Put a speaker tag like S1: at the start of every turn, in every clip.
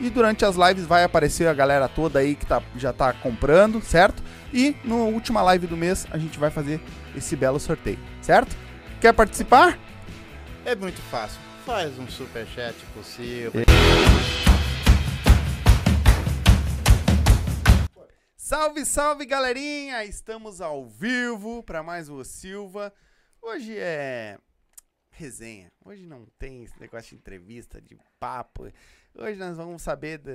S1: e durante as lives vai aparecer a galera toda aí que tá, já tá comprando, certo? E na última live do mês a gente vai fazer esse belo sorteio, certo? Quer participar?
S2: É muito fácil. Faz um superchat possível.
S1: Salve, salve, galerinha! Estamos ao vivo para mais o Silva. Hoje é resenha. Hoje não tem esse negócio de entrevista, de papo. Hoje nós vamos saber do,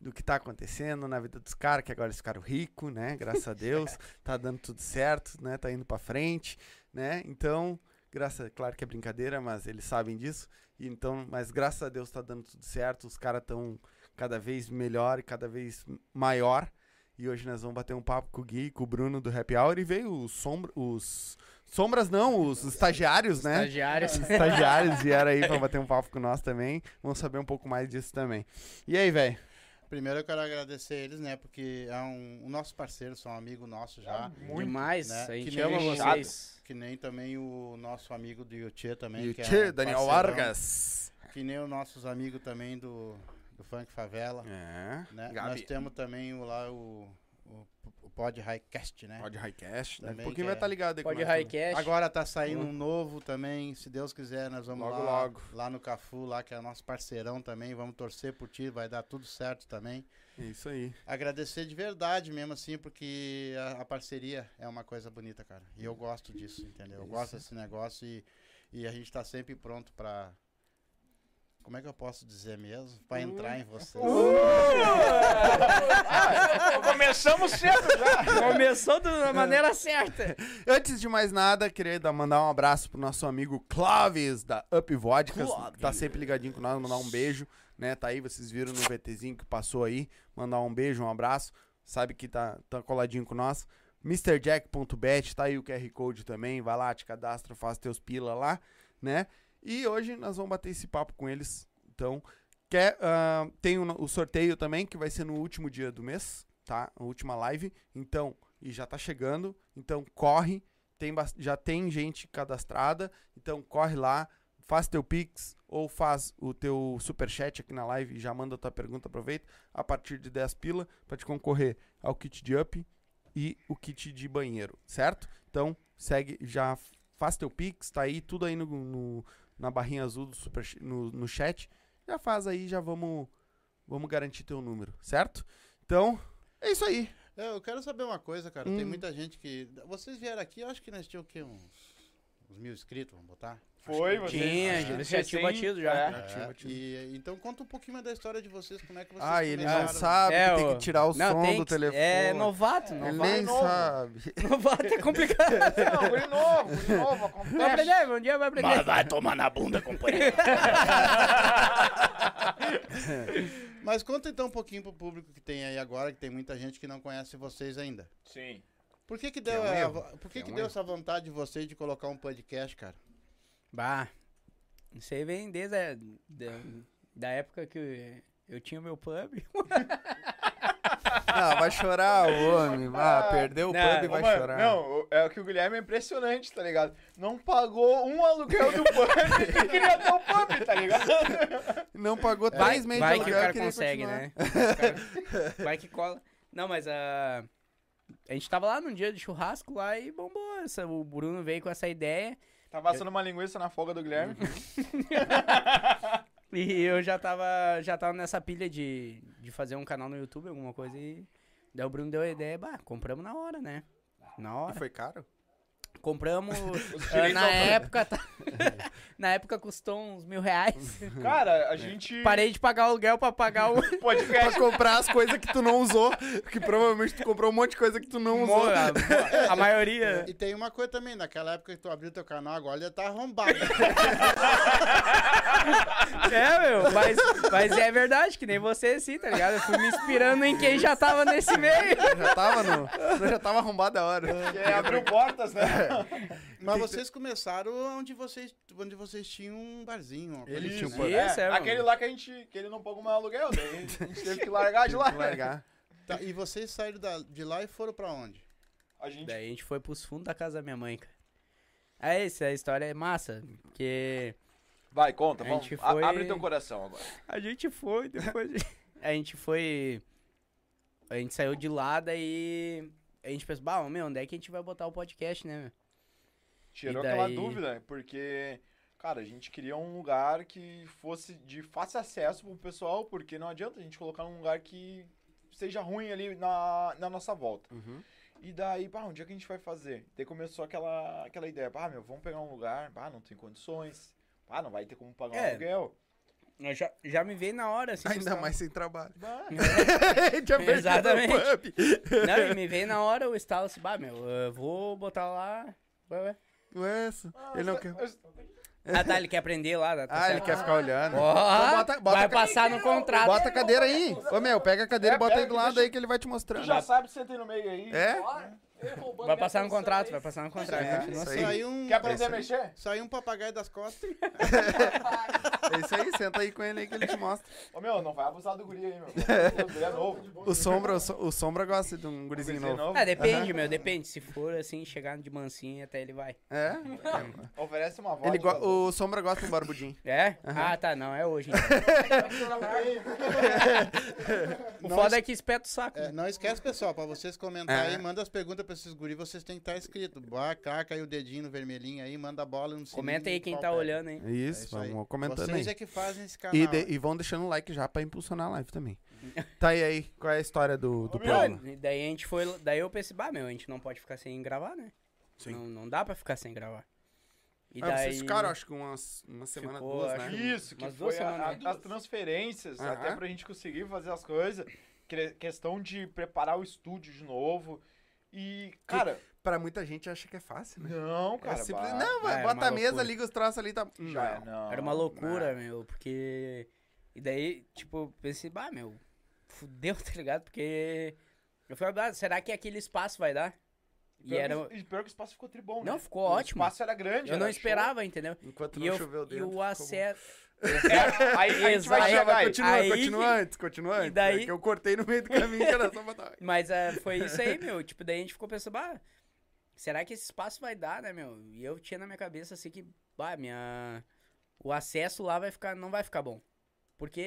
S1: do que tá acontecendo na vida dos caras, que agora eles ficaram ricos, né? Graças a Deus. tá dando tudo certo, né? Tá indo para frente, né? Então, graças, claro que é brincadeira, mas eles sabem disso. E Então, mas graças a Deus tá dando tudo certo. Os caras estão cada vez melhor e cada vez maior. E hoje nós vamos bater um papo com o Gui, e com o Bruno do Happy Hour e veio os sombra, os sombras não, os estagiários, né?
S3: Estagiários.
S1: Os estagiários vieram aí pra bater um papo com nós também. Vamos saber um pouco mais disso também. E aí, velho?
S2: Primeiro eu quero agradecer eles, né? Porque é um, o nosso parceiro, são um amigo nosso já.
S3: Demais.
S2: né?
S3: A
S2: Que
S3: gente
S2: nem
S3: ama
S2: o Chaves.
S3: vocês.
S2: Que nem também o nosso amigo do Yuchê também.
S1: E o
S2: que é
S1: Tchê,
S2: um
S1: Daniel
S2: parceirão.
S1: Vargas.
S2: Que nem os nossos amigos também do, do Funk Favela.
S1: É.
S2: né?
S1: Gabi.
S2: Nós temos também o, lá o, o, o Pod Highcast, né?
S1: Pode Highcast. Daqui a
S2: Também
S1: pouquinho
S2: que
S1: vai
S2: é-
S1: estar ligado aí com
S3: Pode
S1: nós também.
S3: highcast.
S2: Agora tá saindo um novo também, se Deus quiser, nós vamos
S1: Uhum. Logo,
S2: lá,
S1: logo.
S2: lá no Cafu, lá que é nosso parceirão também, vamos torcer por ti, vai dar tudo certo também.
S1: É Isso aí.
S2: Agradecer de verdade mesmo assim, porque a, a parceria é uma coisa bonita, cara. E eu gosto disso, entendeu? Eu gosto desse negócio e, e a gente tá sempre pronto pra... Como é que eu posso dizer mesmo? Pra
S1: Hum.
S2: entrar em vocês.
S4: Começamos cedo já.
S3: Começou da maneira certa.
S1: Antes de mais nada, queria dar- mandar um abraço pro nosso amigo Clóvis da Up Vodkas, que tá sempre ligadinho com nós, mandar um beijo, né? Tá aí, vocês viram no VTzinho que passou aí, mandar um beijo, um abraço, sabe que tá, tá coladinho com nós. MrJack.bet, tá aí o QR Code também, vai lá, te cadastra, faz teus pila lá, né? E hoje nós vamos bater esse papo com eles, então... Quer, ah, tem o, no- o sorteio também, que vai ser no último dia do mês, tá? A última live. Então, e já tá chegando. Então, corre. Tem, bas- já tem gente cadastrada. Então, corre lá, faz teu Pix ou faz o teu superchat aqui na live e já manda tua pergunta. Aproveita. A partir de 10 pila pra te concorrer ao kit de up e o kit de banheiro, certo? Então, segue, já faz teu Pix, tá aí, tudo aí no, no, na barrinha azul do super, ch- no, no chat. Já faz aí, já vamos, vamos garantir teu número, certo? Então, é isso aí.
S2: É, Eu quero saber uma coisa, cara. Tem
S1: Hum.
S2: muita gente que. Vocês vieram aqui, eu acho que nós tínhamos o quê? Uns, uns mil inscritos, vamos botar?
S5: Foi, você.
S3: Tinha, gente, você já tinha batido já.
S5: É.
S1: Já tinha
S2: É,
S1: É, batido.
S2: e- então conta um pouquinho mais da história de vocês, como é que vocês
S1: Ah, ele não
S2: começaram.
S1: sabe
S3: É,
S1: que tem
S3: o-
S1: que tirar o som
S3: tem
S1: do
S3: que- É
S1: telefone.
S3: novato,
S1: ele
S3: novato.
S1: nem
S5: novo.
S1: sabe.
S3: Novato é complicado.
S5: Não, guri novo, guri novo,
S3: Vai
S5: acontece.
S3: aprender, um dia vai aprender.
S2: tomar na bunda, companheiro. Mas conta então um pouquinho pro público que tem aí agora, que tem muita gente que não conhece vocês ainda.
S5: Sim.
S2: Por que que deu,
S1: um
S2: a-
S1: erro.
S2: por que
S1: É
S2: que
S1: um
S2: deu
S1: erro.
S2: essa vontade de vocês de colocar um podcast, cara?
S3: Bah, isso aí vem desde a, da, da época que eu tinha meu pub.
S1: Não, Ah, vai chorar o homem. Vai, perdeu o
S3: Não,
S1: pub e
S5: Ô,
S1: vai
S5: mano,
S1: chorar.
S5: Não, o- é o que o Guilherme é impressionante, tá ligado? Não pagou um aluguel do pub e queria ter um pub, tá ligado?
S1: Não pagou
S3: Vai,
S1: três meses
S3: É, vai
S1: de
S3: que o
S1: aluguel,
S3: cara
S1: queria
S3: consegue,
S1: continuar.
S3: né? O cara- vai que cola. Não, mas a. A gente tava lá num dia de churrasco lá e bombou. Essa, o Bruno veio com essa ideia
S5: Tava assando uma linguiça na folga do Guilherme.
S3: e eu já tava, já tava nessa pilha de, de fazer um canal no YouTube, alguma coisa. E daí o Bruno deu a ideia, bah, compramos na hora, né? Na hora.
S1: E foi caro?
S3: Compramos. ah,
S5: direitos
S3: na
S5: autorais.
S3: época. tá- na época custou uns mil reais.
S5: Cara, a gente.
S3: Parei de pagar o aluguel pra pagar o.
S1: pra
S5: Podcast.
S1: comprar as coisas que tu não usou, que provavelmente tu comprou um monte de coisa que tu não usou.
S3: a, a maioria.
S2: E tem uma coisa também, naquela época que tu abriu teu canal, agora já tá arrombado.
S3: É, meu, mas, mas é verdade, que nem você assim, tá ligado? Eu fui me inspirando em quem já tava nesse meio.
S1: Já tava no, já tava arrombado a hora.
S5: É, abriu portas, né?
S2: Mas vocês começaram onde vocês, onde vocês tinham um barzinho. uma coisa
S1: Ele
S2: assim,
S1: tinha um
S2: né?
S1: bar.
S3: Isso, é, mano.
S5: Aquele lá que a gente. que ele não pagou mais aluguel, daí a gente teve que largar de lá.
S1: Largar.
S2: Tá, e vocês saíram da- de lá e foram pra onde?
S5: A gente.
S3: Daí a gente foi pros fundos da casa da minha mãe, cara. É isso, a história é massa, porque
S5: Vai, conta,
S3: A
S5: vamos.
S3: gente
S5: A-
S3: foi-
S5: Abre teu coração agora.
S3: a gente foi, depois a gente, a gente foi, a gente saiu de lá, daí a gente pensou, bah, meu, onde é que a gente vai botar o podcast, né, meu? E
S5: Tirou
S3: daí-
S5: aquela dúvida, porque, cara, a gente queria um lugar que fosse de fácil acesso pro pessoal, porque não adianta a gente colocar num lugar que seja ruim ali na, na nossa volta.
S1: Uhum.
S5: E daí, pá, onde é que a gente vai fazer? Daí começou aquela, aquela ideia, pá, meu, vamos pegar um lugar, pá, não tem condições, pá, não vai ter como pagar um
S3: É.
S5: aluguel.
S3: Eu já, já me veio na hora, assim.
S1: Ainda
S3: assustado.
S1: mais sem trabalho.
S5: Bah,
S1: Já perdi
S3: Exatamente.
S1: no pub.
S3: Não, e me veio na hora o estalo assim, bah, meu, eu vou botar lá... vai, vai."
S1: Ué, isso. é Ele não quer.
S3: Ah, tá, ele quer aprender lá. Tá
S1: Ah, ele
S3: certo.
S1: quer ficar olhando.
S3: Ó,
S1: Então bota- bota a
S3: vai
S1: cadeira
S3: passar no contrato.
S1: é Bota a cadeira aí. Ô meu, pega a cadeira e
S5: É,
S1: bota aí
S5: pega
S1: do
S5: que
S1: lado
S5: deixa-
S1: aí que ele vai te
S5: Tu
S1: mostrando.
S5: já sabe, senta aí no meio aí.
S1: É?
S3: Vai passar no contrato, vai passar no contrato.
S1: É,
S3: continua
S1: isso aí.
S3: assim.
S2: Saiu um,
S5: Quer aprender a mexer?
S2: saiu um papagaio das costas.
S1: É isso aí, senta aí com ele aí que ele te mostra.
S5: Ô, meu, não vai abusar do guri aí, meu. O guri é novo. é
S1: O Sombra, o, so- o Sombra gosta de um gurizinho novo.
S3: Ah, depende, meu, depende. Se for assim, chegar de mansinho até ele vai.
S1: É?
S5: Oferece uma voz.
S1: Ele go- o Sombra gosta de um barbudinho.
S3: É? Ah, tá, não, é hoje. então. o foda é que espeta o saco.
S2: É, não esquece, pessoal, pra vocês comentarem
S1: É.
S2: aí, manda as perguntas pra esses guri, vocês têm que estar inscrito. Bah, cá, caiu o dedinho no vermelhinho aí, manda a bola no
S3: Comenta
S2: sininho,
S3: aí quem
S2: pau
S3: tá
S2: pega.
S3: olhando, hein?
S2: É
S1: Isso,
S2: aí.
S1: vamos comentando
S2: Vocês
S1: aí.
S2: é que fazem esse canal. né?
S1: E, de- e vão deixando o like já pra impulsionar a live também. tá e aí, qual é a história do, do
S5: Ô,
S1: plano?
S3: Mano, e daí a gente foi. Daí eu pensei, bah, meu, a gente não pode ficar sem gravar, né?
S1: Sim.
S3: Não, não dá pra ficar sem gravar. E
S1: Ah,
S3: daí.
S1: vocês ficaram, acho que umas, uma semana,
S3: Ficou,
S1: duas,
S3: acho
S1: né?
S5: Isso, que
S3: Umas duas
S5: foi a- a-
S3: semanas, né?
S5: as transferências,
S1: Aham.
S5: até pra gente conseguir fazer as coisas. que- é questão de preparar o estúdio de novo. E, cara,
S1: Pra muita gente acha que é fácil, né?
S5: não,
S1: é
S5: cara.
S1: simples.
S5: bah,
S1: Não, vai,
S3: Ah, era
S1: bota
S3: uma
S1: a mesa,
S3: loucura.
S1: liga os troços ali, tá.
S5: já, é, né?
S1: não.
S5: não.
S3: Era uma loucura, meu, porque. E daí, tipo, pensei, bah, meu, fudeu, tá ligado? Porque. Eu falei, ah, será que aquele espaço vai dar?
S5: E,
S3: E era. um
S5: pior que, e pior que o espaço ficou tribom, né?
S3: Não, ficou
S5: O
S3: ótimo.
S5: espaço era grande.
S3: Eu não
S5: era
S3: esperava, entendeu?
S1: Enquanto
S3: E,
S1: não
S3: eu,
S1: choveu
S3: e
S1: dentro.
S3: o
S1: ficou bom.
S3: acesso.
S5: show. É, aí a gente vai
S3: Exato.
S5: chegar aí.
S1: Continua,
S3: aí-
S1: continua antes, continua
S3: E
S1: antes.
S3: daí-
S1: É que eu cortei no meio do caminho, que era só botar.
S3: Mas ah, foi isso aí, meu. Tipo, daí a gente ficou pensando, bah, será que esse espaço vai dar, né, meu? E eu tinha na minha cabeça assim que, bah, minha. O acesso lá vai ficar. não vai ficar bom. Porque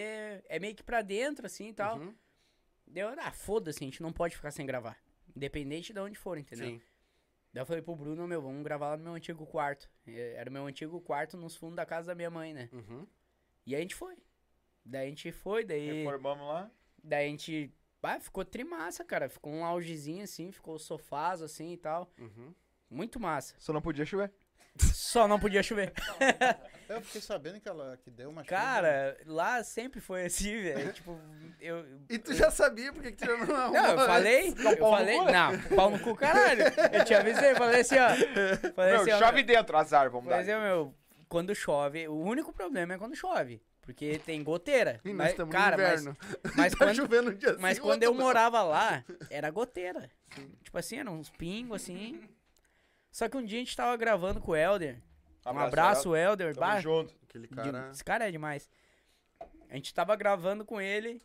S3: é meio que pra dentro, assim e tal.
S1: Uhum,
S3: Deu, ah, foda-se, a gente não pode ficar sem gravar. Independente de onde for, entendeu?
S1: Sim.
S3: Daí eu falei pro Bruno, meu, vamos gravar lá no meu antigo quarto. Eh, Era o meu antigo quarto nos fundos da casa da minha mãe, né?
S1: Uhum.
S3: E a gente foi. Daí a gente foi, daí.
S5: Reformamos lá.
S3: Daí a gente. Ah, ficou trimassa, cara. Ficou um augezinho assim, ficou os sofás assim e tal.
S1: Uhum.
S3: Muito massa.
S5: Só não podia chover.
S3: Só não podia chover.
S2: Eu fiquei sabendo que ela que deu uma chuva.
S3: Cara, lá sempre foi assim, velho. Tipo, eu.
S6: E tu já sabia porque que tu não arrumou.
S3: Não, eu falei, eu
S5: pau no
S3: falei,
S5: cu, né?
S3: não, pau no cu, caralho. Eu te avisei, falei assim, ó. Falei
S5: Meu,
S3: assim, ó,
S5: chove dentro, azar, vamos
S3: Mas
S5: dar.
S3: é, meu, quando chove, o único problema é quando chove. Porque tem goteira.
S6: E nós
S3: Mas,
S6: estamos
S3: cara,
S6: no inverno.
S3: Mas, mas
S6: tá
S3: quando,
S6: chovendo um dia
S3: mas
S6: sim,
S3: quando eu
S1: tá
S6: outro não.
S3: morava lá, era goteira. Tipo assim, eram uns pingos assim. Só que um dia a gente tava gravando com o Helder. Um abraço, Helder.
S5: Tamo
S3: Bah,
S5: junto.
S1: Aquele
S3: de-
S1: cara.
S3: Esse cara é demais. A gente tava gravando com ele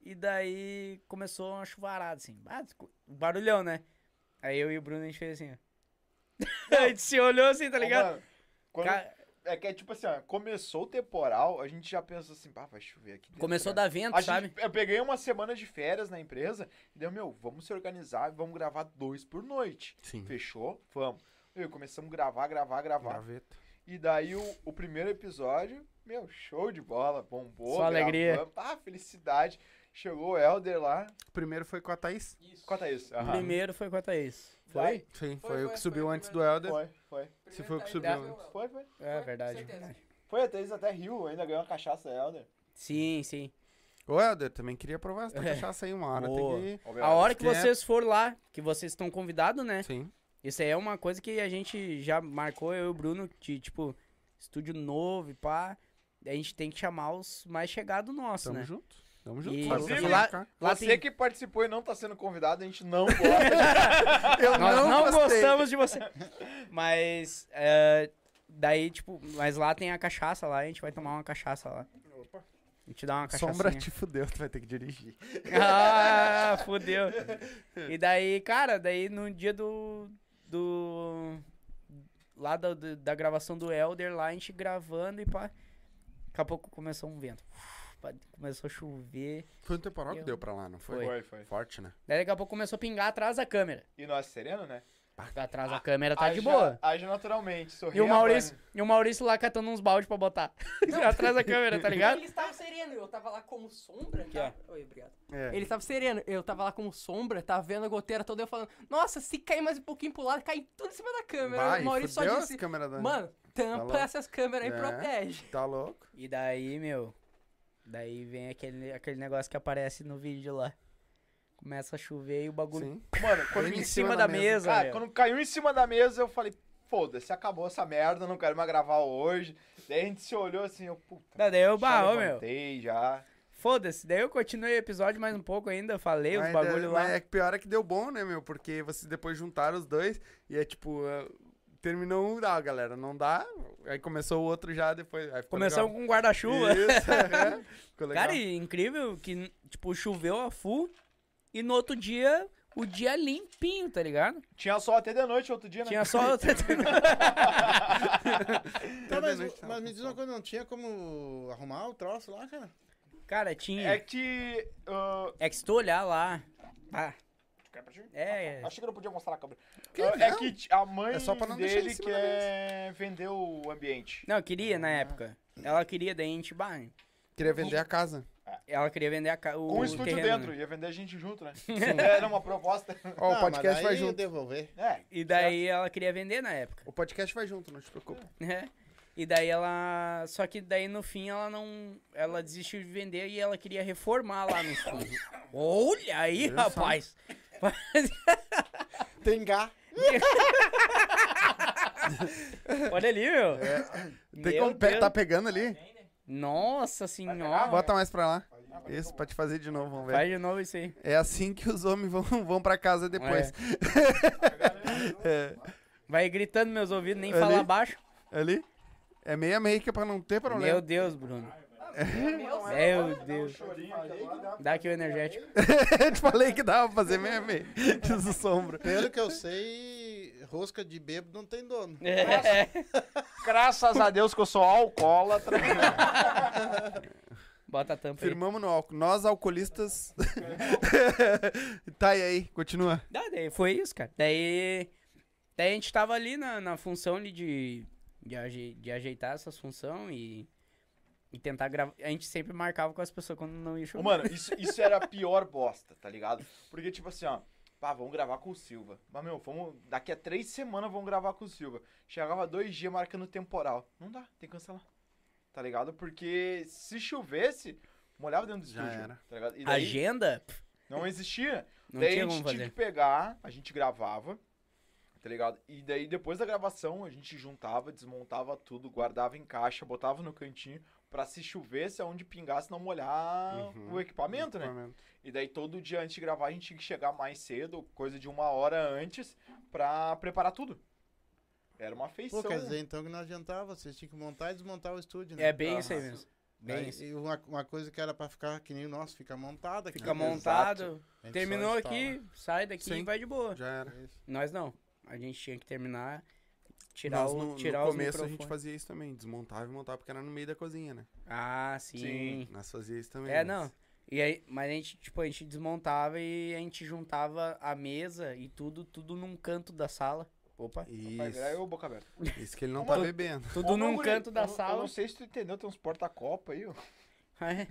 S3: e daí começou uma chuvarada, assim. Bah, co- barulhão, né? Aí eu e o Bruno a gente fez assim, ó. a gente se olhou assim, tá
S5: Ô,
S3: ligado?
S5: mano, quando-
S3: Ca-
S5: É que é tipo assim, ó, começou o temporal, a gente já pensou assim, pá, vai chover aqui. dentro,
S3: Começou a
S5: né?"
S3: dar vento,
S5: A
S3: sabe?
S5: gente- eu peguei uma semana de férias na empresa, e deu, meu, vamos se organizar e vamos gravar dois por noite.
S1: Sim.
S5: Fechou? Vamos. Eu começamos a gravar, gravar, gravar.
S1: Gaveta.
S5: E daí o, o primeiro episódio, meu, show de bola, bombou.
S3: Só alegria.
S5: gravamos, Ah, felicidade. Chegou o Helder lá.
S1: O primeiro foi com a Thaís.
S5: Conta isso. aham.
S3: Primeiro foi com a Thaís.
S5: Daí-
S3: Foi?
S1: Sim, foi,
S7: Foi,
S1: o
S7: foi,
S1: que subiu
S7: foi o
S1: antes do
S7: primeiro.
S1: Helder.
S5: Foi, foi.
S1: Se foi o que
S7: Primeiro
S1: subiu
S7: tá aí,
S1: antes.
S5: Foi, foi.
S3: É
S7: Foi,
S3: verdade,
S7: certeza.
S3: verdade.
S5: Foi, a Thaís até riu, ainda ganhou uma cachaça da Helder.
S3: Sim, sim.
S1: Ô, Helder, também queria provar essa cachaça aí uma hora.
S3: É. Boa.
S1: Tem que...
S5: Ô, meu,
S3: A hora que
S1: Quem é?
S3: vocês for lá, que vocês estão convidados, né?
S1: Sim.
S3: Isso aí é uma coisa que a gente já marcou, eu e o Bruno, de tipo, estúdio novo e pá. A gente tem que chamar os mais chegados nossos,
S1: Tamo
S3: né?
S1: junto. Tamo junto.
S3: E-
S1: Faz essa
S5: Inclusive,
S1: marca.
S3: Lá
S5: Você
S3: tem-
S5: que participou e não tá sendo convidado, a gente não gosta. tá
S6: Eu
S3: Nós não,
S6: gostei.
S3: gostamos de você. Mas, é, daí, tipo, mas lá tem a cachaça lá, a gente vai tomar uma cachaça lá. A gente dá uma cachaça.
S1: Sombra te fudeu, tu vai ter que dirigir.
S3: Ah, fudeu. E daí, cara, daí no dia do. do lá da, do- da gravação do Elder, lá a gente gravando e pá. Daqui a pouco começou um vento. Pá, Começou a chover.
S1: Foi um temporal que
S3: Eu-
S1: deu pra lá, não foi?
S3: Foi.
S5: foi, foi.
S1: Forte, né?
S3: Daí daqui a pouco começou a pingar atrás da câmera.
S5: E nós sereno, né?
S3: Atrás da câmera tá de
S5: Haja-
S3: boa.
S5: Haja naturalmente, sorriu.
S3: E o, Maurício, e o Maurício lá catando uns baldes pra botar. atrás da câmera, tá ligado?
S7: Ele estava sereno, eu tava lá como sombra.
S3: Aqui,
S7: Tá? Oi, obrigado.
S1: É.
S7: Ele estava sereno, eu tava lá como sombra, tava vendo a goteira toda, eu falando, nossa, se cair mais um pouquinho pro lado, cai tudo em cima da câmera.
S1: Vai,
S7: o Maurício só
S1: fudeu
S7: disse,
S1: as câmeras da...
S7: mano, tampa
S1: Falou.
S7: essas câmeras aí e
S1: É.
S7: protege.
S1: Tá louco?
S3: E daí, meu. Daí vem aquele, aquele negócio que aparece no vídeo lá. Começa a chover e o bagulho
S1: Sim.
S5: Mano,
S1: Foi
S5: quando,
S3: em, cima, da, mesa,
S5: cara,
S3: meu.
S5: quando caiu em cima da mesa, eu falei, foda-se, acabou essa merda, não quero mais gravar hoje. Daí a gente se olhou assim, eu, puta,
S3: Não, daí eu, bah,
S5: já
S3: ô, meu.
S5: levantei já.
S3: Fofoda-se, daí eu continuei o episódio mais um pouco ainda, falei os
S1: Mas
S3: bagulho
S1: de-
S3: lá.
S1: Mas é que pior é que deu bom, né, meu? Porque vocês depois juntaram os dois e é tipo. ah, Terminou um, ah, galera, não dá. Aí começou o outro já depois. Aí ficou
S3: Começamos
S1: tá legal.
S3: com guarda-chuva.
S1: Isso, é. Ficou legal.
S3: Cara, e incrível que, tipo, choveu a full e no outro dia, o dia limpinho, tá ligado?
S5: Tinha sol até de noite outro dia, né?
S3: Tinha só...
S2: Tá, mas,
S1: Toda noite tava
S2: mas me
S1: com
S2: diz uma coisa, não tinha como arrumar o troço lá, cara?
S3: Cara, tinha.
S5: É
S3: É...
S5: que. ah,
S3: que se tu olhar lá... Ah,
S5: quer pra ti?
S3: é...
S5: Achei que eu não podia mostrar a câmera. Ah, é que t- a mãe
S1: É só pra não deixar em
S5: dele
S1: cima da
S5: quer vender o ambiente.
S3: Não, eu queria na época. Ela queria, daí a gente... Bah,
S1: Queria vender a casa.
S3: ela queria vender a, ca- o
S5: Com o
S3: o
S5: Um estúdio
S3: terreno, né? É.
S5: dentro, ia vender a gente junto, né? Era uma proposta.
S1: Ó,
S2: Ah,
S1: o podcast
S2: mas
S1: vai
S2: daí eu
S1: junto.
S2: devolver.
S5: É,
S3: E daí ela queria vender na época.
S1: O podcast vai junto, não te preocupa.
S3: né? E daí ela. Só que daí no fim ela não. Ela desistiu de vender e ela queria reformar lá no estúdio. Olha aí, rapaz!
S2: Tem gá.
S3: Olha ali, meu.
S1: Tem
S3: Meu
S1: como pe-
S3: Deus.
S1: tá pegando ali?
S3: Nossa senhora.
S1: Bota mais pra lá. Isso, pra te fazer de novo, vamos ver.
S3: Faz de novo isso aí.
S1: É assim que os homens vão, vão pra casa depois. É.
S3: Vai gritando nos meus ouvidos, nem
S1: Ali?
S3: fala baixo.
S1: Ali? É meia meia que é pra não ter
S3: Meu
S1: problema.
S3: Deus, Bruno.
S7: Meu
S3: É, Meu Deus. Dá um aqui o energético.
S1: Eu te falei que dava pra fazer meia meia. Diz o sombra.
S2: Pelo que eu sei, rosca de bêbado não tem dono.
S3: É.
S5: graças a Deus que eu sou alcoólatra.
S3: Bota a tampa aí.
S1: Firmamos no álcool. Nós, alcoolistas. tá e aí, continua.
S3: Não, daí foi isso, cara. Daí Daí a gente tava ali na, na função ali de, de, aje- de ajeitar essas funções e, e tentar gravar. A gente sempre marcava com as pessoas quando não ia
S5: Ô,
S3: chover.
S5: mano, isso, isso era a pior bosta, tá ligado? Porque, tipo assim, ó. Pá, vamos gravar com o Silva. Mas, meu, vamos, daqui a três semanas vamos gravar com o Silva. Chegava dois dias marcando temporal. Não dá, tem que cancelar. Tá ligado? Porque se chovesse, molhava dentro do
S1: Já
S5: estúdio.
S1: era.
S5: Tá ligado? E daí
S3: Agenda? Pff,
S5: não existia.
S3: Não
S5: daí
S3: tinha
S5: a gente
S3: como
S5: tinha
S3: fazer.
S5: que pegar, a gente gravava, tá ligado? E daí depois da gravação a gente juntava, desmontava tudo, guardava em caixa, botava no cantinho pra se chovesse aonde pingasse não molhar
S1: Uhum.
S5: o equipamento, né?
S1: Equipamento.
S5: E daí todo dia antes de gravar a gente tinha que chegar mais cedo, coisa de uma hora antes, pra preparar tudo. Era uma feição. né?
S2: Pô, quer dizer então que não adiantava, vocês tinham que montar e desmontar o estúdio, né?
S3: né? É bem
S5: Ah,
S3: isso aí mesmo. Bem
S2: Aí,
S3: isso.
S2: e uma, uma coisa que era pra ficar que nem o nosso, fica montada. aqui,
S3: Fica
S2: né?
S3: montado,
S2: A gente
S3: terminou
S2: só instala.
S3: aqui, sai daqui
S1: Sim.
S3: e vai de boa.
S1: Já era.
S3: Nós não. A gente tinha que terminar, tirar,
S1: Nós,
S3: o,
S1: no,
S3: tirar
S1: no
S3: os
S1: começo a gente
S3: microfones.
S1: fazia isso também, desmontava e montava, porque era no meio da cozinha, né?
S3: Ah, sim.
S5: Sim.
S1: Nós fazia isso também.
S3: É,
S1: mas-
S3: não. E aí, mas a gente, tipo, a gente desmontava e a gente juntava a mesa e tudo, tudo num canto da sala. Opa.
S5: Vai virar
S1: Isso,
S5: eu é boca aberta.
S1: isso que ele não
S5: Ô,
S1: tá
S5: mano,
S1: bebendo.
S3: Tudo
S5: Ô, meu
S3: num
S5: guri,
S3: canto da
S5: eu não- Eu
S3: sala.
S5: não sei se tu entendeu, tem uns porta-copa aí, ó.
S7: Mais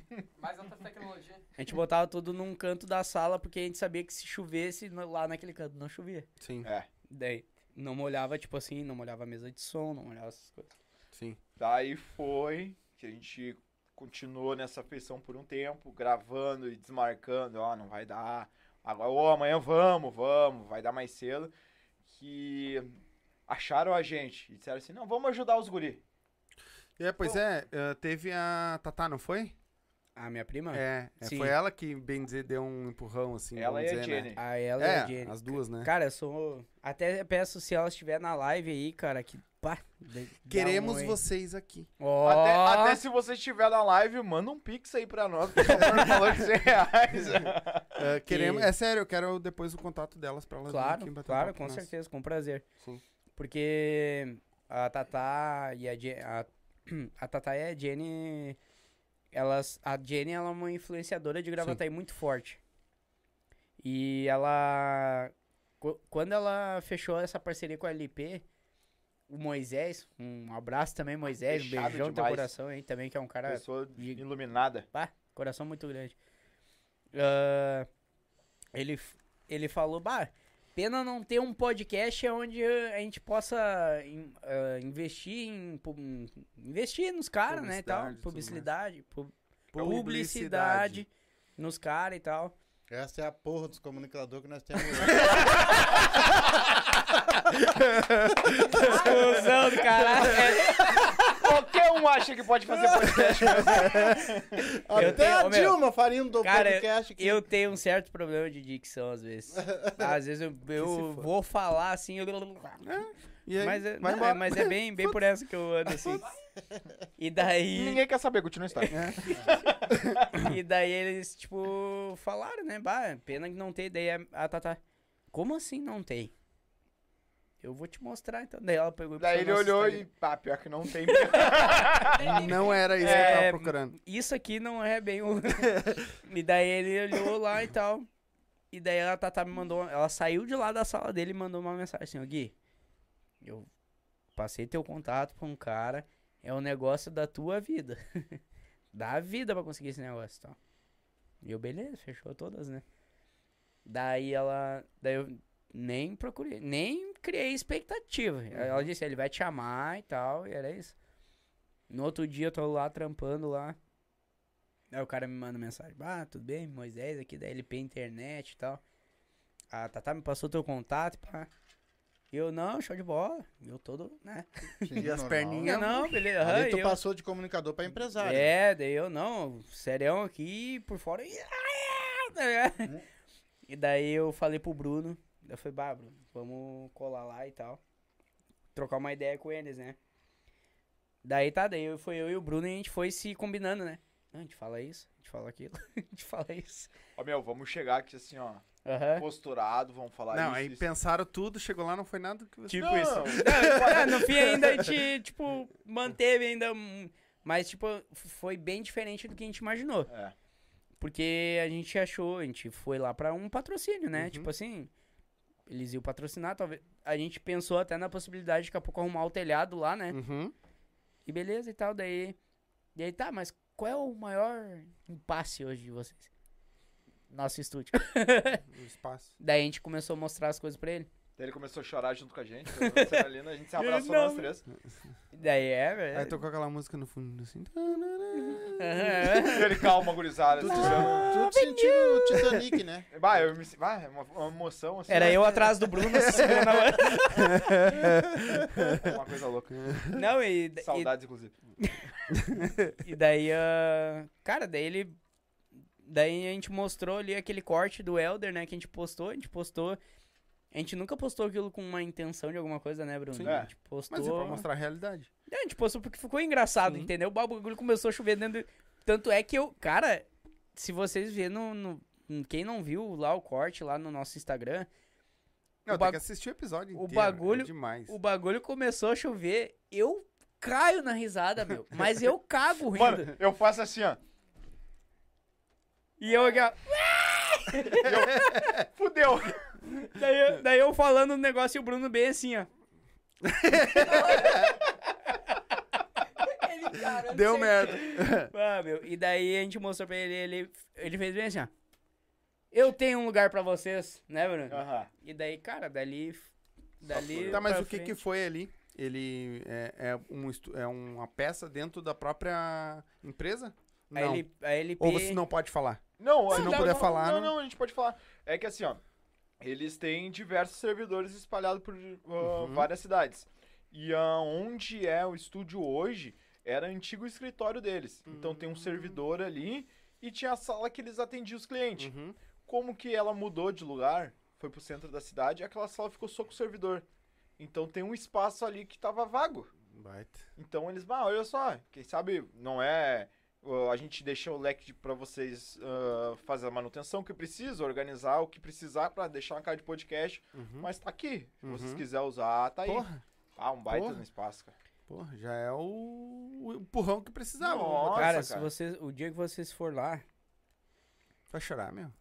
S7: alta tecnologia.
S3: É. A gente botava tudo num canto da sala porque a gente sabia que se chovesse no- lá naquele canto não chovia.
S1: Sim,
S5: É.
S3: Daí não molhava, tipo assim, não molhava a mesa de som, não molhava essas coisas.
S1: sim.
S5: Daí foi que a gente continuou nessa feição por um tempo, gravando e desmarcando, ó, não vai dar. Agora, ô, amanhã vamos, vamos, vai dar mais cedo. Que acharam a gente e disseram assim, não, vamos ajudar os guri.
S1: É, pois é, eh, teve a Tatá, não foi?
S3: A minha prima,
S1: É, é,
S3: Ah. Sim.
S1: foi ela que, bem dizer, deu um empurrão, assim,
S5: Ela e
S1: vamos
S5: a
S1: dizer, né?
S5: Jenny.
S3: a ela e a
S1: É,
S3: Jenny.
S1: as duas, né?
S3: Cara, eu sou. Até peço se ela estiver na live aí, cara, que. Pá, dê- dá um
S1: Queremos
S3: oi.
S1: vocês aqui.
S3: Ó,
S5: Até, até se você estiver na live, manda um pix aí pra nós, por favor, no valor de 100 reais.
S1: Eh, queremos... É sério, eu quero depois o contato delas pra elas virem aqui
S3: Claro,
S1: bater um
S3: claro,
S1: papo
S3: com
S1: nós.
S3: certeza, com prazer.
S1: Sim.
S3: Porque a Tatá e a Jenny. A, a Tatá e a Jenny. Elas, a Jenny ela é uma influenciadora de gravataí muito forte. E ela. qu- Quando ela fechou essa parceria com a LP, o Moisés, um abraço também, Moisés, um
S5: Fechado
S3: beijão no teu
S5: demais.
S3: coração aí também, que é um cara
S5: Pessoa
S3: e-
S5: iluminada.
S3: Pá, coração muito grande. Ah, ele, f- ele falou, bah, pena não ter um podcast onde a gente possa in- ah, investir em, pu- em- investir nos caras, né, e tal,
S1: Publicidade
S3: publicidade, pu-
S1: É Publicidade.
S3: publicidade nos caras e tal.
S2: Essa é a porra dos comunicadores que nós temos.
S3: Cusão do caralho.
S5: Qualquer um acha que pode fazer podcast.
S3: Eu
S2: Até
S3: tenho-
S2: a
S3: ô, meu,
S2: Dilma farinha do
S3: cara,
S2: podcast. que-
S3: Eu tenho um certo problema de dicção às vezes. Às vezes eu, eu
S1: for.
S3: vou falar assim, eu...
S1: E aí,
S3: mas, é,
S1: vai
S3: não,
S1: embora.
S3: é, mas é bem, bem por essa que eu ando assim. E daí...
S5: Ninguém quer saber, continua a história.
S1: É,
S3: E daí eles, tipo, falaram, né? Bah, pena que não tem. Daí a, a Tata, como assim não tem? Eu vou te mostrar, então. Daí ela pegou e
S5: Daí
S3: postou
S5: ele
S3: no
S5: olhou e,
S3: Instagram.
S5: pá, pior que não tem
S1: Não era isso que eu tava
S3: É,
S1: procurando.
S3: Isso aqui não é bem o... e daí ele olhou lá e tal. E daí a Tata me mandou... Ela saiu de lá da sala dele e mandou uma mensagem assim, ó, Gui, eu passei teu contato pra um cara, é um negócio da tua vida. Dá vida pra conseguir esse negócio, e tal. E eu, beleza, fechou todas, né? Daí ela. Daí eu nem procurei, nem criei expectativa. Ela disse, ele vai te chamar e tal, e era isso. No outro dia eu tô lá trampando lá. Aí o cara me manda mensagem, ah, tudo bem, Moisés aqui da LP Internet e tal. A Tatá me passou teu contato, pá. E Eu, não, show de bola. Eu todo, né?
S2: Sim,
S1: E as
S2: normal.
S1: perninhas?
S3: Eu, não, beleza. aham,
S2: Ali
S3: e
S2: tu
S3: eu-
S2: passou de comunicador pra empresário.
S3: é, daí eu não, serião aqui, por fora. e- tá ligado? E daí eu falei pro Bruno, eu falei, bah, Bruno, vamos colar lá e tal. Trocar uma ideia com eles, né? Daí tá, daí eu- foi eu e o Bruno e a gente foi se combinando, né? Não, a gente fala isso, a gente fala aquilo, a gente fala isso.
S5: Ó, meu, vamos chegar aqui assim, ó,
S3: Aham.
S5: posturado, vamos falar
S1: Não,
S5: isso.
S1: aí
S5: isso.
S1: pensaram tudo, chegou lá, não foi nada que você...
S3: Tipo
S5: Não,
S3: isso. Ah, no fim ainda a gente, tipo, manteve ainda. um- Mas, tipo, foi bem diferente do que a gente imaginou.
S5: É.
S3: Porque a gente achou, a gente foi lá pra um patrocínio, né?
S1: Uhum.
S3: Tipo assim, eles iam patrocinar, talvez. A gente pensou até na possibilidade de daqui a pouco arrumar o telhado lá, né?
S1: Uhum.
S3: E beleza e tal, daí. E aí tá, mas qual é o maior impasse hoje de vocês? Nosso estúdio.
S1: O espaço.
S3: daí a gente começou a mostrar as coisas pra ele.
S5: Daí ele começou a chorar junto com a gente, foi uma cena linda, a gente se abraçou nós três.
S3: Daí é,
S1: Aí
S3: velho.
S1: tocou aquela música no fundo assim.
S5: E ele calma, gurizada.
S2: Tu,
S5: assim,
S2: te,
S5: já.
S2: tu te sentiu o Titanic, né?
S5: Bah, eu me, bah, é uma, uma emoção assim.
S3: Era
S5: né?
S3: eu atrás do Bruno. se segurando na-
S5: É Uma coisa louca.
S3: Não, e, e
S5: Saudades, inclusive.
S3: E daí, ah, cara, daí ele. Daí a gente mostrou ali aquele corte do Elder, né? Que a gente postou. A gente postou. A gente nunca postou aquilo com uma intenção de alguma coisa, né, Bruno?
S5: Sim.
S3: A gente postou.
S1: Mas é pra mostrar a realidade.
S3: É, a gente postou porque ficou engraçado,
S1: Sim.
S3: entendeu? O bagulho começou a chover dentro. do- Tanto é que eu. Cara, se vocês verem no. no- Quem não viu lá o corte lá no nosso Instagram,
S1: Não, tem
S3: O ba-
S1: que assistir o episódio
S3: o
S1: inteiro.
S3: bagulho-
S1: É demais.
S3: o bagulho começou a chover. Eu caio na risada, meu. Mas eu cago rindo.
S5: Mano, eu faço assim, ó.
S3: E eu aqui, ó.
S5: Fudeu!
S3: Daí, eu- daí eu falando um negócio e o Bruno bem assim, ó.
S7: Ele, cara,
S1: Deu
S7: não sei.
S1: merda.
S3: Ah, meu. E daí a gente mostrou pra ele, ele, ele fez bem assim, ó. Eu tenho um lugar pra vocês, né, Bruno?
S5: Aham.
S3: E daí, cara, dali. Dali.
S1: Ah. Tá, mas
S3: pra
S1: o que que
S3: frente-
S1: foi ali? Ele é, é um estu- é uma peça dentro da própria empresa?
S3: Aí
S1: não.
S3: ele, aí ele
S1: Ou
S3: pe-
S1: você não pode falar?
S5: Não,
S1: Se
S5: ah,
S1: não puder falar, né?
S5: Não,
S1: não-
S5: não, a gente pode falar. É que assim, ó. Eles têm diversos servidores espalhados por ah,
S1: Uhum.
S5: várias cidades. E ah, onde é o estúdio hoje era antigo escritório deles. Então
S1: Hum.
S5: tem um servidor ali e tinha a sala que eles atendiam os clientes.
S1: Uhum.
S5: Como que ela mudou de lugar, foi pro centro da cidade, aquela sala ficou só com o servidor. Então tem um espaço ali que tava vago.
S1: Baita.
S5: Então eles, ah, olha só, quem sabe não é. ó, A gente deixa o leque de- pra vocês ah, fazer a manutenção que precisa, organizar o que precisar pra deixar na cara de podcast,
S1: Uhum.
S5: mas tá aqui. Se vocês
S1: Uhum.
S5: quiserem usar, tá aí.
S1: Porra,
S5: Ah, um baita
S1: porra.
S5: no espaço, cara.
S1: porra, já é o, o empurrão que precisava.
S5: Nossa,
S1: Vou botar-
S3: Cara,
S5: cara.
S3: se vocês, o dia que vocês for lá.
S1: Vai chorar, meu.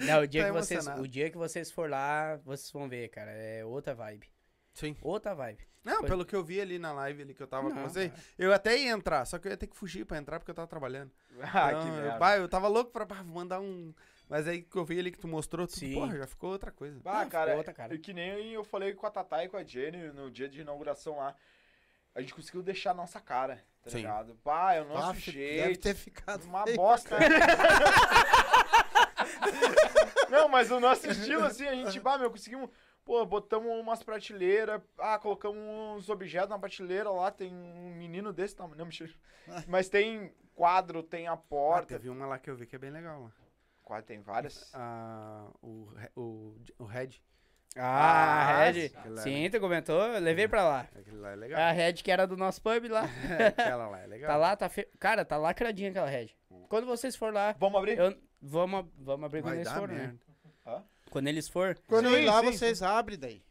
S3: Não, o dia,
S1: Tá
S3: que, vocês,
S1: emocionado.
S3: o dia que vocês for lá, vocês vão ver, cara. É outra vibe.
S1: Sim.
S3: Outra vibe.
S1: Não,
S3: Foi.
S1: pelo que eu vi ali na live ali que eu tava com
S3: Não,
S1: você, eu até ia entrar, só que eu ia ter que fugir pra entrar porque eu tava trabalhando.
S5: Ah,
S1: Então,
S5: que
S1: eu-
S5: merda.
S1: bah, eu tava louco pra bah, mandar um. Mas aí que eu vi ali que tu mostrou, tu,
S3: Sim.
S1: porra, já ficou outra coisa.
S5: Ah,
S3: Não,
S5: cara,
S3: ficou outra, cara.
S5: e que nem eu falei com a Tatá e com a Jenny no dia de inauguração lá. A gente conseguiu deixar a nossa cara, tá
S1: Sim.
S5: ligado? Pá, é o nosso
S2: Ah, deve
S5: jeito.
S2: ter ficado
S5: Uma
S2: feio.
S5: bosta. Não, mas o nosso estilo, assim, a gente, bah, meu, conseguimos. Pô, botamos umas prateleiras, ah, colocamos uns objetos na prateleira lá, tem um menino desse tamanho. Não, mentira. Mas tem quadro, tem a
S1: Ah,
S5: porta.
S1: teve uma lá que eu vi que é bem legal lá.
S5: Quadro, tem várias.
S1: Ah, o, Re- o, o Red.
S3: Ah,
S5: Ah,
S3: a Red.
S1: aquele lá,
S3: Sim, tu comentou, eu levei pra lá.
S1: Aquele lá é
S3: A
S1: legal.
S3: Red que era do nosso pub lá.
S1: Aquela lá é legal.
S3: Tá lá, tá fe... Cara, tá lacradinha aquela Red. Quando vocês for lá,
S5: Vamos abrir?
S3: eu... vamos, ab- vamos abrir quando
S1: Vai
S3: eles
S1: dar
S3: forem, né?
S1: merda.
S3: Quando eles for.
S2: Quando
S5: Sim,
S2: eu ir lá,
S5: sim,
S2: vocês abrem daí.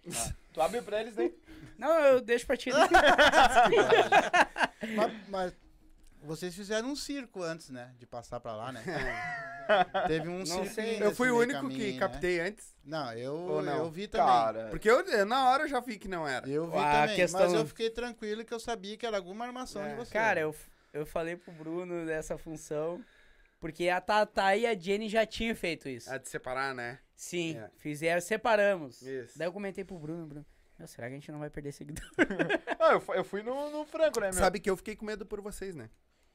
S5: Tu abre pra eles, né?
S3: Não, eu deixo pra ti. né?
S2: Mas, mas vocês fizeram um circo antes, né? De passar pra lá, né? Teve um circo.
S3: sei.
S2: nesse
S1: Eu fui o
S2: meio
S1: único
S2: caminho,
S1: que
S2: né?
S1: captei antes,
S2: Não, eu,
S1: Ou não?
S2: eu vi também.
S5: Cara.
S1: porque eu, eu na hora eu já vi que não era.
S2: Eu vi
S3: A
S2: também, mas
S3: questão-
S2: eu fiquei tranquilo que eu sabia que era alguma armação de vocês.
S3: Cara, eu, eu falei pro Bruno dessa função. Porque a Tata e a Jenny já tinham feito isso.
S1: A de separar, né?
S3: Sim,
S1: é.
S3: fizeram, separamos.
S1: Isso.
S3: Daí eu comentei pro Bruno, Bruno. "Meu, será que a gente não vai perder seguidor?
S5: Ah, eu, fu- eu fui no, no Franco, né, meu?
S1: Sabe que eu fiquei com medo por vocês, né?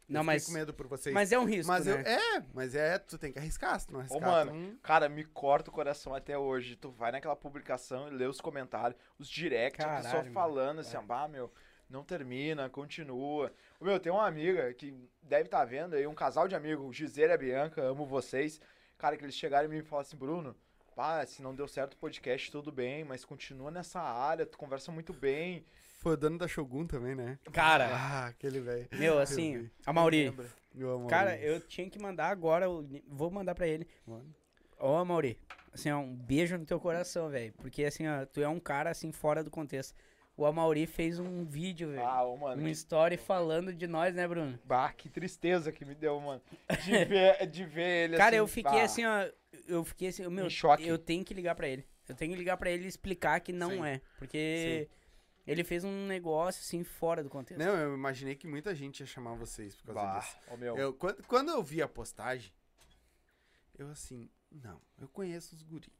S3: Não,
S1: eu
S3: mas,
S1: Fiquei com medo por vocês.
S3: mas é um risco,
S1: Mas eu,
S3: né?
S1: é, mas é, tu tem que arriscar, se tu não arriscar.
S5: mano,
S1: tu é um não-
S5: Cara, me corta o coração até hoje. Tu vai naquela publicação e lê os comentários, os directs, a pessoa
S3: Caralho, mano.
S5: falando assim, ah, meu, não termina, continua. Ô, Meu, tem uma amiga que deve estar vendo aí, um casal de amigos, Gisele e a Bianca, amo vocês. Cara, que eles chegaram e me falaram assim, Bruno, pá, se não deu certo o podcast, tudo bem, mas continua nessa área, tu conversa muito bem.
S1: Foi o dono da Shogun também, né?
S3: Cara,
S1: Ah, aquele velho.
S3: meu, assim,
S1: vi.
S3: a Mauri.
S1: Meu amor.
S3: Cara, eu tinha que mandar agora, eu vou mandar pra ele.
S1: Mano.
S3: Ó, Mauri, assim, ó, um beijo no teu coração, velho. Porque, assim, ó, tu é um cara, assim, fora do contexto. O Amauri fez um vídeo, velho.
S5: Ah, ô, mano,
S3: um
S5: que,
S3: story falando de nós, né, Bruno?
S5: bah, que tristeza que me deu, mano. De ver, de ver ele
S3: Cara,
S5: assim,
S3: eu fiquei
S5: bah.
S3: assim, ó. Eu fiquei assim, meu,
S5: Em choque.
S3: eu tenho que ligar pra ele. Eu tenho que ligar pra ele e explicar que não
S1: Sim.
S3: é. Porque ele fez um negócio assim fora do contexto.
S1: Não, eu imaginei que muita gente ia chamar vocês por causa
S5: Bah,
S1: disso.
S5: ô meu.
S1: Eu, quando, quando eu vi a postagem, eu assim, não, eu conheço os guri.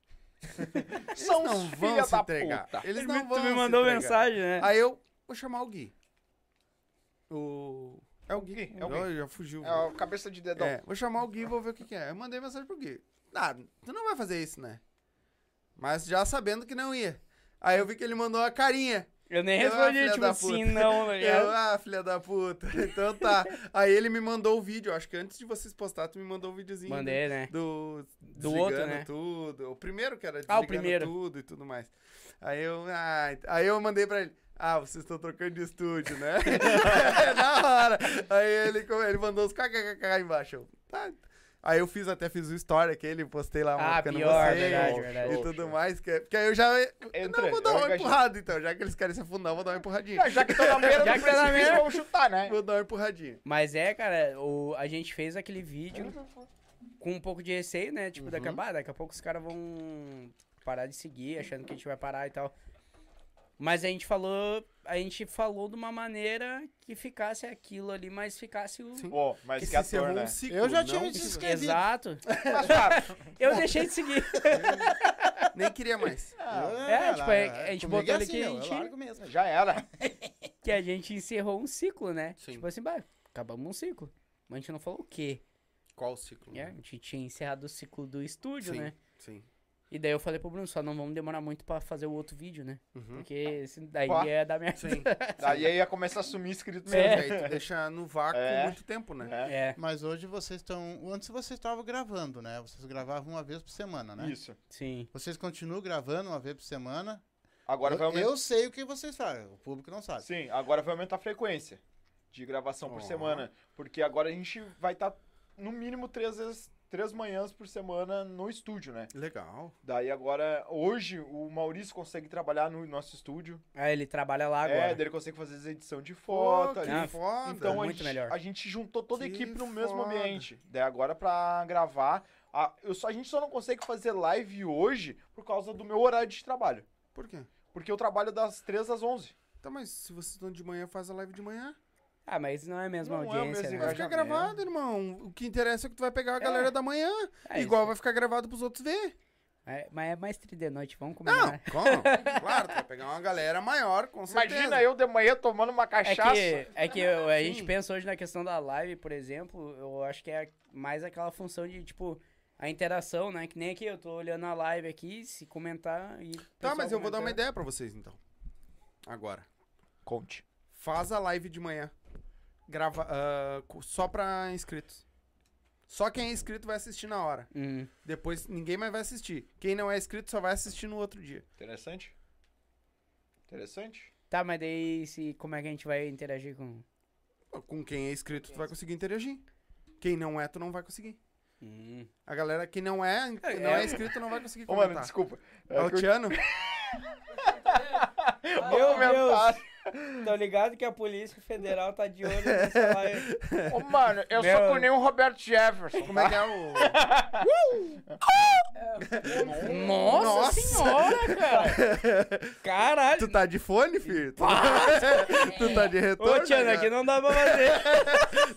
S1: Eles
S5: São
S1: não
S5: É uns
S1: vão
S5: filha
S1: se
S5: da
S1: entregar.
S5: puta.
S1: Eles
S3: Ele
S1: não
S3: me-
S1: vão
S3: tu me
S1: se
S3: mandou
S1: entregar.
S3: mensagem, né?
S1: Aí eu vou chamar o Gui. O... É o Gui.
S5: é o
S1: Não, Já fugiu.
S5: É o cabeça de dedão.
S1: É, vou chamar o Gui e vou ver o que, que é. Eu mandei mensagem pro Gui. Ah, tu não vai fazer isso, né? Mas já sabendo que não ia. Aí eu vi que ele mandou uma carinha.
S3: Eu nem
S1: Eu,
S3: respondi,
S1: filha
S3: tipo,
S1: da
S3: sim,
S1: puta.
S3: não, tá ligado?
S1: Eu, ah, filha da puta. Então tá. Aí ele me mandou o vídeo. Acho que antes de vocês postar, tu me mandou o videozinho.
S3: Mandei, né?
S1: Do,
S3: Do
S1: desligando
S3: outro, né?
S1: tudo. O primeiro que era
S3: Ah,
S1: desligando
S3: o primeiro.
S1: tudo e tudo mais. Aí eu, ah, ent- aí eu mandei pra ele. Ah, vocês estão trocando de estúdio, né? Na hora. Aí ele, co- ele mandou os kkkk embaixo. Eu, tá. Aí eu fiz, até fiz o story aquele, postei lá
S3: Ah,
S1: marcando
S3: pior,
S1: vocês
S3: verdade, verdade.
S1: e tudo mais. Que, porque aí eu já...
S5: Entra,
S1: não, vou dar
S5: eu
S1: uma
S5: engajei.
S1: empurrada então. Já que eles querem se afundar, eu vou dar uma empurradinha.
S3: É,
S5: Já que tá na beira
S3: Já que tá
S5: do
S3: na
S5: precipício,
S3: beira.
S5: vamos chutar,
S3: é.
S5: né?
S1: Vou dar uma empurradinha.
S3: Mas é, cara, o, a gente fez aquele vídeo com um pouco de receio, né? Tipo, daqui, a,
S1: Uhum.
S3: bah, daqui a pouco os caras vão parar de seguir, achando que a gente vai parar e tal. Mas a gente falou, a gente falou de uma maneira que ficasse aquilo ali, mas ficasse o
S5: Pô, mas que,
S1: se
S5: ator,
S1: encerrou
S5: né?
S1: um ciclo,
S2: Eu já tinha
S1: não-
S2: me descrevido.
S3: Exato.
S5: Mas, cara,
S3: Eu deixei de seguir.
S1: Nem queria mais.
S3: É, tipo, é- a gente
S2: comigo
S3: botou
S2: Ah, é
S3: ele que a
S2: meu, eu
S3: gente-
S2: largo mesmo.
S5: já era.
S3: que a gente encerrou um ciclo, né?
S1: Sim.
S3: Tipo assim, bah, acabamos um ciclo. Mas a gente não falou o quê.
S1: Qual o ciclo?
S3: né? A gente tinha encerrado o ciclo do estúdio,
S1: Sim,
S3: né?
S1: sim.
S3: E daí eu falei pro Bruno, só não vamos demorar muito pra fazer o outro vídeo, né?
S1: Uhum.
S3: Porque esse daí
S5: Pá.
S3: é da minha...
S1: Sim.
S5: Daí ia começar a sumir escrito
S1: Sim,
S5: mesmo.
S3: É.
S1: daí tu deixa no vácuo
S5: É.
S1: muito tempo, né?
S5: É.
S3: É,
S2: Mas hoje vocês estão. Antes vocês estavam gravando, né? Vocês gravavam uma vez por semana,
S1: É,
S2: né?
S5: Isso.
S3: sim.
S2: Vocês continuam gravando uma vez por semana.
S5: Agora
S2: eu,
S5: vai aumentar.
S2: eu sei o que vocês fazem, o público não sabe.
S5: Sim, agora vai aumentar a frequência de gravação por
S1: Ó.
S5: semana. Porque agora a gente vai estar no mínimo três vezes. Três manhãs por semana no estúdio, né?
S1: Legal.
S5: Daí agora, hoje, o Maurício consegue trabalhar no nosso estúdio.
S3: Aí Ah, ele trabalha lá
S5: É,
S3: agora.
S5: daí ele consegue fazer as edição de
S1: Pô,
S5: foto.
S1: que
S5: ali.
S3: Ah,
S1: foda.
S5: Então a,
S3: muito
S5: gente,
S3: melhor.
S5: a gente juntou toda a
S1: Que
S5: equipe no mesmo
S1: foda.
S5: ambiente. Daí agora pra gravar. A, eu só, a gente só não consegue fazer live hoje por causa do meu horário de trabalho.
S1: Por quê?
S5: Porque eu trabalho das 3 às 11.
S1: Tá, mas se vocês estão de manhã, faz a live de manhã.
S3: Ah, mas não é a mesma
S5: Não é o
S3: audiência,
S5: mesmo
S3: né?
S1: Vai ficar
S5: engajamento.
S1: gravado, irmão. O que interessa é que tu vai pegar a galera da manhã.
S3: É,
S1: Igual vai ficar gravado pros outros ver.
S3: É, mas é mais 3 de noite, vamos
S1: Não,
S3: combinar.
S1: como? Claro, tu vai pegar uma galera maior, com certeza.
S5: Imagina eu de manhã tomando uma
S3: É
S5: cachaça.
S3: que, é que eu- a gente
S1: Sim.
S3: pensa hoje na questão da live, por exemplo, eu acho que é mais aquela função de, tipo, a interação, né? Que nem aqui, eu tô olhando a live aqui, se comentar e...
S1: Tá,
S3: pessoal
S1: mas eu vou dar uma
S3: comentando.
S1: ideia pra vocês, então. Agora.
S5: Conte.
S1: Faz a live de manhã. Grava, ah, co- só pra inscritos. Só quem é inscrito vai assistir na hora.
S3: Hum.
S1: Depois ninguém mais vai assistir. Quem não é inscrito só vai assistir no outro dia.
S5: Interessante? Interessante?
S3: Tá, mas daí se, como é que a gente vai interagir com...
S1: Com quem é inscrito, tu vai conseguir interagir. Quem não é, tu não vai conseguir.
S3: Hum.
S1: A galera que não é, não é inscrito, não vai conseguir
S5: Ô, mano,
S1: comentar.
S5: desculpa.
S1: É o Tiano?
S5: Meu comentário.
S3: Tô ligado que a Polícia Federal tá de olho nessa live.
S5: Ô, mano, eu
S3: Meu-
S5: sou que nem o Roberto Jefferson. tá?
S1: Como é que é o...
S3: Nossa,
S1: Nossa.
S3: senhora, cara! Caralho!
S1: Tu tá de fone, filho? Tu, tu tá de retorno?
S3: Ô, Tiana,
S1: cara?
S3: aqui não dá pra fazer.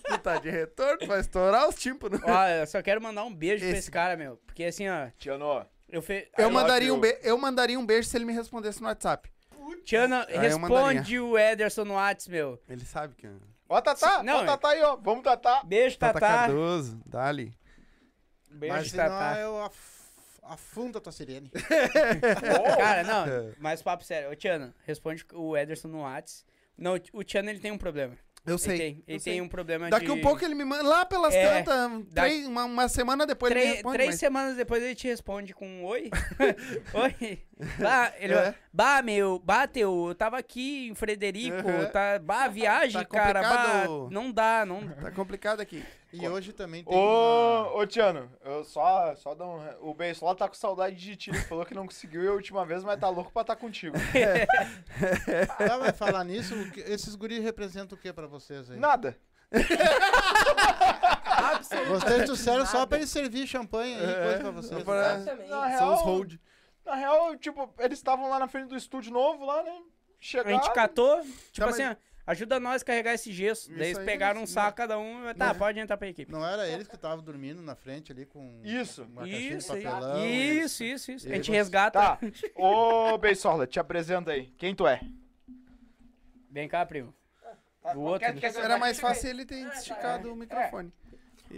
S1: Tu tá de retorno? Tu vai estourar os tímpanos.
S3: ó, eu só quero mandar um beijo pra
S1: Esse-
S3: esse cara, meu. Porque assim, ó,
S5: Tiano,
S3: eu fiz.
S1: Eu
S5: I
S1: mandaria, um
S5: love you.
S1: be- eu mandaria um beijo se ele me respondesse no WhatsApp.
S3: Tiana,
S1: eu
S3: responde o Ederson no Whats, meu.
S1: Ele sabe que...
S5: Ó, Tatá,
S3: Não,
S5: ó,
S3: é-
S5: Tatá aí, ó. Vamos, Tatá.
S3: Beijo,
S1: Tata
S3: Tatá.
S1: Cardoso, dali.
S3: Beijo,
S2: Mas senão
S3: Tatá.
S2: eu af- afundo a tua sirene.
S1: é-
S3: Cara, não, mas papo sério. Ô, Tiana, responde o Ederson no Whats. Não, o Tiana, ele tem um problema.
S1: Eu
S3: Ele
S1: sei.
S3: tem, ele
S1: eu sei.
S3: tem um problema
S1: Daqui
S3: de...
S1: um pouco ele me manda lá pelas
S3: É,
S1: tantas,
S3: da-
S1: três- uma, uma semana depois ele me
S3: Três,
S1: responde.
S3: três
S1: mas-
S3: semanas depois ele te responde com um oi. oi. Bah, ele
S1: É.
S3: bah, meu, bateu, eu tava aqui em Frederico,
S1: Uhum.
S3: tá, bah, viagem,
S1: Tá
S3: cara, bah,
S1: complicado.
S3: não dá, não
S1: Tá complicado aqui.
S2: E hoje também tem. uma-
S5: Ô, ô, Tiano, eu só, só dá um. O Beisola tá com saudade de ti. Ele falou que não conseguiu e a última vez, mas tá louco pra estar contigo.
S2: Ah, vai falar nisso? o que- Esses guris representam o que pra vocês aí?
S5: Nada.
S2: Vocês trouxeram só pra eles servir champanhe e coisa pra
S1: Só
S2: vocês.
S1: pra-
S2: né?
S3: É,
S1: É.
S7: Exatamente.
S5: Na real,
S1: São os hold.
S5: Na real, tipo, eles estavam lá na frente do estúdio novo, lá, né?
S3: A
S5: Chegaram.
S3: gente catou, tipo
S1: Tá, mas-
S3: assim, ó, ajuda nós a carregar esse gesso.
S1: Isso
S3: Daí eles
S1: aí, Né?
S3: pegaram um
S1: isso,
S3: saco cada um e tá,
S2: Não.
S3: pode entrar pra equipe.
S2: Não era eles que estavam dormindo na frente ali com
S5: Isso.
S2: uma caixinha
S3: Isso,
S2: de papelão.
S3: isso, isso, isso. A
S2: E
S3: gente
S2: você-
S3: resgata.
S5: Tá. Ô, Beisola, te apresenta aí. Quem tu é?
S3: Vem cá, primo. O outro.
S1: Era mais fácil ele ter
S3: É.
S1: esticado o microfone.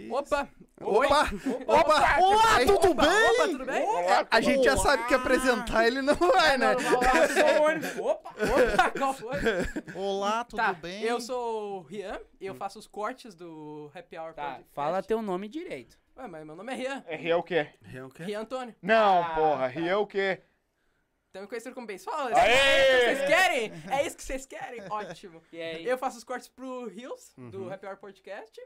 S7: Opa!
S1: Opa! Opa! Opa! Tudo bem?
S7: Opa, tudo bem?
S1: A gente já sabe que apresentar ele não
S3: É
S1: vai, né?
S3: Opa!
S7: Opa, qual foi?
S2: Olá, tudo
S7: tá,
S2: bem?
S7: eu sou o Rian e
S1: Hum.
S7: eu faço os cortes do Happy Hour
S3: Tá,
S7: Podcast.
S3: fala teu nome direito.
S7: Ué, mas meu nome é Rian.
S5: É Ria o quê?
S7: Rian Antônio.
S5: Não,
S1: Ah, tá.
S5: porra. Ria o quê?
S7: Também conhecido Então, como Base. Fala,
S5: Aê!
S7: é isso que vocês querem? É isso que vocês querem? Ótimo.
S3: E aí?
S7: Eu faço os cortes pro Rios,
S1: Uhum.
S7: do Happy Hour Podcast.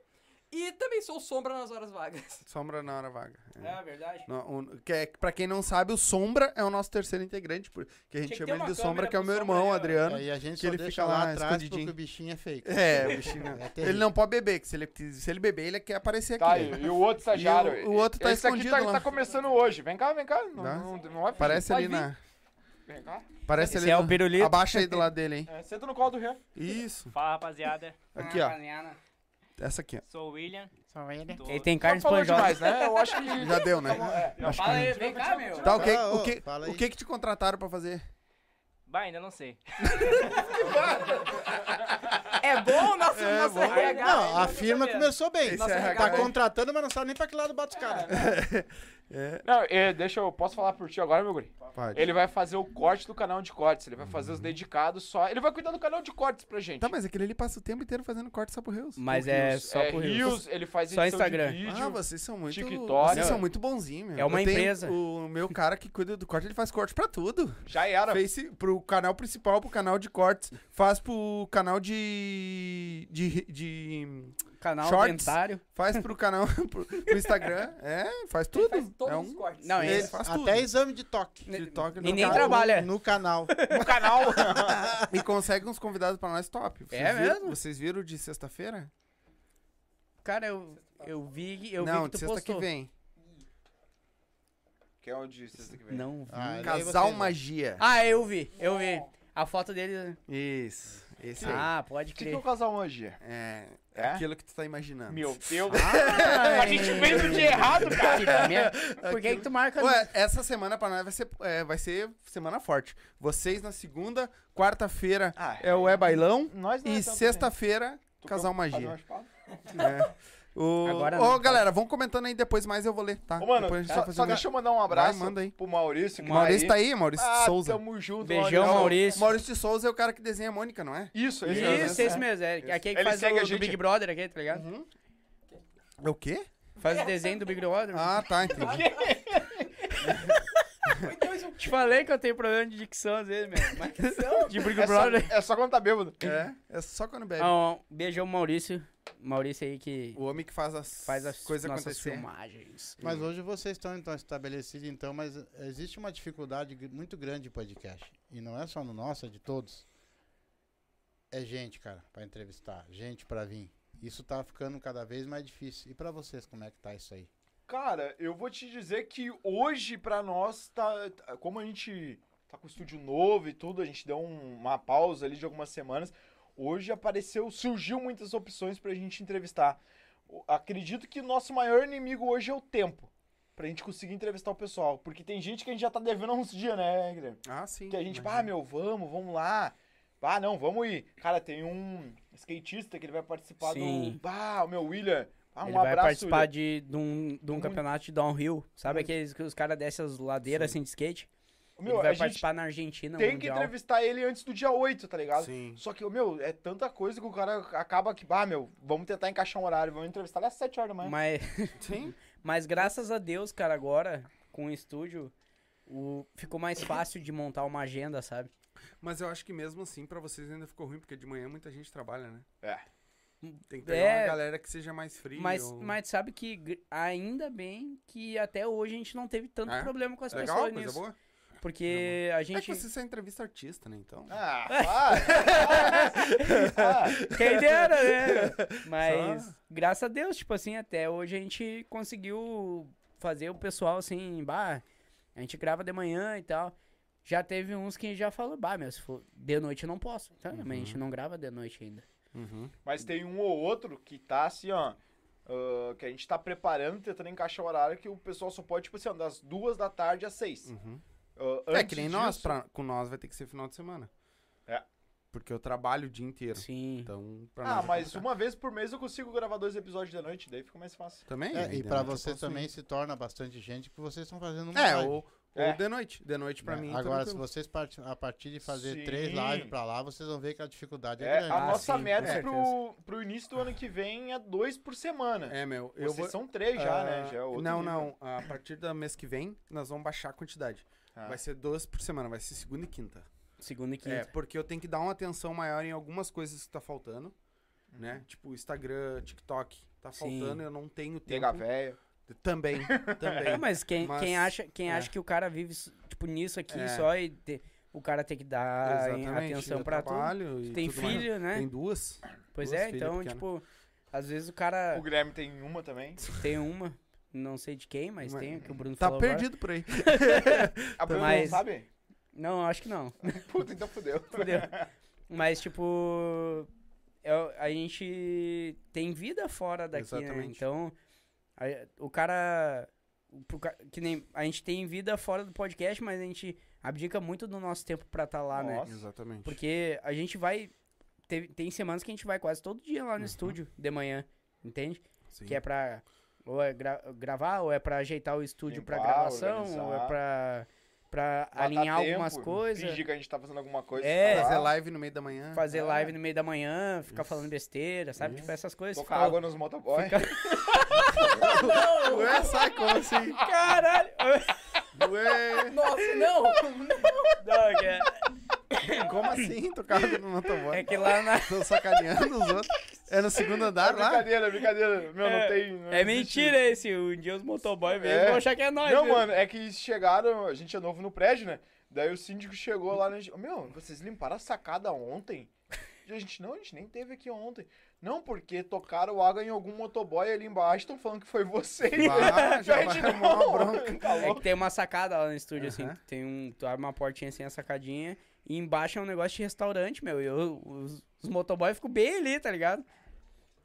S7: E também sou sombra nas horas vagas.
S1: Sombra na hora vaga. É.
S3: É verdade.
S1: Não, o- que é- pra quem não sabe, o Sombra é o nosso terceiro integrante, por- que a gente
S3: Tinha que ter
S1: chama ele
S3: uma
S1: de Sombra,
S3: câmera
S1: que é o
S3: pro
S1: meu
S3: Sombra
S1: irmão,
S3: aí, ó.
S1: Adriano.
S2: Aí a gente
S1: que
S2: só
S1: ele
S2: deixa
S1: fica
S2: lá
S1: lá
S2: atrás porque
S1: escondidinho.
S2: o bichinho é fake.
S1: É, o bichinho.
S2: terrível.
S1: ele não pode beber, que se ele, se ele beber, ele quer aparecer
S5: Tá,
S1: aqui.
S5: e, e o outro estagiário?
S1: E o- o outro tá
S5: Esse aqui
S1: escondido
S5: tá,
S1: lá.
S5: tá começando hoje. Vem cá, vem cá. Não,
S1: Tá.
S5: não, não vai fugir.
S1: Parece
S5: Vai
S1: ali
S5: vir.
S1: na.
S5: Vem cá.
S1: Parece
S3: Esse
S1: ali.
S3: é
S1: na-
S3: o pirulito.
S1: Abaixa aí do lado dele, hein?
S5: É, senta no colo do Ria.
S1: Isso.
S8: Fala rapaziada,
S1: Aqui, ó.
S3: Rapaziada.
S1: Essa aqui, ó.
S8: sou o William. Tô-
S3: Ele tem
S5: Já
S3: carne
S5: falou
S3: esponjosa.
S5: demais, né? Eu acho que...
S1: Já deu, né? Acho
S3: Fala aí,
S1: que...
S3: vem cá, meu.
S1: Tá, o que,
S2: Ah, ô,
S1: o, que,
S2: fala aí.
S1: o que que te contrataram pra fazer?
S8: Bah, ainda não sei.
S7: É bom o nosso, nosso
S1: bom.
S7: RH?
S2: Não, a firma começou bem.
S1: Esse é
S2: tá
S1: RH.
S2: contratando, mas não sabe nem pra que lado bate os caras.
S5: Não, é, deixa eu... Posso falar por ti agora, meu guri?
S1: Pode. Uhum.
S5: Ele vai fazer o corte do canal de cortes. Ele vai fazer os dedicados só. Ele vai cuidar do canal de cortes pra gente.
S1: Tá, mas aquele ali passa o tempo inteiro fazendo corte só pro Reels.
S3: Mas é
S5: Reels.
S3: só
S5: É,
S3: pro Rios.
S5: Reels, ele faz
S3: Só
S5: edição
S3: Instagram.
S5: de vídeo.
S1: Ah, vocês são muito.
S5: TikTok.
S1: Vocês são muito bonzinhos, meu.
S3: É uma
S1: Eu tenho
S3: empresa.
S1: O meu cara que cuida do corte, ele faz corte pra tudo.
S5: Já era.
S1: Ah, Fez pro canal principal, pro canal de cortes, faz pro canal de. de. de
S3: Canal
S1: Shorts.
S3: dentário.
S1: faz pro canal. pro, pro Instagram. É, faz tudo.
S7: Faz todos
S1: é
S7: os
S1: um.
S7: cortes.
S3: Não,
S1: Ele
S3: esse.
S1: faz tudo.
S2: Até exame de toque.
S1: TikTok,
S3: E
S1: no
S3: nem
S1: canal.
S3: trabalha.
S2: No canal.
S5: No canal.
S1: E consegue uns convidados pra nós top. Vocês
S3: É
S1: viram-
S3: mesmo?
S1: Vocês viram de sexta-feira?
S3: Cara, eu, eu vi, eu
S1: Não,
S3: vi que
S1: de
S3: tu
S1: sexta
S3: postou.
S1: que vem.
S5: que é o de sexta que vem.
S3: Não vi.
S2: Ah, daí
S1: Casal
S2: vocês-
S1: Magia.
S3: Ah, eu vi, eu vi. A foto dele.
S1: Isso. Esse aí.
S3: Ah, pode
S5: O que, que é
S3: crer.
S5: o casal hoje?
S1: É,
S5: É?
S1: aquilo que tu tá imaginando.
S5: Meu Deus. a gente veio do de errado, cara.
S3: Que merda. Por que, que tu marca?
S1: Ué, essa semana pra nós vai ser, é, vai ser semana forte. Vocês na segunda, quarta-feira
S5: Ah,
S1: é o É Bailão
S5: Nós não é
S1: e
S5: tanto, né?
S1: sexta-feira
S5: Tu
S1: Casal
S5: quer fazer
S1: Magia.
S5: uma espada?
S1: O...
S3: Agora
S1: Ô,
S3: não, tá?
S1: galera, vão comentando aí, depois mais eu vou ler, tá?
S5: Ô, mano,
S1: depois a gente
S5: só,
S1: vai fazer
S5: só
S1: uma-
S5: deixa eu mandar um abraço
S1: Vai, manda aí.
S5: pro Maurício. Que
S1: O Maurício tá aí, Maurício
S5: Ah,
S1: Souza.
S5: tamo junto,
S3: Beijão,
S1: É o-
S3: Maurício.
S1: Maurício de Souza é o cara que desenha a Mônica, não é?
S5: Isso, esse é o
S3: Isso, esse mesmo. É, é aquele que
S5: Ele
S3: faz
S5: segue
S3: o
S5: a
S3: do
S5: gente.
S3: Big Brother aqui, tá ligado?
S1: É o quê?
S3: Faz o desenho do Big Brother.
S1: Ah, tá, entendi.
S3: Te falei que eu tenho problema de dicção às vezes, meu. Mas de Big
S5: É só,
S3: Brother.
S5: é só quando tá bêbado.
S1: é, é só quando bebe.
S3: Ah, um beijão, Maurício. Maurício aí que
S1: O homem que faz as,
S3: faz as
S1: coisas
S3: nossas
S1: acontecer.
S3: filmagens.
S2: Mas hoje vocês estão então estabelecidos, então, mas existe uma dificuldade gr- muito grande de podcast. E não é só no nosso, é de todos. É gente, cara, pra entrevistar, gente pra vir. Isso tá ficando cada vez mais difícil. E pra vocês, como é que tá isso aí?
S5: Cara, eu vou te dizer que hoje pra nós tá, tá- como a gente tá com o estúdio novo e tudo, a gente deu um- uma pausa ali de algumas semanas. Hoje apareceu, surgiu muitas opções pra gente entrevistar. O- Acredito que o nosso maior inimigo hoje é o tempo. Pra gente conseguir entrevistar o pessoal. Porque tem gente que a gente já tá devendo há uns dias, né, Guilherme?
S1: Ah, sim.
S5: Que a gente,
S1: imagina.
S5: ah, meu, vamos, vamos lá. Ah, não, vamos ir. Cara, tem um skatista que ele vai participar
S3: Sim.
S5: do. Ah, o meu William. Ah, um
S3: Ele vai
S5: abraço.
S3: participar
S5: William.
S3: de, de um, de um
S5: Muito.
S3: campeonato de downhill. Sabe aqueles que os caras descem as ladeiras assim de skate?
S5: Meu,
S3: ele vai
S5: a gente
S3: participar na Argentina.
S5: tem que
S3: mundial.
S5: entrevistar ele antes do dia 8, tá ligado?
S1: Sim.
S5: Só que, meu, é tanta coisa que o cara acaba que, ah, meu, vamos tentar encaixar um horário, vamos entrevistar ele às 7 horas da manhã.
S3: Mas,
S1: Sim.
S3: mas graças a Deus, cara, agora, com o estúdio, o, ficou mais fácil de montar uma agenda, sabe?
S1: Mas eu acho que mesmo assim, pra vocês ainda ficou ruim, porque de manhã muita gente trabalha, né?
S5: É.
S1: Tem que pegar
S3: É.
S1: uma galera que seja mais fria.
S3: Mas,
S1: ou-
S3: mas sabe que gr- ainda bem que até hoje a gente não teve tanto
S1: É?
S3: problema com as
S1: Legal,
S3: pessoas
S1: coisa
S3: nisso.
S1: boa.
S3: Porque a gente.
S1: É que você só entrevista artista, né? Então.
S5: Ah, para. Ah,
S3: Quem dera, né? Mas,
S1: Só-
S3: graças a Deus, tipo assim, até hoje a gente conseguiu fazer o pessoal assim, bah. A gente grava de manhã e tal. Já teve uns que já falou, bah, meu, se for de noite eu não posso. Tá,
S1: Uhum.
S3: mas a gente não grava de noite ainda.
S5: Mas tem um ou outro que tá assim, ó. ah, que a gente tá preparando, tentando encaixar o horário que o pessoal só pode, tipo assim, ó, das duas da tarde às seis.
S1: Uhum.
S5: Ah,
S1: É
S5: antes
S1: que nem nós,
S5: disso-
S1: pra- com nós vai ter que ser final de semana.
S5: É.
S1: Porque eu trabalho o dia inteiro.
S3: Sim.
S1: Então, pra nós
S5: Ah,
S1: é
S5: mas
S1: complicado.
S5: uma vez por mês eu consigo gravar dois episódios da noite, daí fica mais fácil.
S1: Também? aí
S2: É, e
S1: de
S2: pra
S1: noite eu
S2: você
S1: posso ir.
S2: também se torna bastante gente, porque vocês estão fazendo uma
S1: É,
S2: live. né?
S1: ou, ou
S5: É.
S1: de noite. De noite pra mim. então
S2: Agora, se
S1: tranquilo.
S2: vocês part... a partir de fazer
S5: Sim.
S2: três lives pra lá, vocês vão ver que a dificuldade é,
S5: É,
S2: grande.
S5: a
S1: Ah,
S5: nossa
S3: sim, com
S5: meta
S3: certeza.
S5: pro, pro início do ano que vem é dois por semana.
S1: É, meu. Eu
S5: Vocês
S1: vou...
S5: são três já,
S1: Ah,
S5: né? Já é outro
S1: não,
S5: nível.
S1: não. Ah, A partir do mês que vem, nós vamos baixar a quantidade.
S5: Ah.
S1: Vai ser duas por semana, vai ser segunda e quinta.
S3: Segunda e
S1: É,
S3: quinta.
S1: porque eu tenho que dar uma atenção maior em algumas coisas que tá faltando,
S5: Uhum.
S1: né? Tipo, Instagram, TikTok, tá
S3: Sim.
S1: faltando, eu não tenho tempo.
S5: Pega velha.
S1: Também, também.
S3: É, mas quem,
S1: Mas-
S3: quem acha, quem
S1: é.
S3: acha que o cara vive s- tipo nisso aqui
S1: É.
S3: só e te- o cara tem que dar Ah, em-
S1: Exatamente,
S3: atenção
S1: eu
S3: pra tudo.
S1: trabalho e
S3: Tem
S1: tudo mais.
S3: filho, né?
S1: Tem duas.
S3: Pois
S1: duas
S3: é,
S1: filhas
S3: então,
S1: pequenas.
S3: tipo, às vezes o
S5: é. O
S3: cara
S5: Guilherme tem uma também.
S3: tem uma, não sei de quem, mas
S1: Mas-
S3: tem, que o Bruno
S1: Tá
S3: falou agora.
S1: perdido por aí.
S5: A Bruna
S3: Mas-
S5: não Ah, sabe?
S3: Não, acho que não.
S5: Puta, então fudeu.
S3: Fudeu. Mas, tipo, é o- a gente tem vida fora daqui, né?
S1: Exatamente.
S3: Então, a- o cara. o- pro ca- que nem, a gente tem vida fora do podcast, mas a gente abdica muito do nosso tempo pra estar lá, né?
S5: Nossa.
S1: Exatamente.
S3: Porque a gente vai. Teve, tem semanas que a gente vai quase todo dia
S1: Uhum.
S3: lá no estúdio de manhã, entende?
S1: Sim.
S3: Que é pra. Ou é gra- gravar, ou é pra ajeitar o estúdio pra
S5: Limpar,
S3: gravação, ou é
S5: organizar.
S3: pra, pra
S5: Matar
S3: alinhar
S5: tempo,
S3: algumas coisas.
S5: Fingir que a gente tá fazendo alguma coisa.
S3: É,
S5: tá lá,
S1: Fazer live no meio da manhã.
S3: fazer
S5: É.
S3: live no meio da manhã, ficar falando besteira, sabe? Tipo, essas coisas.
S5: Tocar
S3: ficar-
S5: água nos motoboy.
S1: Ué, sai como assim?
S3: Caralho!
S1: Ué,
S7: Nossa, não!
S3: Não, que é,
S1: como assim? Tocar água no motoboy.
S3: é que lá na.
S1: Tô sacaneando os outros. É no segundo andar lá?
S5: Ah, brincadeira, brincadeira. Meu,
S3: É-
S5: não tem. não
S3: É
S5: existe.
S3: mentira esse. Um dia os motoboy mesmo
S5: É.
S3: vão achar que é nós.
S5: Não,
S3: viu?
S5: mano, é que chegaram, a gente é novo no prédio, né? Daí o síndico chegou lá, né? Meu, vocês limparam a sacada ontem? E A gente, não, a gente nem teve aqui ontem. Não, porque tocaram água em algum motoboy ali embaixo, estão falando que foi vocês.
S1: Bah, já
S5: a
S1: vai
S5: gente
S1: arrumar
S5: não,
S1: uma bronca.
S5: tá
S3: É que
S5: louco.
S3: tem uma sacada lá no estúdio, assim.
S1: Aham.
S3: tu Tem um, tu abre uma portinha assim, a sacadinha. E embaixo é um negócio de restaurante, meu. E eu, os, os motoboy ficam bem ali, tá ligado?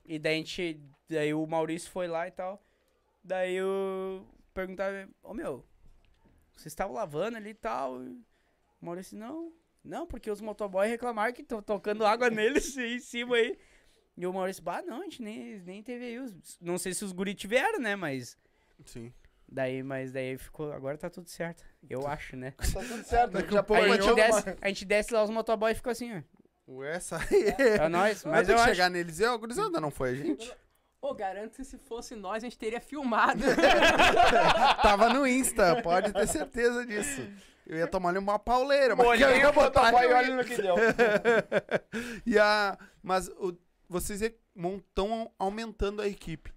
S3: E daí a gente. Daí o Maurício foi lá e tal. Daí eu perguntava, ô meu, vocês estavam lavando ali e tal? E o Maurício, não. Não, porque os motoboy reclamaram que estão tocando água neles aí em cima aí. E o Maurício, bah, não, a gente nem, nem teve aí. Os, não sei se os guri tiveram, né? Mas.
S1: Sim.
S3: Daí, mas daí ficou. Agora tá tudo certo. Eu acho, né?
S5: Tá tudo certo,
S1: Daqui
S5: já
S1: um pouco
S3: a,
S5: apanhou
S3: gente
S1: Apanhou,
S3: desce, a gente desce lá, os motoboy ficam assim, ó.
S1: Ué, sai.
S3: É nóis,
S1: Mas
S3: mas
S1: tem
S3: eu
S1: que
S3: acho.
S1: chegar neles e, ó, gurizada, não foi a gente?
S7: Pô, garanto que se fosse nós, a gente teria filmado.
S1: Tava no Insta, pode ter certeza disso. Eu ia tomar uma pauleira, mas
S5: Olha
S1: eu
S5: aí
S1: ia
S5: o
S1: botar
S5: motoboy,
S1: no
S5: olha no que deu.
S1: E a, mas o- vocês estão aumentando a equipe,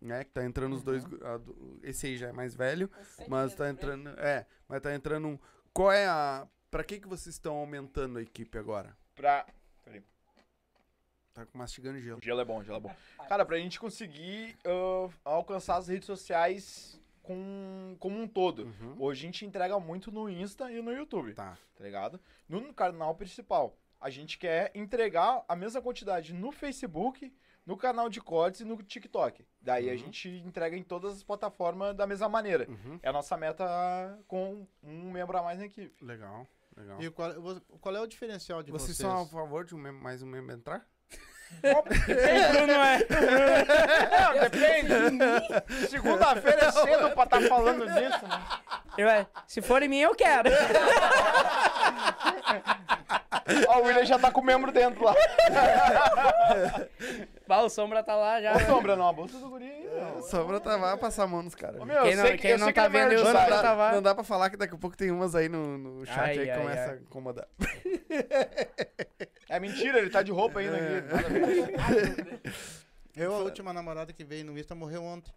S1: né? Que tá entrando os dois. gru- a do- esse aí já é mais velho, mas tá entrando. É, mas tá entrando um. Qual é a. Pra que, que vocês estão aumentando a equipe agora?
S5: Pra...
S1: Tá mastigando gelo.
S5: O gelo é bom, o gelo é bom. Cara, pra gente conseguir ah, alcançar as redes sociais com, como um todo.
S1: Uhum.
S5: Hoje a gente entrega muito no Insta e no YouTube.
S1: Tá.
S5: Tá ligado? No canal principal. A gente quer entregar a mesma quantidade no Facebook, no canal de cortes e no TikTok. Daí a
S1: Uhum.
S5: gente entrega em todas as plataformas da mesma maneira.
S1: Uhum.
S5: É a nossa meta com um membro a mais na equipe.
S1: Legal, legal.
S2: E qual, qual é o diferencial de
S1: vocês
S2: vocês?
S1: são a favor de um membro- mais um membro entrar?
S3: Não é.
S5: É, depende.
S3: Ah,
S5: Segunda-feira é cedo pra
S3: tá
S5: estar falando disso, né?
S3: Eu, é, se for em mim, eu quero.
S5: Ó, o William já tá com o membro dentro lá.
S3: Bah, o Sombra tá lá já.
S5: Ô, Sombra, não, a bolsa do guri. aí, não.
S1: É, Só pra tá- travar, passar a mão nos caras.
S5: Ô,
S1: né?
S5: meu,
S3: Quem
S5: eu
S3: não-
S5: sei que,
S3: quem
S5: eu
S3: não
S5: sei que
S3: tá
S5: ele é maior
S3: vendo
S5: de
S3: isso
S1: Mano,
S3: Vai,
S5: idade.
S1: não, dá,
S3: Tavar.
S1: não dá pra falar que daqui a pouco tem umas aí no, no chat
S3: Ai,
S1: aí que
S3: ai,
S1: começa
S3: ai.
S1: a incomodar.
S5: É mentira, ele tá de roupa ainda
S1: É.
S5: aqui. Nada a ver.
S2: Eu, a última namorada que veio no Insta, morreu ontem.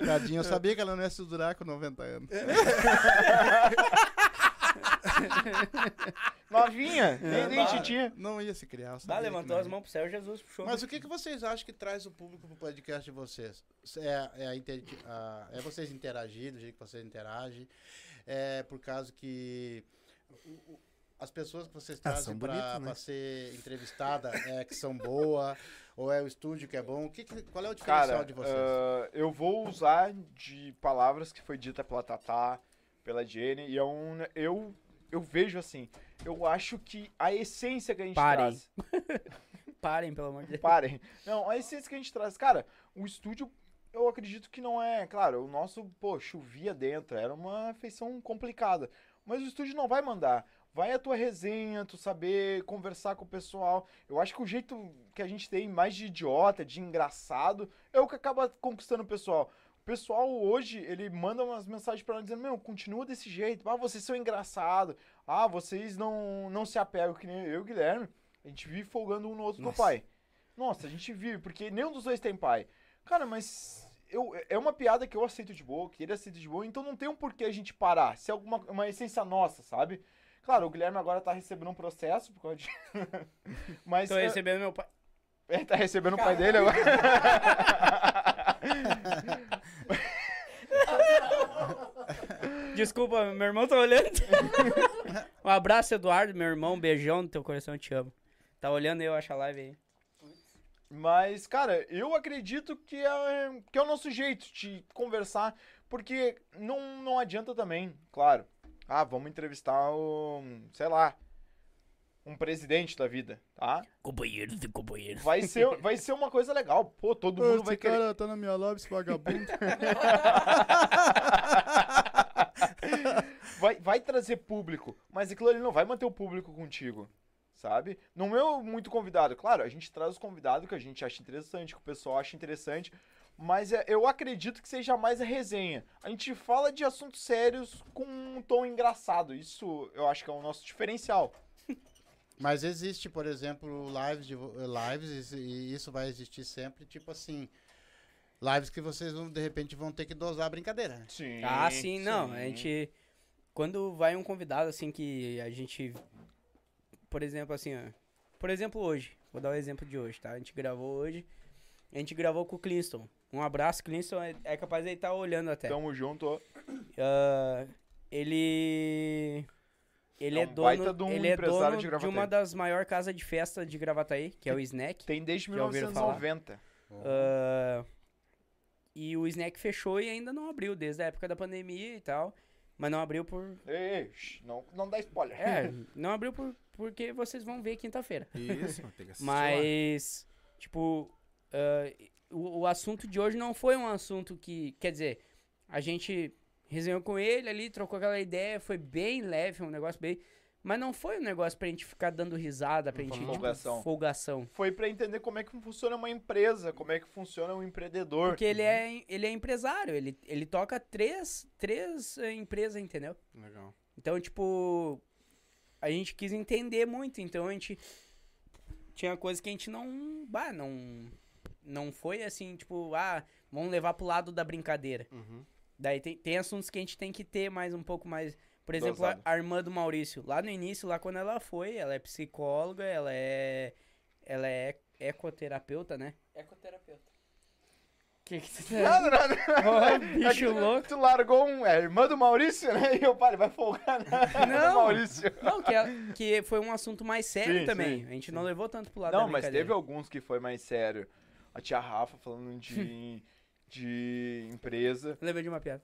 S5: É,
S2: Tadinha, eu sabia que ela não ia se durar com 90 anos.
S1: É.
S5: Novinha, nem, nem titia.
S2: Não ia se criar. eu
S3: Bah,
S2: sabia que
S3: levantou
S2: não
S3: as
S2: ia.
S3: mãos pro céu, Jesus
S5: Então,
S3: puxou.
S2: Mas o que, que vocês acham que traz o público pro podcast de vocês? É, é, a inter- a- é vocês interagirem do jeito que vocês interagem? É por causa que o- o- as pessoas que vocês
S6: Ah,
S2: trazem
S6: são
S2: pra
S6: bonitas, né?
S2: pra ser entrevistada é que são boa ou é o estúdio que é bom? O que que- qual é o diferencial
S5: Cara,
S2: de vocês?
S5: ah, eu vou usar de palavras que foi dita pela Tatá, pela Jenny, e é um, eu, eu vejo assim, eu acho que a essência que a gente
S3: Parem.
S5: traz...
S3: Parem, pelo amor de Deus.
S5: Parem. Não, a essência que a gente traz. Cara, o estúdio, eu acredito que não é. Claro, o nosso, pô, chovia dentro. Era uma feição complicada. Mas o estúdio não vai mandar. Vai a tua resenha, tu saber conversar com o pessoal. Eu acho que o jeito que a gente tem mais de idiota, de engraçado, é o que acaba conquistando o pessoal. O pessoal hoje, ele manda umas mensagens pra nós dizendo: Meu, continua desse jeito. Ah, vocês são engraçados. Ah, vocês não, não se apegam que nem eu, e o Guilherme. A gente vive folgando um no outro do
S3: Nossa.
S5: pai. Nossa, a gente vive, porque nenhum dos dois tem pai. Cara, mas eu, é uma piada que eu aceito de boa, que ele aceita de boa, então não tem um porquê a gente parar. Se é alguma uma essência nossa, sabe? Claro, o Guilherme agora tá recebendo um processo por causa de. mas
S3: Tô
S5: é,
S3: recebendo meu pai.
S5: ele tá recebendo o pai dele agora.
S3: Desculpa, meu irmão tá olhando. um abraço, Eduardo, meu irmão. Um beijão no teu coração, eu te amo. Tá olhando eu, acho a live aí.
S5: Mas, cara, eu acredito que é, que é o nosso jeito de conversar, porque não, não adianta também, claro. Ah, vamos entrevistar o, sei lá, um presidente da vida, tá?
S3: Companheiros e companheiros.
S5: Vai ser, vai ser uma coisa legal. Pô, todo mundo vai querer.
S2: tá na minha lobby, esse vagabundo.
S5: vai, vai trazer público, mas aquilo ali não vai manter o público contigo, sabe? Não é muito convidado. Claro, a gente traz os convidados que a gente acha interessante, que o pessoal acha interessante, mas é- eu acredito que seja mais a resenha. A gente fala de assuntos sérios com um tom engraçado. Isso eu acho que é o nosso diferencial.
S2: Mas existe, por exemplo, lives, de, vo- lives e e isso vai existir sempre, tipo assim, lives que vocês vão, de repente vão ter que dosar a brincadeira. né?
S5: Sim.
S3: Ah, sim, não. A gente. Quando vai um convidado, assim, que a gente. Por exemplo, assim, ó. Por exemplo, hoje. Vou dar o exemplo de hoje, tá? A gente gravou hoje. A gente gravou com o Clinston. Um abraço, Clinston. É, é capaz de ele estar olhando até.
S5: Tamo junto.
S3: Ah, ele. Ele
S5: É
S3: é,
S5: um baita
S3: dono,
S5: de um
S3: ele é
S5: empresário
S1: de
S3: dono de,
S1: Gravataí.
S3: uma das maiores casas de festa de Gravataí, que é o Snack.
S5: Tem desde
S3: Já ouviram falar?
S5: 1990.
S3: Ah, e o Snack fechou e ainda não abriu, desde a época da pandemia e tal. Mas não abriu por.
S5: Ei, ei, shh, não, não dá spoiler.
S3: É, não abriu por, porque vocês vão ver quinta-feira.
S1: Isso, tem que assistir lá.
S3: Mas, tipo, ah, o, o assunto de hoje não foi um assunto que. Quer dizer, a gente resenhou com ele ali, trocou aquela ideia, foi bem leve, um negócio bem. Mas não foi um negócio pra gente ficar dando risada, pra
S5: Não
S3: gente.
S5: foi folgação.
S3: Tipo, folgação.
S5: Foi pra entender como é que funciona uma empresa, como é que funciona um empreendedor.
S3: Porque ele é, ele é empresário, ele, ele toca três, três eh, empresas, entendeu?
S1: Legal.
S3: Então, tipo, a gente quis entender muito, então a gente tinha coisa que a gente não, bah, não não foi assim, tipo, ah, vamos levar pro lado da brincadeira.
S1: Uhum.
S3: Daí tem, tem assuntos que a gente tem que ter mais um pouco mais, por exemplo, a,
S5: Dosado.
S3: a irmã do Maurício, lá no início, lá quando ela foi, ela é psicóloga, ela é ela é ecoterapeuta, né?
S7: Ecoterapeuta.
S3: Que que você
S5: Não, não, não.
S3: bicho
S5: É que
S3: louco.
S5: Tu largou um, é, irmã do Maurício, né? E eu, pá, ele vai folgar na,
S3: Não.
S5: no Maurício.
S3: Não, que, ela- que foi um assunto mais sério
S5: Sim,
S3: também.
S5: sim,
S3: a gente não levou tanto pro lado da
S5: Não, mas
S3: brincadeira.
S5: teve alguns que foi mais sério. A tia Rafa falando de, de empresa.
S3: Eu Lembrei de uma piada.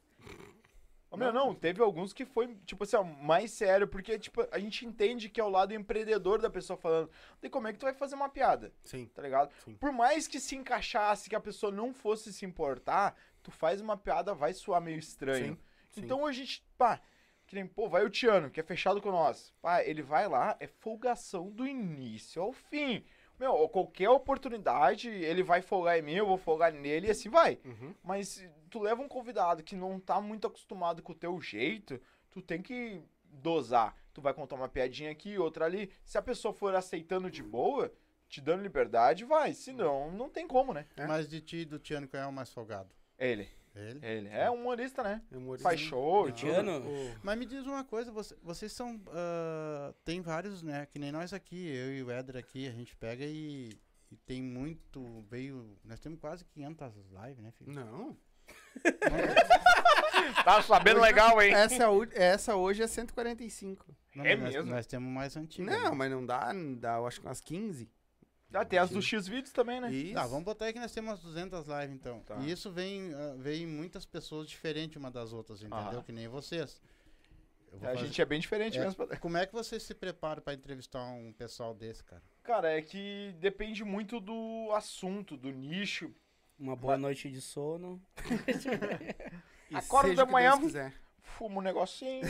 S5: Ô, meu, não, teve alguns que foi, tipo assim, ó, mais sério, porque, tipo, a gente entende que é o lado empreendedor da pessoa falando. E como é que tu vai fazer uma piada,
S1: Sim.
S5: tá ligado?
S1: Sim.
S5: Por mais que se encaixasse, que a pessoa não fosse se importar, tu faz uma piada, vai soar meio estranho.
S1: Sim. sim.
S5: Então a gente, pá, que nem, pô, vai o Tiano, que é fechado com nós. Pá, ele vai lá, é folgação do início ao fim. Meu, qualquer oportunidade, ele vai folgar em mim, eu vou folgar nele e assim vai.
S1: Uhum.
S5: Mas se tu leva um convidado que não tá muito acostumado com o teu jeito, tu tem que dosar. Tu vai contar uma piadinha aqui, outra ali. Se a pessoa for aceitando de boa, te dando liberdade, vai. Se não, não tem como, né?
S1: É?
S2: Mas de ti e do Tiano, quem é o mais folgado?
S5: É ele.
S2: Ele?
S5: Ele é um humorista, né?
S1: Humorista.
S5: Faz show e
S3: O
S5: tudo.
S3: Tiano?
S2: Mas me diz uma coisa, você- vocês são. ah, tem vários, né? Que nem nós aqui, eu e o Éder aqui, a gente pega e, e tem muito. Veio. Nós temos quase 500 lives, né, filho?
S1: Não.
S5: Tá sabendo legal, hein?
S1: Essa, u- essa hoje é 145.
S2: Não,
S5: É
S2: mas nós,
S5: mesmo?
S2: Nós temos mais antigas. né?
S1: Não, mas não dá, não dá, eu acho que umas 15.
S5: Ah, tem as do X-Vídeos também, né?
S1: Isso.
S2: Tá, vamos botar aí que nós temos umas 200 lives, então.
S5: Tá.
S2: E isso vem, ah, vem muitas pessoas diferentes uma das outras, entendeu?
S5: Aham.
S2: Que nem vocês. Eu vou
S5: Ah. A
S2: fazer-
S5: gente é bem diferente
S2: É.
S5: mesmo. pra-
S2: Como é que vocês se preparam pra entrevistar um pessoal desse, cara?
S5: Cara, é que depende muito do assunto, do nicho.
S3: Uma boa noite de sono.
S1: E
S5: Acorda
S1: seja
S5: de
S1: o que
S5: manhã.
S1: Deus quiser.
S5: Fuma um negocinho.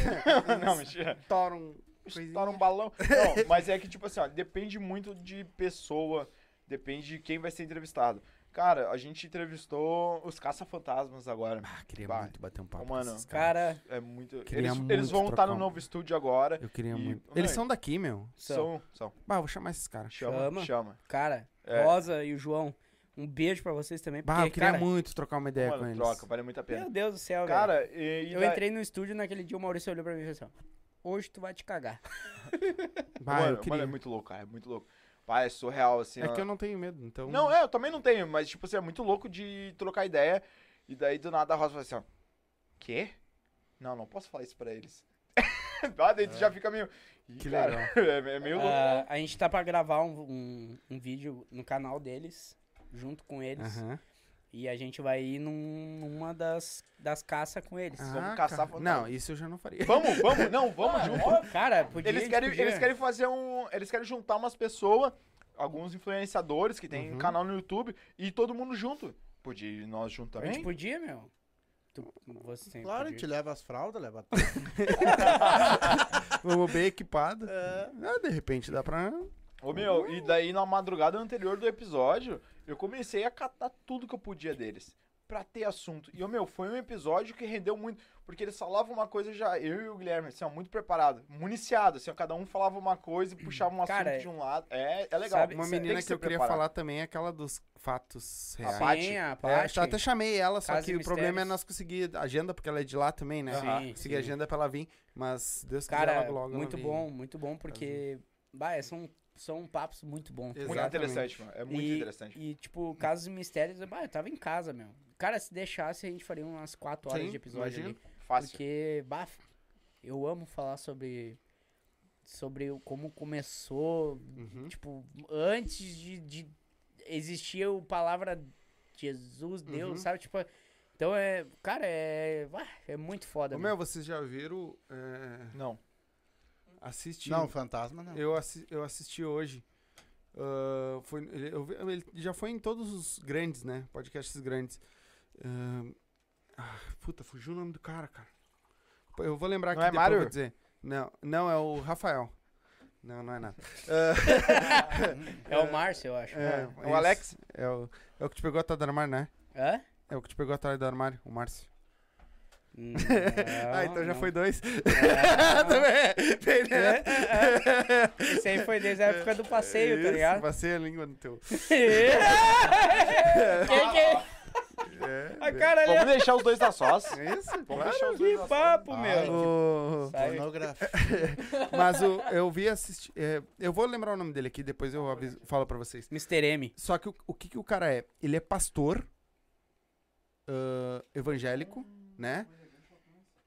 S5: Não, mentira.
S1: Tora um.
S5: Estoura um balão. Não, mas é que, tipo assim, ó, depende muito de pessoa, depende de quem vai ser entrevistado. Cara, a gente entrevistou os caça-fantasmas agora.
S1: Ah, queria
S5: Vai.
S1: muito bater um papo
S5: Ô, mano,
S1: com esses caras.
S3: Cara,
S5: É muito.
S1: Queria
S5: Eles,
S1: muito
S5: eles vão estar
S1: trocar
S5: no
S1: um-
S5: novo estúdio agora.
S1: Eu queria
S5: E-
S1: muito.
S5: Ô,
S1: Eles
S5: meu,
S1: são daqui, meu.
S5: São, são.
S1: Bah, eu vou chamar esses caras.
S5: Chama,
S3: Chama.
S5: chama.
S3: cara,
S5: É.
S3: Rosa e o João, um beijo pra vocês também. Porque,
S1: Bah, eu queria
S3: cara,
S1: muito trocar uma ideia É, com
S5: Mano,
S1: eles.
S5: troca, vale muito a pena.
S3: Meu Deus do céu, É, velho.
S5: Cara, e, e
S3: Eu
S5: daí-
S3: entrei no estúdio naquele dia, o Maurício olhou pra mim e falou assim, ó, hoje tu vai te cagar.
S1: Bah,
S5: mano,
S1: eu
S5: mano,
S1: queria.
S5: é muito louco, cara. É muito louco. Pai, é surreal, assim.
S1: É
S5: ó.
S1: que eu não tenho medo, então.
S5: Não, é, eu também não tenho, mas, tipo assim, é muito louco de trocar ideia. E daí, do nada, a Rosa fala assim, ó. Quê? Não, não posso falar isso pra eles. ah, daí tu já fica meio...
S1: É.
S5: Ih,
S1: Que
S5: cara, É, é meio louco.
S3: Ah, a gente tá pra gravar um, um, um vídeo no canal deles, junto com eles.
S1: Aham.
S3: E a gente vai ir num- numa das, das caças com eles.
S1: Ah,
S5: vamos
S1: cara.
S5: caçar fantasma.
S1: Não, isso eu já não faria.
S5: Vamos, vamos, não, vamos
S3: Ah,
S5: junto.
S3: ó, Cara, podia,
S5: Eles
S3: a gente
S5: querem,
S3: podia.
S5: eles querem fazer um... Eles querem juntar umas pessoas, alguns influenciadores que tem
S1: Uhum.
S5: canal no YouTube, e todo mundo junto. Podia ir nós junto
S3: A gente
S5: também?
S3: podia, meu. Tu, você
S2: Claro, a
S3: podia.
S2: gente leva as fraldas, leva
S1: Vamos bem equipado. Ah, de repente dá pra.
S5: Ô meu, e daí na madrugada anterior do episódio, eu comecei a catar tudo que eu podia deles. Pra ter assunto. E, ô meu, foi um episódio que rendeu muito. Porque eles falavam uma coisa já, eu e o Guilherme, assim, ó, muito preparado, municiado, assim, ó, cada um falava uma coisa e puxava um assunto
S3: Cara,
S5: de um lado. É, é legal.
S3: sabe-
S1: Uma
S3: Cê-
S1: menina
S5: tem que
S1: que,
S5: ser
S1: eu queria
S5: preparado.
S1: falar também é aquela dos fatos reais.
S5: Paty.
S3: Sim, a
S1: É,
S3: Paty.
S1: eu até chamei ela, só
S3: Casos
S1: que
S3: e
S1: o problema é
S3: mistérios.
S1: nós conseguir agenda, porque ela é de lá também, né?
S3: Sim,
S1: Aham. Conseguir
S3: sim.
S1: agenda pra ela vir, mas Deus quiser
S3: Cara,
S1: logo logo. ela
S3: muito
S1: vem.
S3: bom, muito bom, porque. Bah, é, são, são papos muito bons. tá
S1: Exato.
S5: Muito
S3: ligado?
S5: interessante, mano. É muito
S3: e,
S5: interessante.
S3: E, tipo, casos e mistérios, bah, eu tava em casa, meu. Cara, se deixasse, a gente faria umas 4 horas
S1: Sim,
S3: de episódio
S1: imagino.
S3: ali.
S5: Fácil.
S3: Porque, bah, eu amo falar sobre. Sobre o- como começou.
S1: Uhum.
S3: Tipo, antes de, de existir o palavra Jesus, Deus,
S1: Uhum.
S3: sabe? Tipo. Então é. Cara, é. bah, é muito foda.
S1: Ô,
S3: meu.
S1: meu, vocês já viram. É,
S5: Não.
S1: assisti.
S2: Não, fantasma não.
S1: Eu, assi- eu assisti hoje. Ah, foi, ele, eu vi- ele já foi em todos os grandes, né? Podcasts grandes. Ah, ah, puta, fugiu o nome do cara, cara. Pô, Eu vou lembrar
S5: Não
S1: aqui
S5: é
S1: depois eu vou
S5: Mário?
S1: dizer. Não, não, é o Rafael. Não, não é nada.
S3: É o Márcio, eu acho.
S1: É,
S5: o
S1: esse.
S5: Alex?
S1: É o, é o que te pegou atrás do armário, né?
S3: Hã?
S1: É o que te pegou atrás do armário, o Márcio.
S3: Não,
S1: ah, então já
S3: não.
S1: foi dois.
S3: Não.
S1: Também. Bem, né?
S3: Esse aí foi desde a época do passeio, tá
S1: Isso,
S3: ligado?
S1: Passei a língua no teu.
S3: Quem que é?
S1: É,
S3: A cara ali.
S5: Vamos deixar os dois na sós.
S1: é isso,
S5: Vamos
S1: claro.
S5: deixar os dois
S3: Que
S5: na
S1: Ah,
S3: papo,
S2: Ai,
S3: meu.
S1: Ô,
S3: Sabe?
S2: Pornografia.
S1: Mas o- eu vi assistir. é, eu vou lembrar o nome dele aqui, depois eu aviso, falo pra vocês.
S3: Mr. M.
S1: Só que o, o que, que o cara é? Ele é pastor ah, evangélico, né?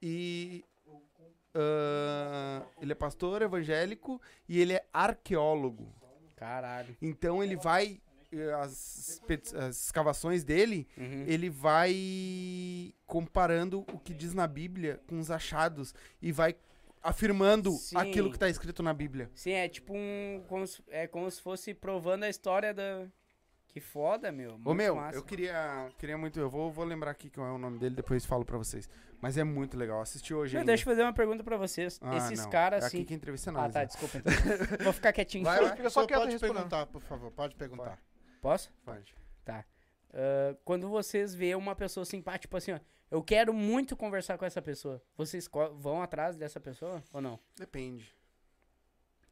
S1: E. ah, ele é pastor evangélico e ele é arqueólogo.
S3: Caralho.
S1: Então ele vai. eh, As, espe- as escavações dele,
S3: Uhum.
S1: ele vai comparando o que diz na Bíblia com os achados e vai afirmando
S3: Sim.
S1: aquilo que tá escrito na Bíblia.
S3: Sim, é tipo um. Como se, é como se fosse provando a história da. Que foda, meu.
S1: Ô
S3: Muito
S1: meu,
S3: massa.
S1: eu queria, queria muito, eu vou, vou lembrar aqui qual é o nome dele, depois falo pra vocês. Mas é muito legal, assisti hoje
S3: Meu,
S1: ainda.
S3: deixa eu fazer uma pergunta pra vocês.
S1: um. Ah,
S3: Esses
S1: não,
S3: caras,
S1: é
S3: assim.
S1: Aqui que entrevista não.
S3: Ah, tá, desculpa. Então. Vou ficar quietinho.
S1: Vai, vai.
S5: Fica só
S2: Só
S5: quieto
S2: pode
S5: respondendo.
S2: perguntar, por favor, pode perguntar.
S3: Posso?
S1: Pode.
S3: Ah, quando vocês vê uma pessoa simpática, tipo assim, ó, eu quero muito conversar com essa pessoa. Vocês co- vão atrás dessa pessoa ou não?
S1: Depende.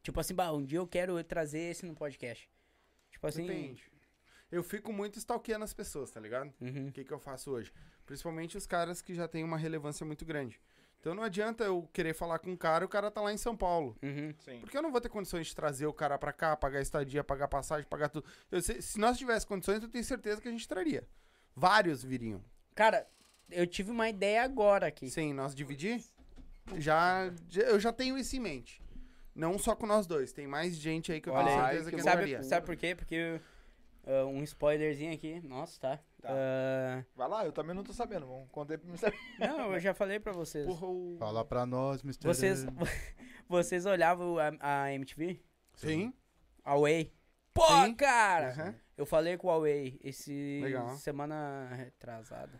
S3: Tipo assim, bah, um dia eu quero trazer esse no podcast. Tipo assim.
S1: Depende. Eu fico muito stalkeando as pessoas, tá ligado?
S3: Uhum.
S1: O que que eu faço hoje? Principalmente os caras que já têm uma relevância muito grande. Então não adianta eu querer falar com um cara e o cara tá lá em São Paulo.
S3: Uhum.
S5: Sim.
S1: Porque eu não vou ter condições de trazer o cara pra cá, pagar estadia, pagar passagem, pagar tudo. Eu sei- se nós tivéssemos condições, eu tenho certeza que a gente traria. Vários viriam.
S3: Cara, eu tive uma ideia agora aqui.
S1: Sim, nós dividir? Já, já- eu já tenho isso em mente. Não só com nós dois, tem mais gente aí que eu
S3: Olha
S1: tenho
S3: aí,
S1: certeza que, não
S3: sabe,
S1: faria.
S3: sabe por quê? Porque ah, um spoilerzinho aqui. Nossa, tá.
S5: Tá.
S3: Ah,
S5: Vai lá, eu também não tô sabendo. Vamos contar pra mim saber.
S3: não, eu já falei pra vocês.
S2: Fala pra nós, Mr.
S3: Vocês, vocês olhavam a, a MTV?
S1: Sim.
S3: A Way? Pô,
S1: Sim.
S3: cara!
S1: Aham.
S3: Eu falei com o Huawei esse
S1: Legal.
S3: semana retrasada.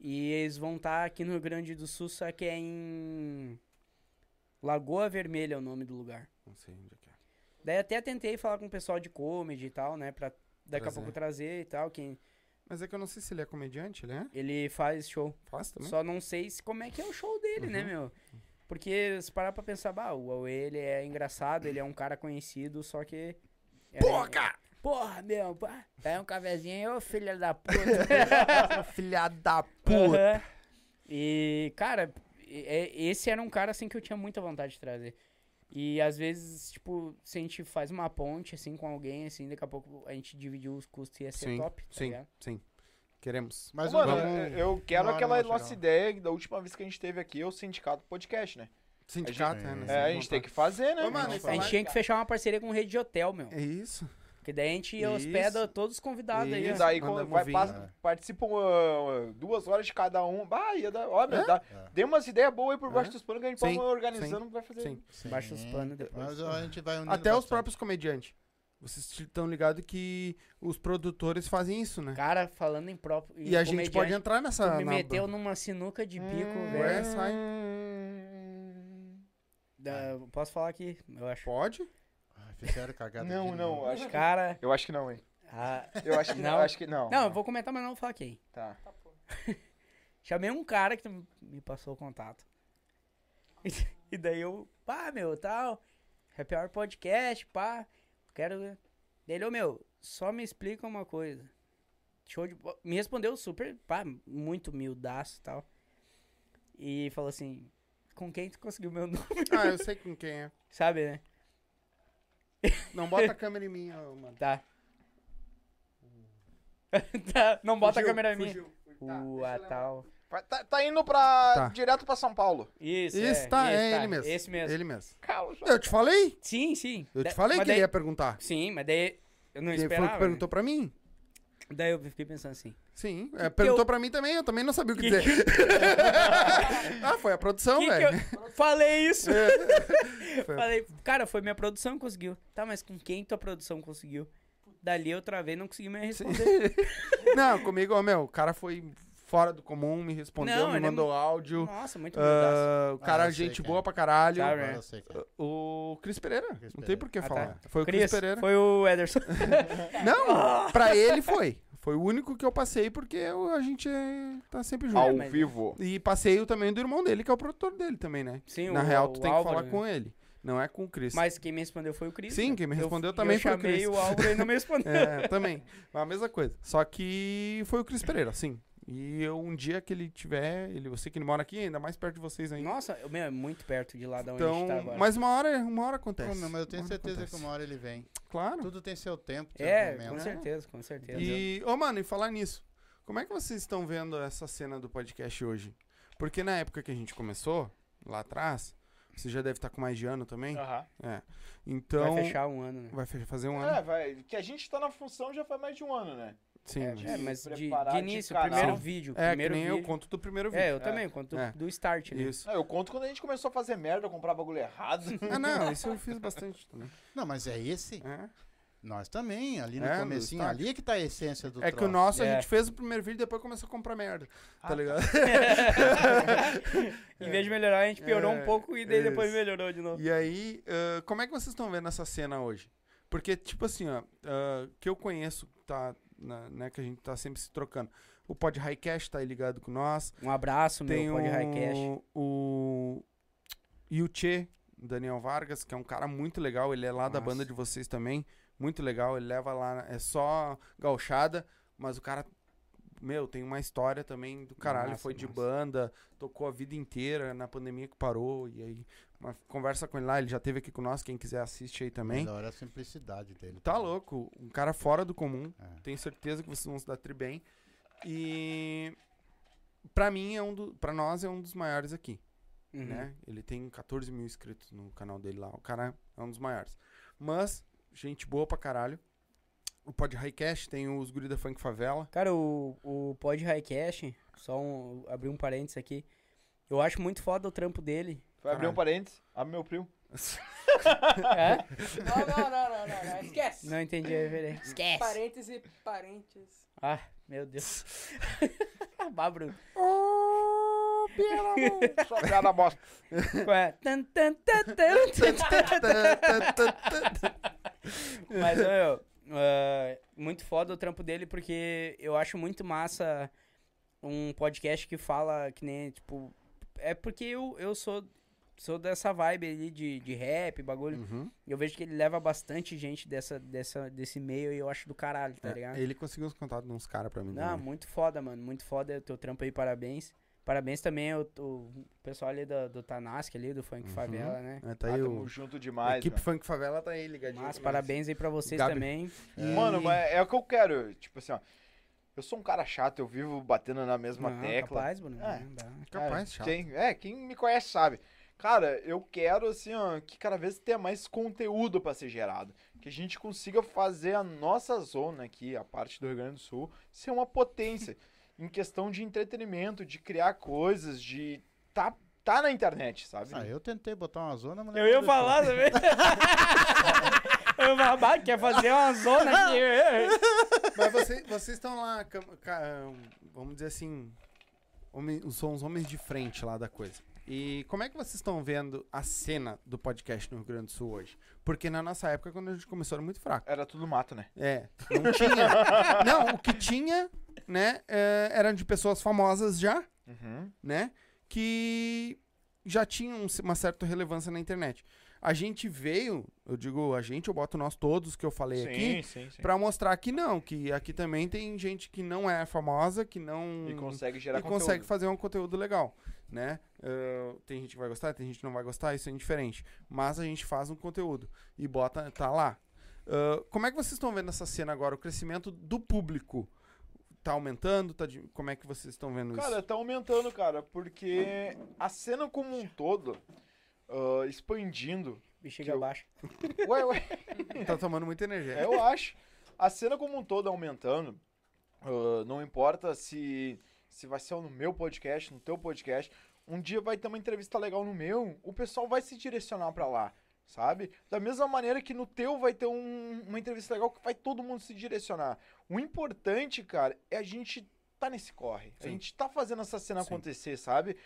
S3: E eles vão estar aqui no Rio Grande do Sul, só que é em Lagoa Vermelha é o nome do lugar.
S1: Não sei onde é que é.
S3: Daí até tentei falar com o pessoal de comedy e tal, né, pra daqui a
S1: Trazer.
S3: pouco trazer e tal, quem
S1: Mas é que eu não sei se ele é comediante, ele é?
S3: ele faz show.
S1: Faz também?
S3: Só não sei se, como é que é o show dele,
S1: Uhum.
S3: né, meu? Porque se parar pra pensar, bah, o Huawei, ele é engraçado, ele é um cara conhecido, só que... é Porra, cara! Porra, meu, pá. Daí um cafezinho, ô filha da puta.
S1: Filha da puta!
S3: um Aham. E, cara, e- é- esse era um cara, assim, que eu tinha muita vontade de trazer. E, às vezes, tipo, se a gente faz uma ponte, assim, com alguém, assim, daqui a pouco a gente dividiu os custos e ia ser
S1: Sim,
S3: top, tá
S1: sim,
S3: ligado?
S1: sim. Queremos.
S2: Mas
S5: Mano, é,
S2: vamos...
S5: eu- eu quero
S2: uma hora
S5: aquela
S2: nós vamos
S5: nossa
S2: chegar
S5: ideia da última vez que a gente teve aqui, o sindicato podcast, né?
S1: Sindicato, né?
S5: É, a gente tem que fazer, né?
S1: Ô, mano,
S3: A gente tinha que fechar uma parceria com rede de hotel, meu.
S1: É isso.
S3: Porque daí a gente
S1: Isso.
S3: hospeda todos os convidados aí.
S5: E
S3: ó.
S1: Isso.
S5: daí
S1: Mandamos
S5: quando vai,
S1: vir.
S5: passa, participam ah, duas horas de cada um. Bah, ia dar, ó, meu, dá- deu umas ideias boas aí por baixo dos panos que a gente
S1: Sim,
S5: pode organizando vai fazer.
S1: sim.
S2: Sim.
S3: Baixa os panos depois.
S2: Mas ó, a gente vai unindo
S1: Até os
S2: bastante.
S1: próprios comediantes. Vocês estão ligados que os produtores fazem isso, né?
S3: Cara, falando em próprio. em
S1: E a gente pode
S3: comediante,
S1: entrar
S3: tu
S1: nessa.
S3: me
S1: na- Hum,
S3: meteu numa sinuca de bico,
S5: Hum.
S1: Ué,
S3: velho.
S1: sai.
S3: Da- Posso falar aqui, eu acho.
S1: Pode?
S2: Ai, Fizeram cagada de
S5: Não, não,
S2: novo.
S5: eu acho que,
S3: Cara.
S5: eu acho que não, hein?
S3: ah,
S5: Eu acho que não.
S3: Não.
S5: acho que não.
S3: Não, eu vou comentar, mas não vou falar quem.
S5: Tá.
S3: Chamei um cara que me passou o contato. E, e daí eu, pá, meu, tal. Happy Hour Podcast, pá. Quero ver. Dele, ô, meu, só me explica uma coisa. Show de. bo- Me respondeu super, pá, muito humildaço e tal. E falou assim: Com quem tu conseguiu meu nome?
S1: Ah, eu sei com quem é.
S3: Sabe, né?
S1: Não bota a câmera em mim, ô, mano.
S3: Tá. Tá, Não bota
S1: Fugiu,
S3: a câmera em mim.
S1: fugiu. Tá, deixa
S3: O
S1: eu levar.
S3: tal.
S5: Vai- Tá, tá indo pra.
S1: Tá.
S5: direto pra São Paulo.
S3: Isso,
S1: Isso,
S3: é,
S1: tá,
S3: isso,
S1: é
S3: tá,
S1: ele mesmo.
S3: Esse mesmo.
S1: Ele mesmo.
S5: Calo, já.
S1: Eu te falei?
S3: Sim, sim.
S1: Eu te
S3: Da-
S1: falei
S3: mas
S1: que ele
S3: daí-
S1: ia perguntar.
S3: Sim, mas daí eu não
S1: Ele foi o
S3: esperava.
S1: que
S3: né?
S1: perguntou pra mim?
S3: Daí eu fiquei pensando assim.
S1: Sim. É, perguntou
S3: eu-
S1: pra mim também, eu também não sabia o que
S3: Que-
S1: dizer. ah, foi a produção,
S3: Que que
S1: velho. É.
S3: eu... Falei isso! Falei, cara, foi minha produção que conseguiu. Tá, mas com quem tua produção conseguiu? Dali eu travei não consegui me responder.
S1: Não, comigo, ó, meu, o cara foi fora do comum, me respondeu,
S3: Não,
S1: me
S3: ele é
S1: mandou áudio.
S3: Nossa, muito humildaço.
S1: Ah, o cara,
S2: Ah, eu sei
S1: gente
S2: quem é.
S1: boa pra caralho.
S3: Sabe,
S2: Agora
S3: né?
S2: eu sei que- é.
S1: O Cris Pereira.
S2: Cris
S1: não tem
S2: Pereira.
S1: por que
S3: Ah,
S1: falar.
S3: tá.
S1: Foi o Cris,
S3: Cris,
S1: Pereira.
S3: foi o Ederson.
S1: Não, pra ele foi. Foi o único que eu passei, porque eu- a gente é- tá sempre junto.
S5: Ao
S3: mas-
S5: vivo.
S1: E passei o também do irmão dele, que é o produtor dele também, né?
S3: Sim,
S1: Na
S3: o-
S1: real,
S3: o
S1: tu tem que
S3: Álvaro,
S1: falar
S3: né?
S1: com ele. Não é com o Cris.
S3: Mas quem me respondeu foi o Cris.
S1: Sim,
S3: né?
S1: quem me
S3: Eu-
S1: respondeu também
S3: eu
S1: foi o Cris.
S3: chamei o Álvaro e não me respondeu.
S1: É, também. Mas a mesma coisa. Só que foi o Cris Pereira, sim. E eu, um dia que ele tiver, ele, eu sei que ele mora aqui, ainda mais perto de vocês ainda.
S3: Nossa, eu, meu, é muito perto de lá da onde a
S1: Então,
S3: gente tá agora.
S1: mas uma hora, uma hora acontece.
S2: Ô, meu, mas eu tenho
S1: Uma hora
S2: certeza que
S1: acontece.
S2: uma hora ele vem.
S1: Claro.
S2: Tudo tem seu tempo, seu
S3: É,
S2: momento.
S3: com certeza, com certeza.
S1: E, ô, mano, e falar nisso. Como é que vocês estão vendo essa cena do podcast hoje? Porque na época que a gente começou, lá atrás, você já deve estar com mais de ano também.
S5: Aham.
S1: É. Então.
S3: Ah, Vai fechar um ano, né?
S1: vai fe- fazer um
S5: É,
S1: ano.
S5: vai. Que a gente tá na função já faz mais de um ano, né?
S1: Sim.
S5: é,
S1: né?
S3: É,
S5: de
S3: mas de,
S5: preparar,
S3: de
S5: de
S3: início,
S5: canal.
S3: primeiro vídeo.
S1: É, que
S3: primeiro
S1: nem eu
S3: vídeo.
S1: conto do primeiro vídeo.
S3: É, eu também, quanto
S1: É.
S3: do start, né?
S1: Isso.
S5: Não, Ah, eu conto quando a gente começou a fazer merda, eu comprar bagulho errado.
S1: Ah, não, isso eu fiz bastante também.
S2: Não, mas é esse?
S1: É.
S2: Nós também, ali no
S1: É, no
S2: comecinho,
S1: start.
S2: ali que tá a essência do
S1: É que o
S2: troço.
S1: nosso a
S3: É. Ah,
S1: gente fez o primeiro vídeo e depois começou a comprar merda.
S5: Ah,
S1: Tá ligado?
S3: Em vez de melhorar, a gente piorou
S1: É,
S3: um pouco e daí depois
S1: isso.
S3: melhorou de novo.
S1: E aí, ah, como é que vocês estão vendo essa cena hoje? Porque, tipo assim, ó, ah, que eu conheço, tá, na- né, que a gente tá sempre se trocando. O Pod Highcast tá aí ligado com nós.
S3: Um abraço,
S1: Tem
S3: meu, Pod Highcast.
S1: o, o Yuchê, Daniel Vargas, que é um cara muito legal. Ele é lá da
S3: Massa.
S1: banda de vocês também. Muito legal. Ele leva lá, é só gauchada, mas o cara meu, tem uma história também do caralho,
S6: Massa,
S1: foi de
S6: massa.
S1: banda, tocou a vida inteira, na pandemia que parou, e aí, uma- conversa com ele lá, ele já teve aqui com nós, quem quiser assiste aí também.
S2: Melhor a simplicidade dele.
S1: Tá louco, um cara fora do comum.
S2: É.
S1: Tenho certeza que vocês vão se dar tri bem. E pra mim é um do, para nós é um dos maiores aqui,
S3: Uhum.
S1: né? Ele tem 14 mil inscritos no canal dele lá. O cara é um dos maiores. Mas gente boa pra caralho. O Pod Highcast tem os Guri da Funk Favela.
S3: Cara, o, o Pod Highcast, só um, abrir um parênteses aqui. Eu acho muito foda o trampo dele.
S5: Vai abrir
S1: Caralho.
S5: um parênteses. Abre meu primo.
S3: É?
S7: Não, não, não, não, não, tá não. é Esquece.
S3: Não entendi a referência. Esquece!
S7: Parêntese, parênteses.
S3: Ah, meu Deus. Babro.
S1: Oh,
S5: Só piada bosta.
S3: Qual é? Tan, tan, tan, tan, tan, tan, tan. Mas, ô, meu, ah, muito foda o trampo dele, porque eu acho muito massa um podcast que fala que nem, tipo... É porque eu, eu sou, sou dessa vibe ali de, de rap,
S1: Uhum.
S5: Hum.
S3: bagulho. Eu vejo que ele leva bastante gente dessa, dessa, desse meio e eu acho do caralho,
S5: É,
S3: tá ligado?
S1: É, Ele conseguiu os contatos de uns caras pra mim.
S3: Não,
S1: também.
S3: muito foda, mano. Muito foda o teu trampo aí, parabéns. Parabéns também ao, ao pessoal ali do, do Tanask ali, do
S5: Uhum.
S3: Funk Favela, né?
S1: É, tá
S5: Ah,
S1: aí
S5: tamo
S1: o
S5: junto
S1: a
S5: demais,
S1: equipe
S5: mano.
S1: Funk Favela tá aí
S5: É,
S1: ligadinho.
S3: Mas
S1: também.
S3: parabéns aí pra vocês
S1: Gabi.
S3: também.
S1: E-
S5: Mano, mas é o que eu quero. Tipo assim, ó. Eu sou um cara chato, eu vivo batendo na mesma
S3: Não,
S5: tecla.
S3: Capaz, Bruno.
S5: É.
S3: não dá.
S5: Cara,
S1: Capaz, chato.
S5: quem- é, quem me conhece sabe. Cara, eu quero, assim, ó, que cada vez tenha mais conteúdo pra ser gerado. Que a gente consiga fazer a nossa zona aqui, a parte do Rio Grande do Sul, ser uma potência. em questão de entretenimento, de criar coisas, de tá, tá na internet, sabe?
S2: Ah, eu tentei botar uma zona, mas.
S3: Eu ia falar também. eu ia falar, "Bah, quer fazer uma zona aqui.
S1: Mas você- vocês estão lá, cam- ca- vamos dizer assim, homem- são os homens de frente lá da coisa. E como é que vocês estão vendo a cena do podcast no Rio Grande do Sul hoje? Porque na nossa época, quando a gente começou, era muito fraco.
S5: Era tudo mato, né?
S1: É, não tinha. não, o que tinha, né, é, era de pessoas famosas já,
S5: Uhum.
S1: né, que já tinham um- uma certa relevância na internet. A gente veio, eu digo a gente, eu boto nós todos que eu falei aqui,
S5: sim, sim.
S1: Pra mostrar que não, que aqui também tem gente que não é famosa, que não
S5: E consegue gerar
S1: e consegue
S5: conteúdo.
S1: fazer um conteúdo legal, né? Ah, tem gente que vai gostar, tem gente que não vai gostar, isso é indiferente. Mas a gente faz um conteúdo e bota tá lá. Ah, como é que vocês estão vendo essa cena agora? O crescimento do público tá aumentando? Tá di- Como é que vocês estão vendo
S5: Cara,
S1: isso?
S5: tá aumentando, cara, porque a cena como um todo, ah, expandindo.
S3: Bexiga
S5: Que eu-
S3: abaixo.
S5: Ué, ué,
S1: Tá tomando muita energia.
S5: É, Eu acho. A cena como um todo aumentando. ah, não importa se, se vai ser no meu podcast, no teu podcast. Um dia vai ter uma entrevista legal no meu, o pessoal vai se direcionar pra lá, sabe? Da mesma maneira que no teu vai ter um- uma entrevista legal que vai todo mundo se direcionar. O importante, cara, é a gente tá nesse corre. A
S1: Sim.
S5: gente tá fazendo essa cena
S1: Sim.
S5: acontecer, sabe?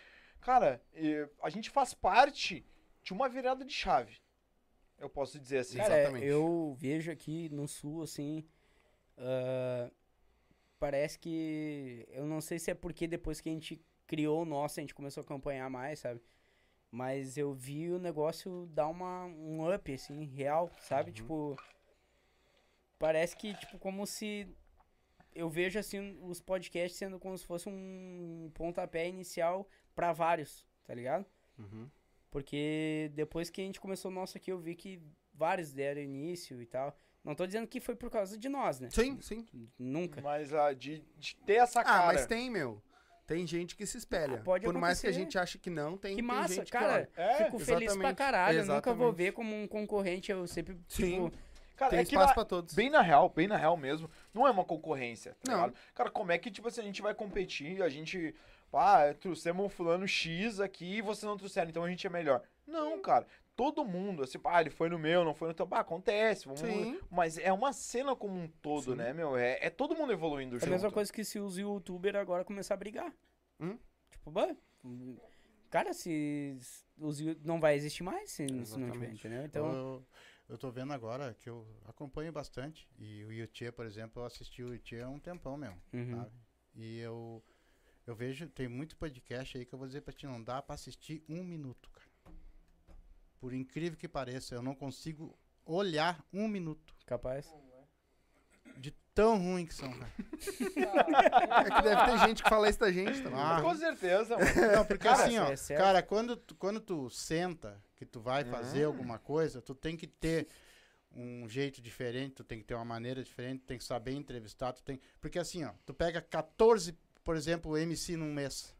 S5: Cara, eh, a gente faz parte de uma virada de chave. Eu posso dizer assim.
S3: Cara,
S1: Exatamente.
S3: eu vejo aqui no sul, assim. ah, parece que. Eu não sei se é porque depois que a gente criou o nosso, a gente começou a acompanhar mais, sabe? Mas eu vi o negócio dar uma, um up, assim, real, sabe? Tipo. Parece que, tipo, como se. Eu vejo, assim, os podcasts sendo como se fosse um pontapé inicial pra vários, tá ligado?
S1: Uhum.
S3: Porque depois que a gente começou o nosso aqui, eu vi que vários deram início e tal. Não tô dizendo que foi por causa de nós, né?
S1: Sim, sim.
S3: Nunca.
S5: Mas ah, de, de ter essa cara.
S1: Ah, mas tem, meu. Tem gente que se espelha.
S3: Ah, pode
S1: Por mais que a
S3: acontecer.
S1: gente ache que não, tem,
S3: Que
S1: tem
S3: massa,
S1: gente que olha.
S3: cara.
S5: É,
S3: fico feliz pra
S1: exatamente,
S3: caralho. Eu nunca vou
S1: exatamente.
S3: ver como um concorrente. Eu sempre,
S1: Sim.
S3: tipo,
S5: cara,
S1: Tem
S5: é que
S1: espaço
S5: na-
S1: pra todos.
S5: bem na real, bem na real mesmo, não é uma concorrência, tá
S1: Não.
S5: ligado? Cara, como é que, tipo assim, a gente vai competir, a gente, pá, trouxemos um fulano X aqui e vocês não trouxeram, então a gente é melhor. Não, cara, todo mundo, assim, pá, ele foi no meu, não foi no teu, pá, acontece, vamos...
S1: Sim.
S5: Mas é uma cena como um todo,
S1: Sim.
S5: né, meu? É, é todo mundo evoluindo
S3: é a
S5: junto.
S3: mesma coisa que se os youtubers agora começar a brigar.
S1: Hum?
S3: Tipo, bah, cara, se os you- não vai existir mais se, se não tiver,
S1: Exatamente. Ah.
S3: entendeu? Então,
S2: Então... Eu, eu tô vendo agora que eu acompanho bastante. E o Yutie, por exemplo, eu assisti o Yutie há um tempão mesmo.
S3: uhum.
S2: sabe? E eu, eu vejo, tem muito podcast aí que eu vou dizer pra ti, não dá pra assistir um minuto, cara. Por incrível que pareça, eu não consigo olhar um minuto
S3: capaz.
S2: de tão ruim que são, cara.
S1: É que deve ter gente que fala isso da gente também.
S2: Ah.
S5: Com certeza, mano.
S2: Não, porque
S5: Cara,
S2: assim, ó,
S3: é certo.
S2: cara, quando tu, quando tu senta que tu
S5: Ah.
S2: vai fazer alguma coisa, tu tem que ter um jeito diferente, tu tem que ter uma maneira diferente, tu tem que saber entrevistar, tu tem, porque assim, ó, tu pega 14, por exemplo, MC num mês.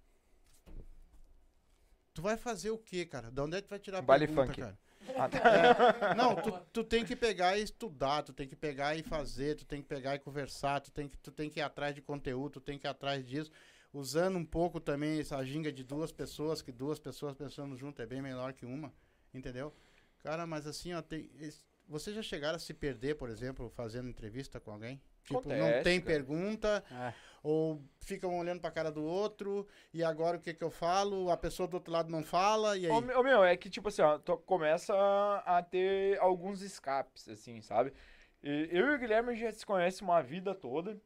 S2: Tu vai fazer o quê, cara? De onde é que tu vai tirar a
S5: Baile
S2: pergunta,
S5: funk.
S2: cara?
S5: Ah, tá.
S2: É. Não, tu, tu tem que pegar e estudar, tu tem que pegar e fazer, tu tem que pegar e conversar, tu tem que, tu tem que ir atrás de conteúdo, tu tem que ir atrás disso. Usando um pouco também essa ginga de duas pessoas, que duas pessoas pensando junto é bem melhor que uma, entendeu? Cara, mas assim, ó, tem, es- vocês já chegaram a se perder, por exemplo, fazendo entrevista com alguém? Tipo, não
S5: Acontece,
S2: tem
S5: cara.
S2: pergunta, ou ficam olhando pra cara do outro, e agora o que que eu falo? A pessoa do outro lado não fala, e aí?
S5: Ô, me- ô, meu, é que, tipo assim, ó, tu começa a a ter alguns escapes, assim, sabe? E eu e o Guilherme já se conhecem uma vida toda.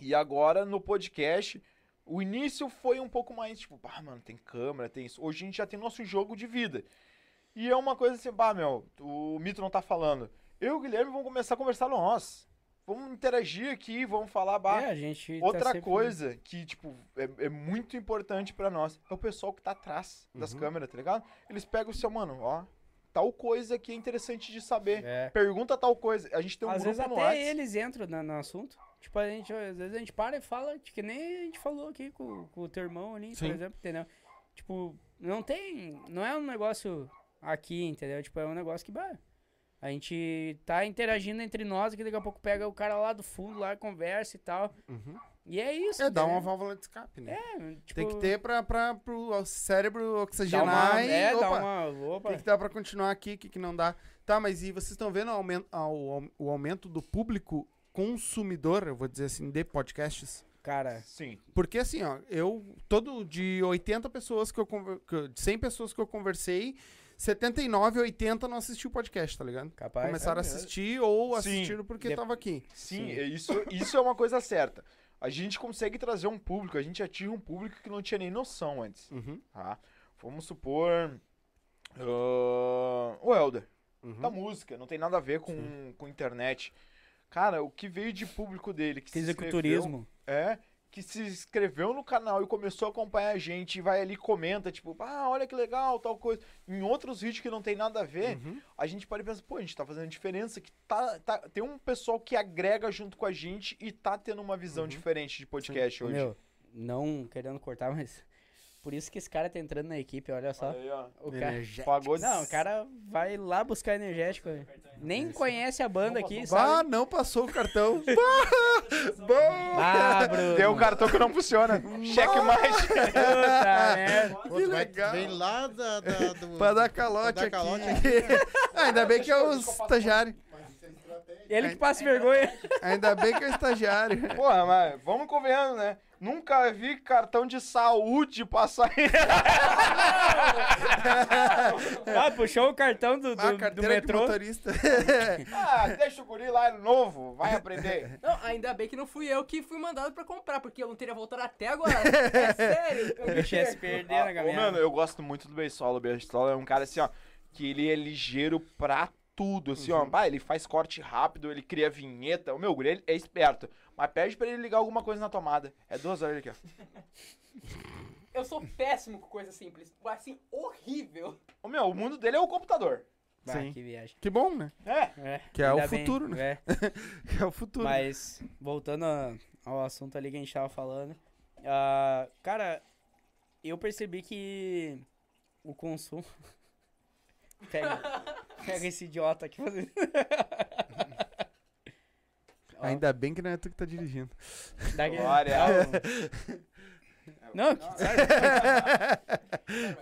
S5: E agora, no podcast, o início foi um pouco mais, tipo, pá, mano, tem câmera, tem isso. Hoje a gente já tem nosso jogo de vida. E é uma coisa assim, bah, meu, o Mito não tá falando. Eu e o Guilherme vamos começar a conversar nós. Vamos interagir aqui, vamos falar, bah,
S3: É, a gente tá
S5: Outra
S3: sempre-
S5: coisa que, tipo, é, é muito importante pra nós é o pessoal que tá atrás das
S3: Uhum.
S5: câmeras, tá ligado? Eles pegam o seu, mano, ó, tal coisa que é interessante de saber.
S3: É.
S5: Pergunta tal coisa. A gente tem um
S3: às
S5: grupo
S3: vezes
S5: no
S3: até
S5: WhatsApp.
S3: eles entram na- no assunto. Tipo, a gente, às vezes a gente para e fala, de que nem a gente falou aqui com, com o teu irmão ali,
S5: Sim.
S3: por exemplo, entendeu? Tipo, não tem. Não é um negócio aqui, entendeu? Tipo, é um negócio que. Bah, a gente tá interagindo entre nós, que daqui a pouco pega o cara lá do fundo, lá, conversa e tal. E é isso.
S1: É, dá uma
S3: entendeu?
S1: válvula de escape, né?
S3: É, tipo,
S1: Tem que ter pra, pra, pro cérebro
S3: dá
S1: oxigenar
S3: uma,
S1: e...
S3: é, dá
S1: opa,
S3: uma-
S1: O
S3: opa.
S1: que, que dá pra continuar aqui, o que, que não dá. Tá, mas e vocês estão vendo o aumen- ao- ao- o aumento, do público consumidor, eu vou dizer assim, de podcasts?
S3: Cara,
S5: É, Sim.
S1: Porque assim, ó, eu, todo de 80 pessoas que eu, conver- que eu- de 100 pessoas que eu conversei, 79, 80 não assistiu o podcast, tá ligado?
S3: capaz.
S1: Começaram a
S5: mesmo.
S1: assistir ou
S5: Sim.
S1: assistiram porque
S3: Dep-
S1: tava aqui.
S5: Sim, é Isso, isso é uma coisa certa. A gente consegue trazer um público, a gente atinge um público que não tinha nem noção antes.
S1: Uhum.
S5: Tá? Vamos supor. ah, o Helder.
S1: Uhum.
S5: Da música, não tem nada a ver com, com internet. Cara, o que veio de público dele? Que se inscreveu-
S3: Fisiculturismo.
S5: É, que se inscreveu no canal e começou a acompanhar a gente e vai ali e comenta, tipo, ah, olha que legal, tal coisa. Em outros vídeos que não tem nada a ver,
S3: Hum. Uhum.
S5: a gente para e pensa, pô, a gente tá fazendo diferença, que tá, tá- tem um pessoal que agrega junto com a gente e tá tendo uma visão diferente de podcast hoje.
S3: Uhum. Meu, não querendo cortar, mas. Por isso que esse cara tá entrando na equipe, olha só.
S5: Aí, ó,
S3: O cara...
S5: pagou de-
S3: Não, o cara vai lá buscar energético. Nem conhece a banda aqui,
S1: Ah,
S3: sabe?
S1: não passou o cartão.
S3: Ah, Bruno.
S5: Deu o cartão que não funciona. Cheque mais.
S3: Puta merda.
S2: Pô, tu vai-
S1: legal.
S2: Vem lá da, da- do,
S1: pra dar calote
S2: Pra dar calote
S1: aqui. Ah, ainda bem que é o estagiário.
S3: Ele que passa vergonha.
S1: Ainda bem que é o estagiário.
S5: Porra, mas vamos convenhando, né? Nunca vi cartão de saúde passar
S3: Ah, puxou o cartão do, do,
S1: Ah,
S3: do
S1: carteira de
S3: metrô.
S1: motorista.
S5: Ah, deixa o guri lá, ele novo, vai aprender.
S7: Não, ainda bem que não fui eu que fui mandado pra comprar, porque eu não teria voltado até agora. É sério. Eu
S3: O
S7: me
S3: bicho ia se
S7: perco.
S3: perder né, na
S5: Ah, ô, mano,
S3: caminhada.
S5: eu gosto muito do Beisola. O Beisola é um cara assim, ó, que ele é ligeiro pra tudo, assim,
S3: Uhum.
S5: ó. Bah, ele faz corte rápido, ele cria vinheta. O meu guri ele é esperto. Mas pede pra ele ligar alguma coisa na tomada. É duas horas ele aqui, ó.
S7: Eu sou péssimo com coisa simples. Assim, horrível.
S5: Ô, meu, o mundo dele é o computador.
S3: Bah,
S1: Sim.
S3: que viagem.
S1: Que bom, né?
S5: É.
S1: Que é
S3: ainda
S1: o futuro,
S3: né?
S1: Que é o futuro.
S3: Mas, voltando a- ao assunto ali que a gente tava falando, ah, cara, eu percebi que o consumo. pega, pega esse idiota aqui fazendo. Ó,
S1: Ainda bem que não é tu que tá dirigindo.
S3: dá aquele-
S5: Glória.
S3: dá um- Não, que- sabe?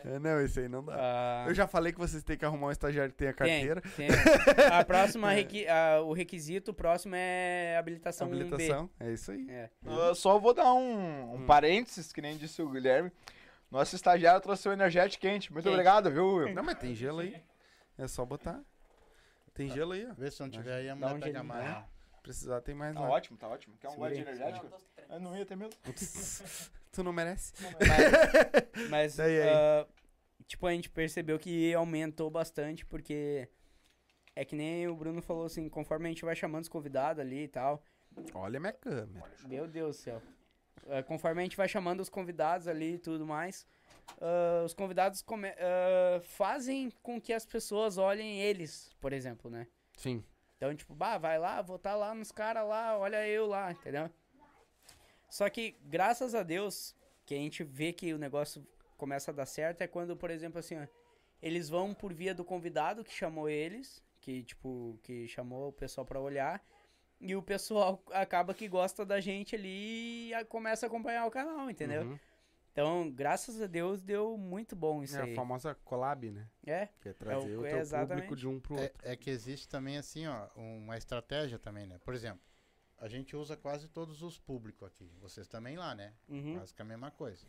S1: É, não, esse aí não dá.
S3: Ah,
S1: Eu já falei que vocês têm que arrumar um estagiário que tenha carteira, É.
S3: Tem, tem. A próxima, requi- ah, o requisito próximo é habilitação, 1B.
S1: habilitação. É isso aí.
S3: É.
S5: Eu só vou dar um,
S3: Uhum.
S5: um parênteses, que nem disse o Guilherme. Nosso estagiário trouxe o energético quente. Muito
S3: Quente.
S5: obrigado, viu, Will?
S1: Não, mas tem gelo aí. É só botar. Tem gelo aí, ó.
S2: Vê se não tiver aí, a
S3: Dá
S2: mulher
S3: um
S2: pega
S3: gelinho,
S2: mais.
S1: né? Precisar tem mais
S5: Tá
S1: lá.
S5: ótimo, tá ótimo. Quer um
S3: Segura
S5: gole de
S3: aí.
S7: é
S5: energético? Eu não ia ter mesmo.
S1: tu não merece.
S3: Mas,
S1: Daí aí.
S3: ah, tipo, a gente percebeu que aumentou bastante, porque é que nem o Bruno falou assim, conforme a gente vai chamando os convidados ali e tal,
S6: Olha minha câmera.
S3: Meu Deus do céu. É, conforme a gente vai chamando os convidados ali e tudo mais, ah, os convidados come- ah, fazem com que as pessoas olhem eles, por exemplo, né?
S1: Sim.
S3: Então, tipo, bah, vai lá, vou tá lá nos caras lá, olha eu lá, entendeu? Só que, graças a Deus, que a gente vê que o negócio começa a dar certo é quando, por exemplo, assim, ó, eles vão por via do convidado que chamou eles, que, tipo, que chamou o pessoal pra olhar, e o pessoal acaba que gosta da gente ali e a- começa a acompanhar o canal, entendeu?
S1: Uhum.
S3: Então, graças a Deus, deu muito bom isso
S1: É a
S3: aí.
S1: famosa collab, né?
S3: É,
S1: Que é trazer
S3: o-
S1: o
S3: é
S1: teu público
S3: exatamente.
S1: de um pro outro.
S2: É, é que existe também, assim, ó, uma estratégia também, né? Por exemplo, a gente usa quase todos os públicos aqui. Vocês também lá, né?
S3: uhum,
S2: Quase que a mesma coisa.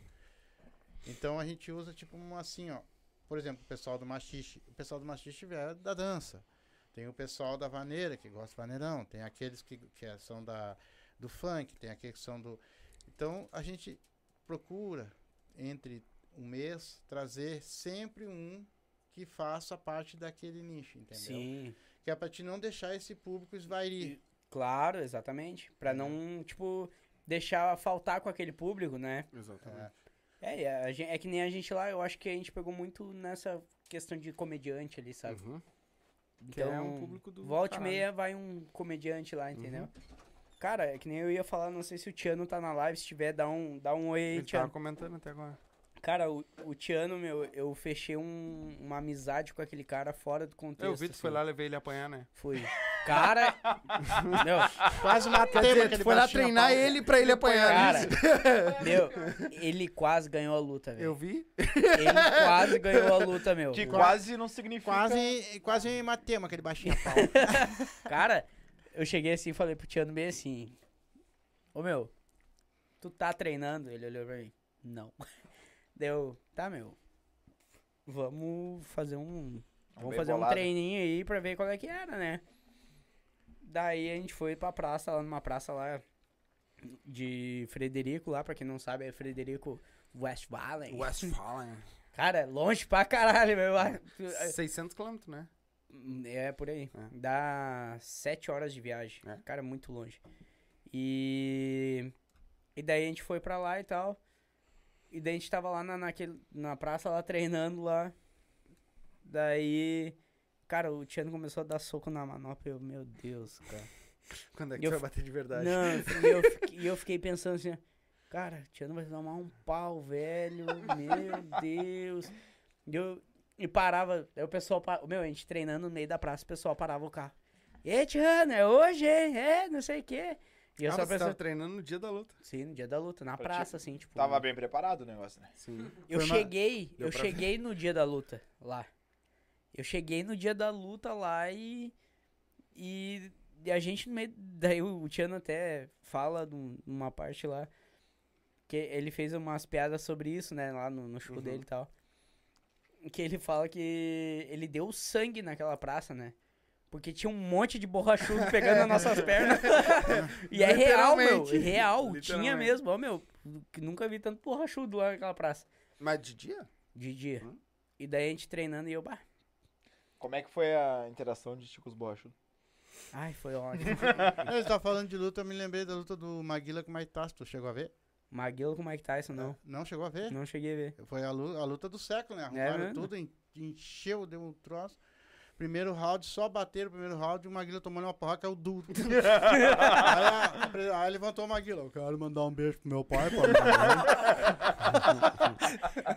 S2: Então a gente usa, tipo, um assim, ó. Por exemplo, o pessoal do machixe. O pessoal do machixe é da dança. Tem o pessoal da vaneira, que gosta de vaneirão. Tem aqueles que, que é- são da, do funk. Tem aqueles que são do... Então, a gente procura, entre um mês, trazer sempre um que faça parte daquele nicho, entendeu?
S3: sim.
S2: Que é pra te não deixar esse público esvair.
S3: Claro, exatamente.
S1: Uhum.
S3: Pra não, tipo, deixar faltar com aquele público, né?
S1: Exatamente.
S3: É, e a gen- é que nem a gente lá, eu acho que a gente pegou muito nessa questão de comediante ali, sabe?
S1: Uhum. Que
S3: Então,
S1: é um público do
S3: volta e
S1: caralho. Uhum.
S3: meia vai um comediante lá, entendeu? Cara, é que nem eu ia falar, não sei se o Tiano tá na live, se tiver, dá um, dá um oi aí,
S1: Ele tá. tava
S3: Tiano.
S1: comentando até agora.
S3: Cara, o, o Tiano, meu, eu fechei um- uma amizade com aquele cara fora do contexto.
S1: Eu, É, o Vitor foi
S3: assim.
S1: lá, levei ele apanhar, né?
S3: Fui. Cara... não,
S2: Quase matei aquele
S6: Foi lá
S2: baixinho na
S6: treinar
S2: pau.
S6: ele pra ele apanhar.
S3: Cara, meu, ele quase ganhou a luta, velho.
S1: Eu vi.
S3: Ele quase ganhou a luta, meu.
S5: Que quase não significa.
S2: Quase, quase matei aquele baixinho a pau.
S3: Cara, eu cheguei assim e falei pro Tiano bem assim: Ô meu, tu tá treinando? Ele olhou pra mim: Não. Deu, tá, meu. Vamos fazer um. Vamos
S5: bem
S3: fazer um
S5: bolado.
S3: treininho aí pra ver qual é que era, né? Daí a gente foi pra praça, lá numa praça lá de Frederico, lá, pra quem não sabe, é Frederico Westphalen.
S1: Westfalen.
S3: Cara, é longe pra caralho, meu.
S1: 600 quilômetros, né?
S3: É, por aí. Dá sete horas de viagem.
S1: É.
S3: Cara, muito longe. E... E daí a gente foi pra lá e tal. E daí a gente tava lá na, naquele, na praça, lá treinando lá. Daí... Cara, o Tiano começou a dar soco na manopla. Eu, meu Deus, cara.
S1: Quando é que
S3: Eu
S1: tu vai
S3: fi-
S1: bater de verdade?
S3: Não, eu fi- e eu, fiquei- e eu fiquei pensando assim, cara, Tiano vai tomar um pau, velho, meu Deus. E eu e parava, aí o pessoal, pa- meu, a gente treinando no meio da praça, o pessoal parava o carro. E Tiano, é hoje, hein? É, não sei o quê. E eu
S1: Ah,
S3: só
S1: você tava
S3: pensando,
S1: treinando no dia da luta.
S3: sim, no dia da luta, na
S5: Pra ti-
S3: praça, assim, tipo.
S5: Tava bem preparado o negócio, né?
S1: Sim.
S3: Eu
S1: Foi uma-
S3: cheguei,
S1: Deu
S3: eu
S1: pra
S3: cheguei no dia da luta lá. Eu cheguei no dia da luta lá e. E e a gente no meio. Daí o Tiano até fala num- numa parte lá. Que ele fez umas piadas sobre isso, né? Lá no, no show
S1: Uhum.
S3: dele e tal. Que ele fala que ele deu sangue naquela praça, né? Porque tinha um monte de borrachudo pegando as nossas pernas. e é real, meu.
S1: Literalmente.
S3: Real. Tinha
S1: Literalmente.
S3: mesmo. Ó, meu. que Nunca vi tanto borrachudo lá naquela praça.
S1: Mas de dia?
S3: De dia.
S1: Hum.
S3: E daí a gente treinando e eu, bah,
S5: Como é que foi a interação de Chico Bocho?
S3: ai, foi ótimo.
S2: Ele tá falando de luta, eu me lembrei da luta do Maguila com o Mike Tyson. Tu chegou a ver?
S3: Maguila com o Mike Tyson, não.
S2: Não chegou a ver?
S3: Não cheguei a ver.
S2: Foi a luta, a luta do século,
S3: É,
S2: né? Arrumaram
S3: mesmo?
S2: tudo, en- encheu, deu um troço. Primeiro round, só bateram o primeiro round e o Maguila tomando uma porraca, caiu duro. aí, a- pre- aí levantou o Maguila. Eu quero mandar um beijo pro meu pai, pra minha mãe.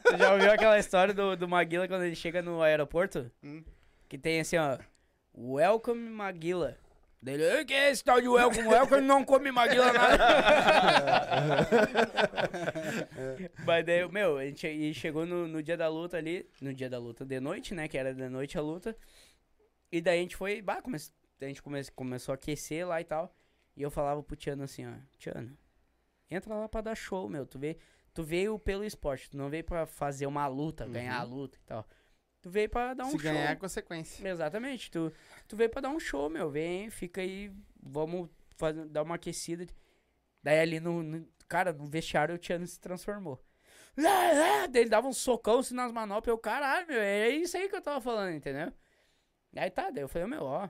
S3: Tu já ouviu aquela história do, do Maguila quando ele chega no aeroporto?
S2: Hum.
S3: Que tem assim, ó. Welcome Maguila. Dele, "Ei, que é esse tal de Welcome? Welcome não come Maguila nada. Mas daí, meu, a gente e chegou no, no dia da luta ali. No dia da luta de noite, né? Que era de noite a luta. E daí a gente foi. Bah, come, a gente come, começou a aquecer lá e tal. E eu falava pro Tiano assim, ó. Tiano, entra lá pra dar show, meu. Tu vê. Tu veio pelo esporte, tu não veio pra fazer uma luta, ganhar a luta e tal. Tu veio pra dar um
S1: Uhum. Se
S3: show.
S1: ganhar é consequência.
S3: Exatamente. Tu, tu veio pra dar um show, meu. Vem, fica aí, vamos fazer, dar uma aquecida. Daí ali no, no- Cara, no vestiário o Tiano se transformou. Lá, lá, daí Ele dava um socão assim nas manoplas. Eu, caralho, meu, é isso aí que eu tava falando, entendeu? Aí tá, daí eu falei, meu, ó.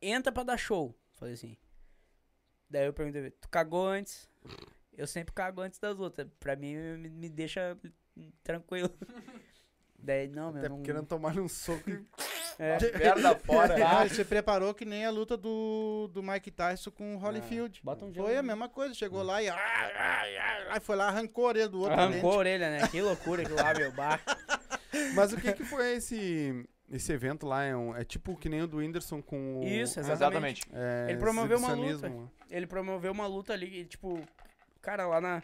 S3: Entra pra dar show. Falei assim. Daí eu perguntei, tu cagou antes? Eu sempre cago antes das outras. Pra mim, me, me deixa tranquilo. Daí, não, meu,
S1: Até
S3: não...
S1: porque não tomaram um soco e
S3: É.
S5: Merda fora.
S2: Não, ele se preparou que nem a luta do, do Mike Tyson com o Holyfield.
S3: Bota um gelo
S2: foi a
S3: aí.
S2: mesma coisa, chegou lá e. Aí foi lá, arrancou a orelha do outro.
S3: Arrancou a
S2: dente.
S3: orelha, né? Que loucura aquilo lá, meu bar.
S1: Mas o que que foi esse esse evento lá? É, um- é tipo que nem o do Whindersson com o...
S3: Isso, exatamente.
S5: Exatamente.
S1: é,
S3: Ele promoveu uma luta.
S1: exibicionismo.
S3: Ele promoveu uma luta ali, que, tipo, cara, lá na.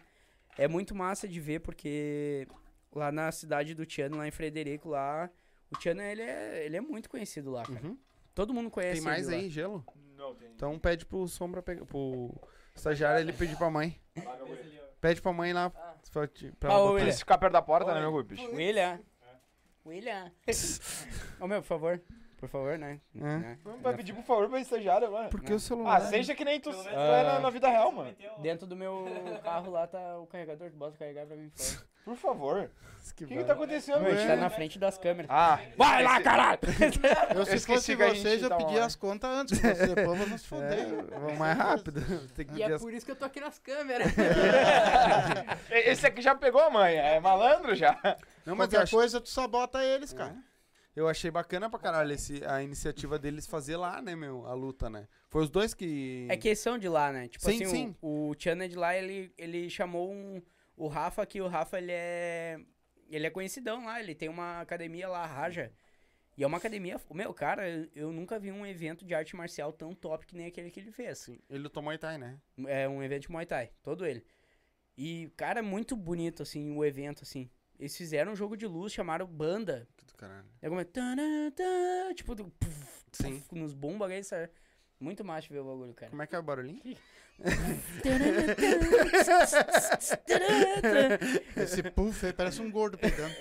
S3: É muito massa de ver, porque lá na cidade do Tiano, lá em Frederico, lá. O Tiano, ele é, ele é muito conhecido lá, cara.
S1: Uhum.
S3: Todo mundo conhece
S1: Tem mais
S3: É, ele lá.
S1: aí, gelo?
S5: Não, tem.
S1: Então pede pro Sombra pegar... Pro estagiário ele pedir pra mãe.
S5: Lá, meu guri.
S1: Pede pra mãe lá. Pra, te- pra
S3: Ah,
S1: ela
S3: ô,
S1: botar.
S3: William.
S5: Tem que ficar perto da porta, né, meu guri, bicho?
S3: William. William. Ô, meu, por favor. Por favor, né?
S1: É.
S3: Né?
S5: Não vai pedir, por favor, pra estagiário, mano.
S1: Por que o celular?
S5: Ah, seja que nem tu, tu é na, na vida real, mano.
S3: Dentro do meu carro lá tá o carregador. Bota o carregador pra mim. por favor.
S5: Por favor. O que, que
S1: Esquivado.
S5: tá acontecendo,
S3: Meu, a gente tá
S5: velho?
S3: na
S1: é?
S3: frente das câmeras.
S5: Ah,
S3: Vai lá, caralho!
S2: Eu,
S5: Eu
S2: se fosse
S5: esqueci que a gente
S2: vocês, eu
S5: tá
S2: pedi
S5: uma-
S2: as contas antes. porque Vocês depois vão nos
S1: É,
S2: foder.
S1: vamos mais rápido. Tem que
S7: E
S1: pedir
S7: é
S1: as-
S7: por isso que eu tô aqui nas câmeras.
S5: e- esse aqui já pegou a mãe, é malandro já.
S1: Não, mas eu
S2: Qualquer
S1: acho-
S2: coisa, tu sabota eles, cara.
S1: Eu achei bacana pra caralho esse, a iniciativa deles fazer lá, né, meu? A luta, né? Foi os dois que.
S3: É que eles são de lá, né? Tipo
S1: Sim,
S3: assim,
S1: sim.
S3: o, o Tiana de lá, ele, ele chamou um, o Rafa, que o Rafa, ele é... Ele é conhecidão lá, ele tem uma academia lá, Raja. E é uma academia... Meu, cara, eu, eu nunca vi um evento de arte marcial tão top que nem aquele que ele fez.
S1: Ele lutou Muay Thai, né?
S3: É um evento de Muay Thai, todo ele. E, cara, é muito bonito, assim, o evento, assim. Eles fizeram um jogo de luz, chamaram banda.
S1: Que do caralho.
S3: Daí começa... tanã, tã, Tipo, do- puf, puf,
S1: Sim.
S3: nos bomba, aí, sabe? Muito macho ver o bagulho, cara.
S1: Como é que é o barulhinho?
S2: Esse puff aí parece um gordo pegando.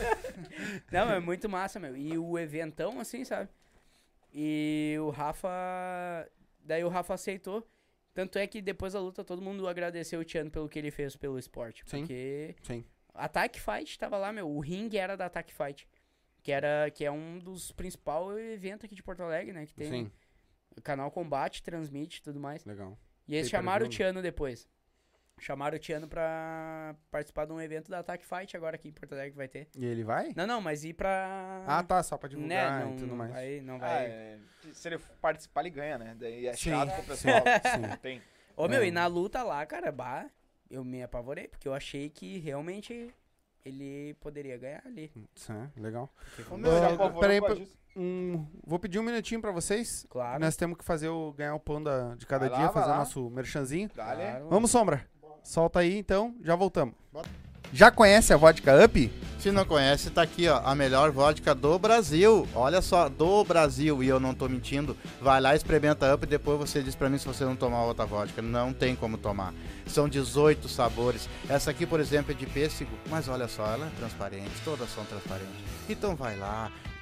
S3: Não, é muito massa, meu. E o eventão, assim, sabe? E o Rafa. Daí o Rafa aceitou. Tanto é que depois da luta todo mundo agradeceu o Tiano pelo que ele fez pelo esporte.
S1: Sim.
S3: Porque.
S1: Sim.
S3: Attack Fight tava lá, meu. O ringue era da Attack Fight. Que, era, que é um dos principais eventos aqui de Porto Alegre, né? Que tem
S1: Sim,
S3: o canal Combate, transmite e tudo mais.
S1: legal.
S3: E eles
S1: Pay per
S3: chamaram o
S1: view, né?
S3: Tiano depois. Chamaram o Tiano pra participar de um evento da Attack Fight agora aqui em Porto Alegre que vai ter.
S1: E ele vai?
S3: Não, não, mas ir pra.
S1: Ah, tá, só pra divulgar
S3: né? não,
S1: e tudo mais.
S3: Vai, não
S5: Ah,
S3: vai.
S5: é, se ele participar, ele ganha, né? Daí é
S1: Sim,
S5: chato pro pessoal.
S1: sim.
S5: Tem.
S3: Ô meu,
S1: É.
S3: e na luta lá, cara, bah, eu me apavorei, porque eu achei que realmente ele poderia ganhar ali.
S1: Isso, é, legal.
S2: Ô,
S5: Meu,
S2: meu,
S5: já
S1: Ah,
S5: apavorou
S1: peraí,
S5: por causa
S1: pe-
S5: disso.
S1: Um, vou pedir um minutinho pra vocês.
S3: Claro.
S1: Nós temos que fazer o ganhar o pão da, de cada
S5: Vai lá,
S1: dia,
S5: vai
S1: fazer o
S5: lá.
S1: nosso merchanzinho.
S5: Dale.
S3: Claro.
S1: Vamos, Sombra. Solta aí, então. Já voltamos.
S6: Já conhece a Vodka Up?
S2: Se não conhece, tá aqui, ó, a melhor vodka do Brasil. Olha só, do Brasil, e eu não tô mentindo. Vai lá, experimenta a Up e depois você diz pra mim se você não tomar outra vodka. Não tem como tomar. São 18 sabores. Essa aqui, por exemplo, é de pêssego, mas olha só, ela é transparente, todas são transparentes. Então vai lá,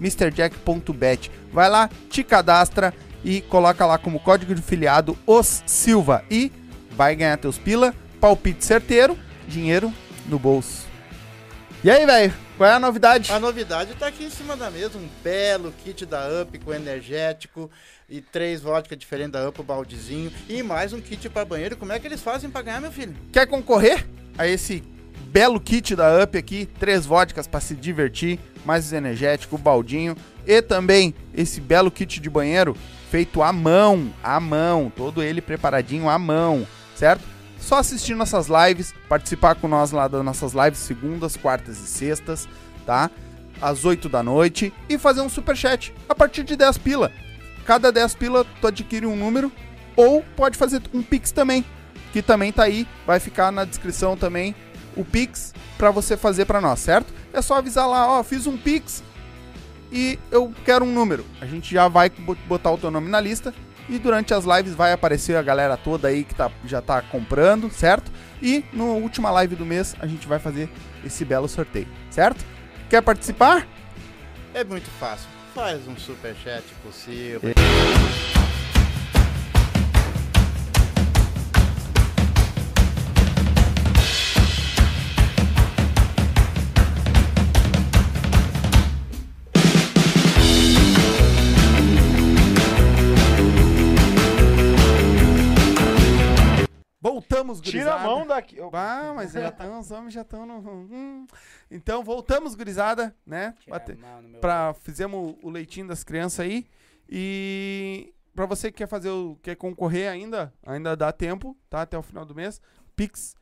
S6: MrJack.bet. Vai lá, te cadastra e coloca lá como código de filiado os Silva e vai ganhar teus pila, palpite certeiro, dinheiro no bolso. E aí, velho? Qual é a novidade?
S2: A novidade tá aqui em cima da mesa, um belo kit da UP com energético e três vodka diferentes da UP, o baldezinho e mais um kit pra banheiro. Como é que eles fazem pra ganhar, meu filho?
S6: Quer concorrer a esse belo kit da UP aqui? Três vodkas para se divertir, mais os energético, o baldinho e também esse belo kit de banheiro feito à mão, à mão, todo ele preparadinho à mão, certo? só assistir nossas lives, participar com nós lá das nossas lives segundas, quartas e sextas, tá? Às 8 da noite e fazer um superchat a partir de 10 pila. Cada 10 pila tu adquire um número ou pode fazer um pix também, que também tá aí, vai ficar na descrição também o pix pra você fazer pra nós, certo? É só avisar lá, ó, fiz um pix e eu quero um número. A gente já vai bo- botar o teu nome na lista e durante as lives vai aparecer a galera toda aí que tá, já tá comprando, certo? E na última live do mês a gente vai fazer esse belo sorteio, certo? Quer participar?
S2: É muito fácil. Faz um superchat possível.
S1: Voltamos,
S5: Tira a
S1: gurizada.
S5: mão né? daqui. Ô,
S1: Ah, mas já tão, os homens já estão no. hum. Então voltamos, gurizada, né?
S3: Tirar
S1: Bate-
S3: a mão no meu
S1: Pra, fizemos o leitinho das crianças aí. E pra você que quer fazer o. quer concorrer ainda, ainda dá tempo, tá? Até o final do mês. Pix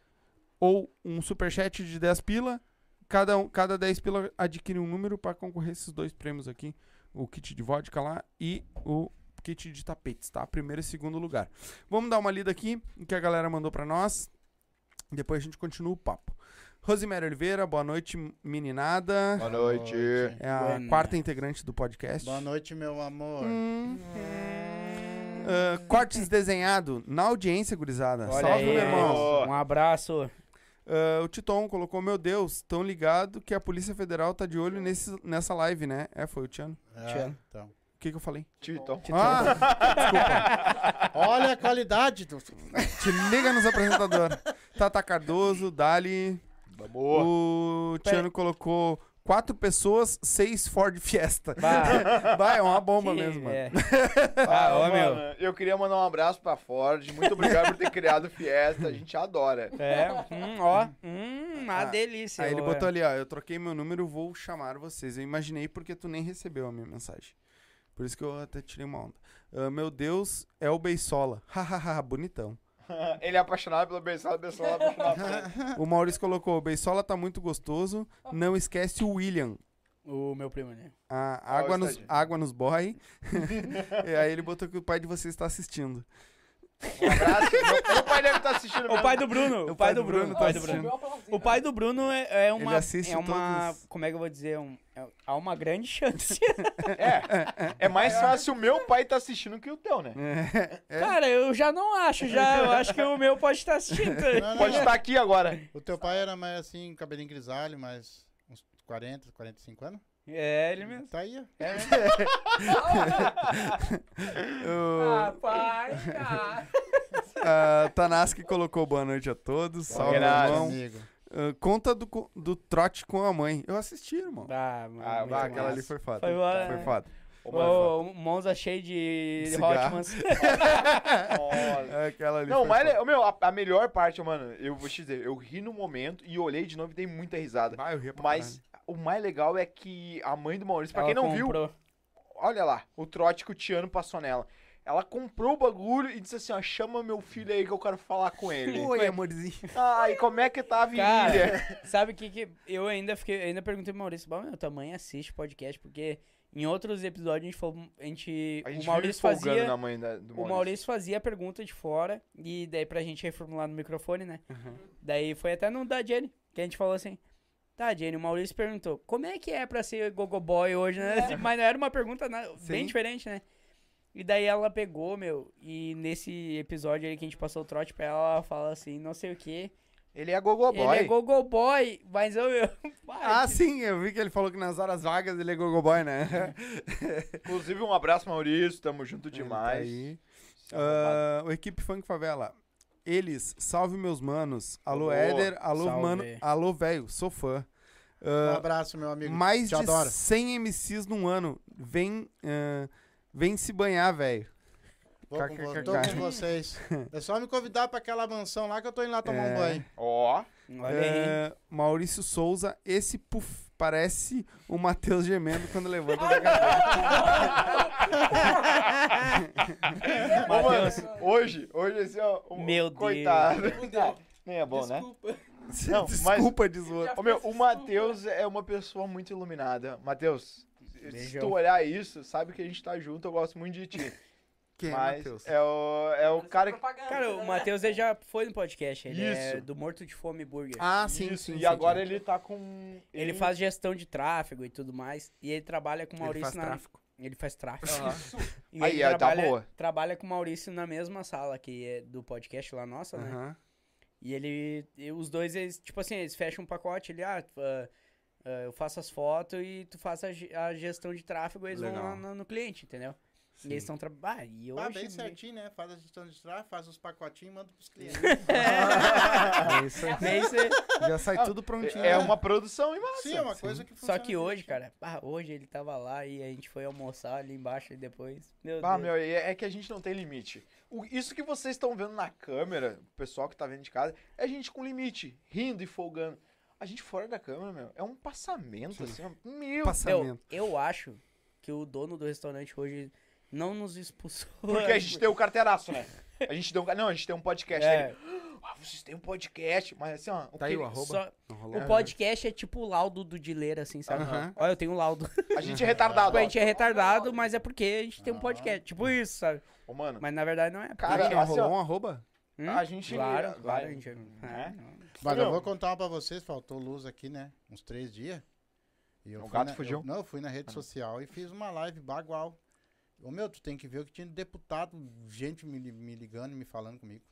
S1: ou um superchat de 10 pila. Cada, um- cada 10 pila adquire um número pra concorrer esses dois prêmios aqui. O kit de vodka lá e o kit de tapetes, tá? Primeiro e segundo lugar. Vamos dar uma lida aqui no que a galera mandou pra nós. Depois a gente continua o papo. Rosemary Oliveira, boa noite, meninada.
S5: Boa noite.
S1: É a
S3: Buena.
S1: quarta integrante do podcast.
S2: Boa noite, meu amor.
S1: Hum. Ah, cortes desenhado na audiência, gurizada.
S3: Olha
S1: Salve,
S3: aí,
S1: meu irmão.
S5: irmão.
S3: Um abraço.
S1: Ah, o Titon colocou: Meu Deus, tão ligado que a Polícia Federal tá de olho nesse, nessa live, né? É, foi o Tiano.
S2: É,
S3: Tchau.
S2: então.
S1: O que, que eu falei?
S5: Tito.
S1: Ah,
S2: Olha a qualidade do.
S1: te liga nos apresentadores. Tata Cardoso, Dali.
S5: Vamos.
S1: O Tiano colocou quatro pessoas, seis Ford Fiesta.
S3: Bah,
S1: Vai, é uma bomba
S3: que-
S1: mesmo, mano.
S3: é. Ah, ô, meu.
S5: mano, Eu queria mandar um abraço pra Ford. Muito obrigado por ter criado o Fiesta. A gente adora.
S3: É, hum, ó. Hum, uma
S1: Ah,
S3: delícia.
S1: Aí ele
S3: ó.
S1: botou ali, ó, eu troquei meu número, vou chamar vocês. Eu imaginei porque tu nem recebeu a minha mensagem. Por isso que eu até tirei uma onda. Ah, meu Deus, é o Beisola. Hahaha, bonitão.
S5: Ele é apaixonado pelo Bessal, Bessal é apaixonado por ele.
S1: O Maurício colocou, o Beisola tá muito gostoso, não esquece o William.
S3: O meu primo, né?
S1: A
S5: Ó,
S1: água,
S5: o
S1: nos,
S5: estádio.
S1: água nos boy. e aí ele botou que o pai de vocês está assistindo.
S5: Um abraço. Meu, meu pai deve estar assistindo
S3: O
S5: mesmo.
S3: pai do Bruno. O pai do Bruno. O
S1: tá
S3: pai do
S1: assistindo.
S3: Bruno. O pai do Bruno é, é uma.
S1: assiste
S3: é uma
S1: todos.
S3: Como é que eu vou dizer? Um, é- há uma grande chance.
S5: É. É mais fácil o meu pai tá assistindo que o teu, né?
S3: É. Cara, eu já não acho, já. Eu acho que o meu pode estar assistindo.
S2: Não, não,
S5: Pode
S2: não.
S3: tá.
S5: estar aqui agora.
S2: O teu pai era mais assim, cabelinho grisalho, mais uns 40, 45 anos?
S3: É, ele mesmo.
S2: Tá aí, ó.
S5: É?
S3: Ah, pai, cara.
S1: Ah, Tanaski colocou boa noite a todos. Salve, meu
S5: Graças.
S1: irmão.
S2: amigo.
S1: Ah, conta do, co- do trote com a mãe. Eu assisti, irmão.
S3: Ah, mano,
S5: Ah,
S3: muito
S5: vai,
S1: Aquela
S3: massa.
S1: ali foi foda.
S3: Foi boa,
S1: Foi
S3: né?
S1: foda.
S5: Ô, mano,
S3: Ô, um Monza cheio de
S1: Cigarro.
S3: Hotmans.
S5: nossa.
S1: Aquela ali
S5: Não,
S1: foi
S5: mas
S1: foda.
S5: é- meu, a, a melhor parte, mano, eu vou te dizer, eu ri no momento e olhei de novo e dei muita risada.
S1: Vai, eu ria pra
S5: Mas o mais legal é que a mãe do Maurício, pra quem
S3: Ela
S5: não viu,
S3: comprou.
S5: olha lá, o trote que o Tiano passou nela. Ela comprou o bagulho e disse assim, ó, chama meu filho aí que eu quero falar com ele.
S1: caralho. Oi, amorzinho.
S5: Ai, como é que tá a virilha?
S3: Sabe o que que eu ainda fiquei, ainda perguntei pro Maurício, "Bah, meu, tua mãe assiste podcast porque em outros episódios a gente falou, a gente,
S5: A gente
S3: o Maurício
S5: vive folgando
S3: fazia,
S5: na mãe da- do
S3: o
S5: Maurício.
S3: Maurício fazia a pergunta de fora e daí pra gente reformular no microfone, né? Daí foi até no da Jenny, que a gente falou assim: "Tá, Jenny, o Maurício perguntou: "Como é que é pra ser gogoboy hoje, né?"
S5: É.
S3: Mas não era uma pergunta na- bem
S1: Sim.
S3: diferente, né? E daí ela pegou, meu, e nesse episódio aí que a gente passou o trote pra ela, ela fala assim, não sei o quê.
S5: Ele é gogoboy.
S3: Ele é Google Boy, mas eu. eu
S1: Ah, sim, eu vi que ele falou que nas horas vagas ele é gogoboy, né?
S5: Inclusive, um abraço, Maurício, tamo junto
S1: Ele tá
S5: demais.
S1: aí.
S5: Isso é
S1: Ah,
S5: arrombado.
S1: o Equipe Funk Favela. Eles, salve meus manos. Alô,
S5: Alô.
S1: Éder. Alô,
S3: Salve.
S1: mano. Alô, velho. Sou fã.
S2: Um
S1: Ah,
S2: abraço, meu amigo.
S1: mais de
S2: Te adoro.
S1: 100 MCs num ano. Vem, ah, vem se banhar, velho.
S2: Vou com, vo- tô
S1: KKKK.
S2: com vocês. É só me convidar pra aquela mansão lá que eu tô indo lá tomar um banho.
S5: Ó,
S3: Olha aí.
S1: Ah, Maurício É, Souza, esse puf, parece o Matheus gemendo quando levanta
S3: tá
S1: da cadeira.
S5: Ô, mano, hoje, hoje assim, ó. o-
S3: Meu Deus.
S5: coitado.
S3: Tá
S5: Nem é bom, né?
S7: Desculpa.
S5: Não, mas-
S1: Desculpa de zoar.
S5: Ô, meu, o Matheus é uma pessoa muito iluminada. Matheus, se
S3: Beijão.
S5: tu olhar isso, sabe que a gente tá junto, eu gosto muito de ti.
S1: Quem é
S5: mas
S1: Matheus?
S5: é o, é o cara que.
S3: Cara,
S7: né?
S3: o Matheus ele já foi no podcast. Ele é
S5: Isso.
S3: do Morto de Fome Burger.
S1: Ah, sim,
S5: Isso,
S1: sim.
S5: E
S1: sim,
S5: agora
S1: sim.
S5: ele tá com.
S3: Ele faz gestão de tráfego e tudo mais. E ele trabalha com o
S1: Ele
S3: Maurício
S1: faz
S5: né?
S3: na.
S1: tráfico.
S3: Ele faz tráfego. E
S5: Aí,
S3: ele
S5: ó, tá
S3: trabalha,
S5: boa.
S3: trabalha com o Maurício na mesma sala que é do podcast lá nossa, né?
S1: Aham.
S3: E ele. e os dois, eles, tipo assim, eles fecham um pacote, ele, ah, tu, ah, ah, eu faço as fotos e tu faz a, ge- a gestão de tráfego, eles vão
S1: Legal.
S3: lá no, no cliente, entendeu? E eles estão trabalhando. Ah, e eu
S2: Ah,
S3: achei
S2: bem
S3: bem-
S2: certinho, né? Faz a gestão de tráfego, faz os pacotinhos e manda pros clientes.
S1: É isso aí.
S3: É isso aí.
S1: Já sai tudo um prontinho.
S5: É uma produção em
S2: Sim, é uma coisa que
S3: Só
S2: funciona.
S3: que hoje, cara, bah, hoje ele tava lá e a gente foi almoçar ali embaixo e depois. Meu
S5: Ah,
S3: Deus.
S5: meu, é é que a gente não tem limite. O- isso que vocês estão vendo na câmera, o pessoal que tá vendo de casa, é a gente com limite, rindo e folgando. A gente fora da câmera, meu, é um passamento, assim, ó. Meu,
S1: passamento.
S3: Eu, eu acho que o dono do restaurante hoje não nos expulsou.
S5: porque a gente tem o carteiraço, né? A gente tem um, não, a gente tem um podcast.
S3: É.
S5: ele, ah, vocês têm um podcast, mas assim, ó. o
S1: Tá aí
S5: que-
S1: o arroba.
S3: Só-
S1: Não rolou.
S3: o podcast é tipo o laudo do Dileira, assim, sabe?
S1: Aham.
S3: Olha, eu tenho um laudo.
S5: A gente é retardado,
S3: Tipo, a
S5: ó.
S3: gente é retardado, mas é porque a gente tem um podcast. Tipo isso, sabe?
S5: Ô, mano,
S3: Mas na verdade não é.
S5: Cara,
S1: Gente,
S3: Porque-
S1: não
S5: assim,
S1: rolou
S5: ó.
S1: um arroba?
S3: Hum?
S5: a gente...
S3: Claro,
S5: vai-
S3: claro, a gente é.
S5: né?
S2: Mas
S5: Não.
S2: eu vou contar uma pra vocês, faltou luz aqui, né? Uns três dias. E eu
S5: O
S2: fui
S5: gato
S2: na-
S5: fugiu.
S2: eu- não, eu fui na rede social e fiz uma live bagual. Ô meu, tu tem que ver o que tinha de deputado, gente me, li- me ligando e me falando comigo.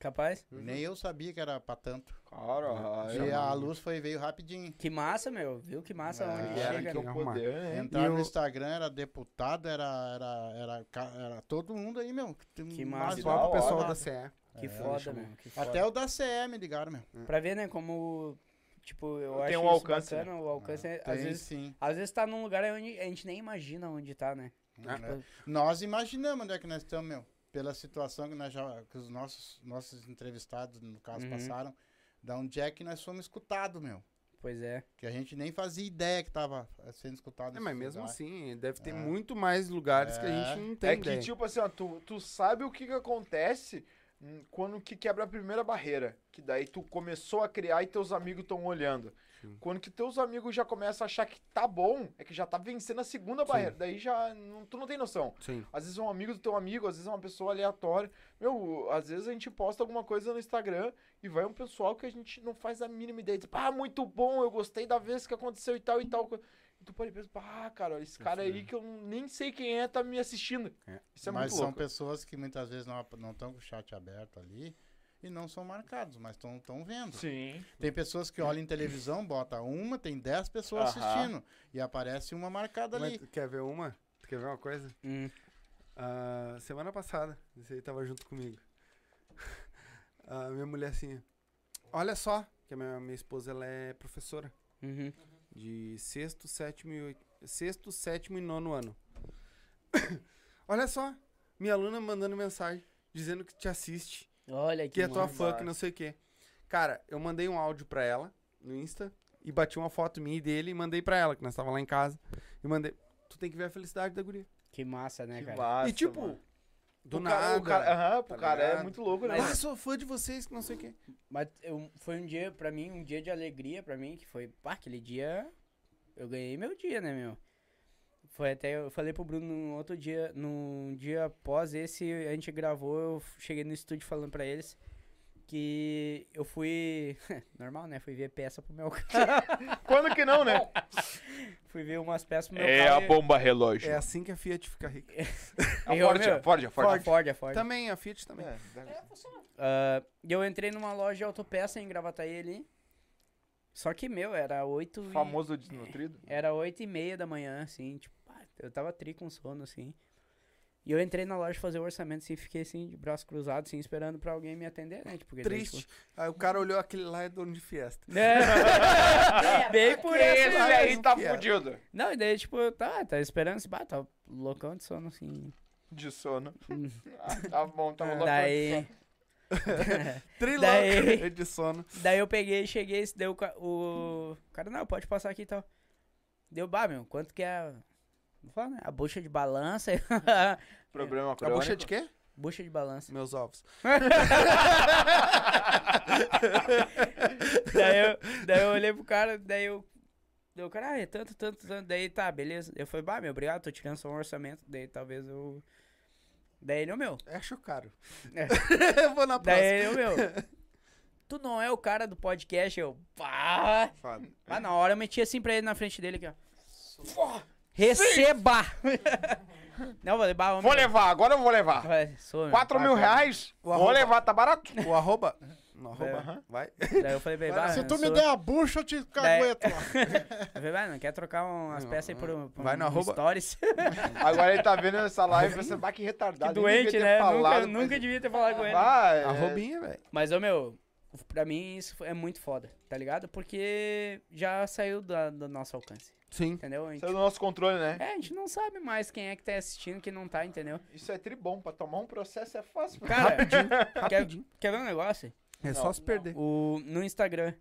S3: Capaz?
S2: Nem eu sabia que era pra tanto.
S5: Caralho.
S2: e a luz foi veio rapidinho.
S3: Que massa, meu. Viu que massa
S2: Ah,
S3: onde
S5: Era
S3: chega,
S5: É, que
S3: né?
S5: eu poder, né?
S2: Entrar
S1: E o-
S2: no Instagram, era deputado, era, era, era, ca- era todo mundo aí, meu. Tem um
S3: Que
S2: mais
S3: massa.
S1: Só pro
S5: da
S1: pessoal
S5: hora.
S1: da CE.
S3: Que
S1: deixa
S3: foda,
S1: eu
S5: né?
S3: meu. Que foda.
S2: Até o da CE me ligaram, meu.
S3: Pra ver, né, como. Tipo, eu
S5: Tem
S3: acho
S5: um
S3: isso
S5: alcance,
S3: bacana, o alcance. é- às,
S2: Tem,
S3: vezes,
S2: sim.
S3: às vezes tá num lugar onde a gente nem imagina onde tá, né?
S2: É. Nós imaginamos onde é que nós estamos, meu. Pela situação que, nós já, que os nossos, nossos entrevistados, no caso,
S3: Uhum.
S2: passaram, da onde é que nós fomos escutados, meu.
S3: Pois é.
S2: Que a gente nem fazia ideia que tava eh, sendo escutado.
S1: É,
S2: nesses
S1: mas mesmo
S2: lugares.
S1: assim, deve ter
S2: É.
S1: muito mais lugares que a
S2: É.
S1: gente não tem
S5: É
S1: ideia.
S5: que, tipo assim, ó, tu, tu sabe o que que acontece hum, quando que quebra a primeira barreira. Que daí tu começou a criar e teus amigos estão olhando. Quando que teus amigos já começam a achar que tá bom, é que já tá vencendo a segunda barreira. Daí já não- tu não tem noção.
S1: Sim.
S5: Às vezes é um amigo do teu amigo, às vezes é uma pessoa aleatória. Meu, às vezes a gente posta alguma coisa no Instagram e vai um pessoal que a gente não faz a mínima ideia. Diz, ah, muito bom, eu gostei da vez que aconteceu e tal e tal. coisa." E tu pode pensar, ah, cara, esse cara aí que eu não- nem sei quem é tá me assistindo. Isso é
S2: mas
S5: muito
S2: são
S5: louco.
S2: pessoas que muitas vezes não estão com o chat aberto ali e não são marcados, mas estão vendo.
S5: Sim.
S2: Tem pessoas que olham em televisão, bota uma, tem 10 pessoas
S5: Aham.
S2: assistindo. E aparece uma marcada
S1: Mas
S2: ali.
S1: tu quer ver uma? Tu quer ver uma coisa?
S3: Hum.
S1: Ah, semana passada, esse aí tava junto comigo. A minha mulher assim, olha só, que a minha, minha esposa ela é professora
S3: Uhum.
S1: de sexto, sétimo e oito, sexto, sétimo e nono ano. olha só, minha aluna mandando mensagem dizendo que te assiste.
S3: Olha que.
S1: que é tua
S3: massa.
S1: fã, que não sei o quê. Cara, eu mandei um áudio pra ela no Insta e bati uma foto minha e dele e mandei pra ela, que nós tava lá em casa. E mandei. Tu tem que ver a felicidade da guria.
S3: Que massa, né, cara?
S5: massa,
S1: e tipo,
S5: mano.
S1: do
S5: O cara-
S1: nada.
S5: o cara, aham, pro
S1: tá
S5: cara é
S1: ligado?
S5: muito louco, né?
S1: Ah, sou fã de vocês, que não sei o quê.
S3: Mas eu- foi um dia, pra mim, um dia de alegria pra mim, que foi, pá, aquele dia eu ganhei meu dia, né, meu? Foi até, eu falei pro Bruno num outro dia, num dia após esse, a gente gravou, eu f- cheguei no estúdio falando pra eles que eu fui, normal, né, fui ver peça pro meu carro,
S5: Quando que não, né?
S3: fui ver umas peças pro meu carro. e-
S5: É, bomba relógio.
S1: É assim que a Fiat fica rica.
S5: É. A
S3: Eu,
S5: Ford,
S3: meu,
S5: a Ford, a Ford.
S3: A Ford, a Ford.
S1: Também, a Fiat também.
S5: É, deve-
S3: Ah, E eu entrei numa loja de autopeça em Gravataí ali, só que, meu, era oito e...
S5: Famoso desnutrido.
S3: Era oito e meia da manhã, assim, tipo, pá, eu tava tri com sono, assim. E eu entrei na loja fazer o orçamento, assim, fiquei assim, de braço cruzado, assim, esperando pra alguém me atender, né? Tipo, porque daí,
S1: Triste. Aí o cara olhou aquele lá é dono de fiesta.
S3: tipo- É, bem por
S5: Esse
S3: isso, né?
S5: aí tá
S1: que é.
S5: fudido.
S3: Não, e daí, tipo, eu tava, tava esperando, assim, bah, tava loucão de sono, assim.
S5: De sono. Ah, tá bom, tá louco.
S3: daí,
S1: Trilão
S3: Daí-
S1: de sono.
S3: daí eu peguei, cheguei, esse- daí o, ca- o cara, não, pode passar aqui e tal. Deu, bah, meu, quanto que é. Vou falar, né? A bucha de balança.
S5: Problema
S1: A
S5: crônico.
S1: bucha é de quê?
S3: bucha de balança.
S1: Meus ovos.
S3: daí, eu, daí eu olhei pro cara, daí eu. Daí o cara, ah, é tanto, tanto, tanto. Daí tá, beleza. Eu falei, bah, meu, obrigado, tô tirando só um orçamento. Daí talvez eu. Daí ele, é o meu.
S1: Acho caro.
S5: É.
S2: Vou na
S3: Daí ele, é o meu. Tu não é o cara do podcast, eu. Pá!
S5: Foda.
S3: Mas na hora eu meti assim pra ele na frente dele aqui, ó. Fua! Receba! não, eu falei, bah, ô,
S5: Vou
S3: meu.
S5: levar, agora eu vou
S3: Eu
S5: levar.
S3: falei, Sou, meu. tá,
S5: 4 mil reais? Vou levar, tá barato.
S1: O arroba?
S5: É.
S1: No arroba.
S5: Aham.
S1: Vai.
S3: Daí eu falei, bem, bah,
S2: Se
S3: eu
S2: tu me
S3: sou-
S2: der a bucha, eu te cagueto.
S3: Eu falei, bah, não quer trocar umas peças aí por, um- por
S1: Vai
S3: um
S1: no arroba.
S3: stories?
S5: Agora ele tá vendo essa live pensando, bah, que retardado.
S3: Que
S5: nem devia
S3: doente,
S5: ter
S3: né?
S5: falado,
S3: nunca nunca
S5: mas-
S3: devia ter falado com ele.
S5: Ah, é-
S1: Arrobinha, velho.
S3: Mas, ô meu, pra mim isso é muito foda, tá ligado? Porque já saiu da- do nosso alcance,
S1: Sim.
S3: entendeu? A gente-
S5: Saiu do nosso controle, né?
S3: é, a gente não sabe mais quem é que tá assistindo, quem não tá, entendeu?
S5: Isso é tribom, pra tomar um processo é fácil. pô.
S3: Cara, quer, quer ver um negócio?
S1: É só se perder.
S3: O, no Instagram,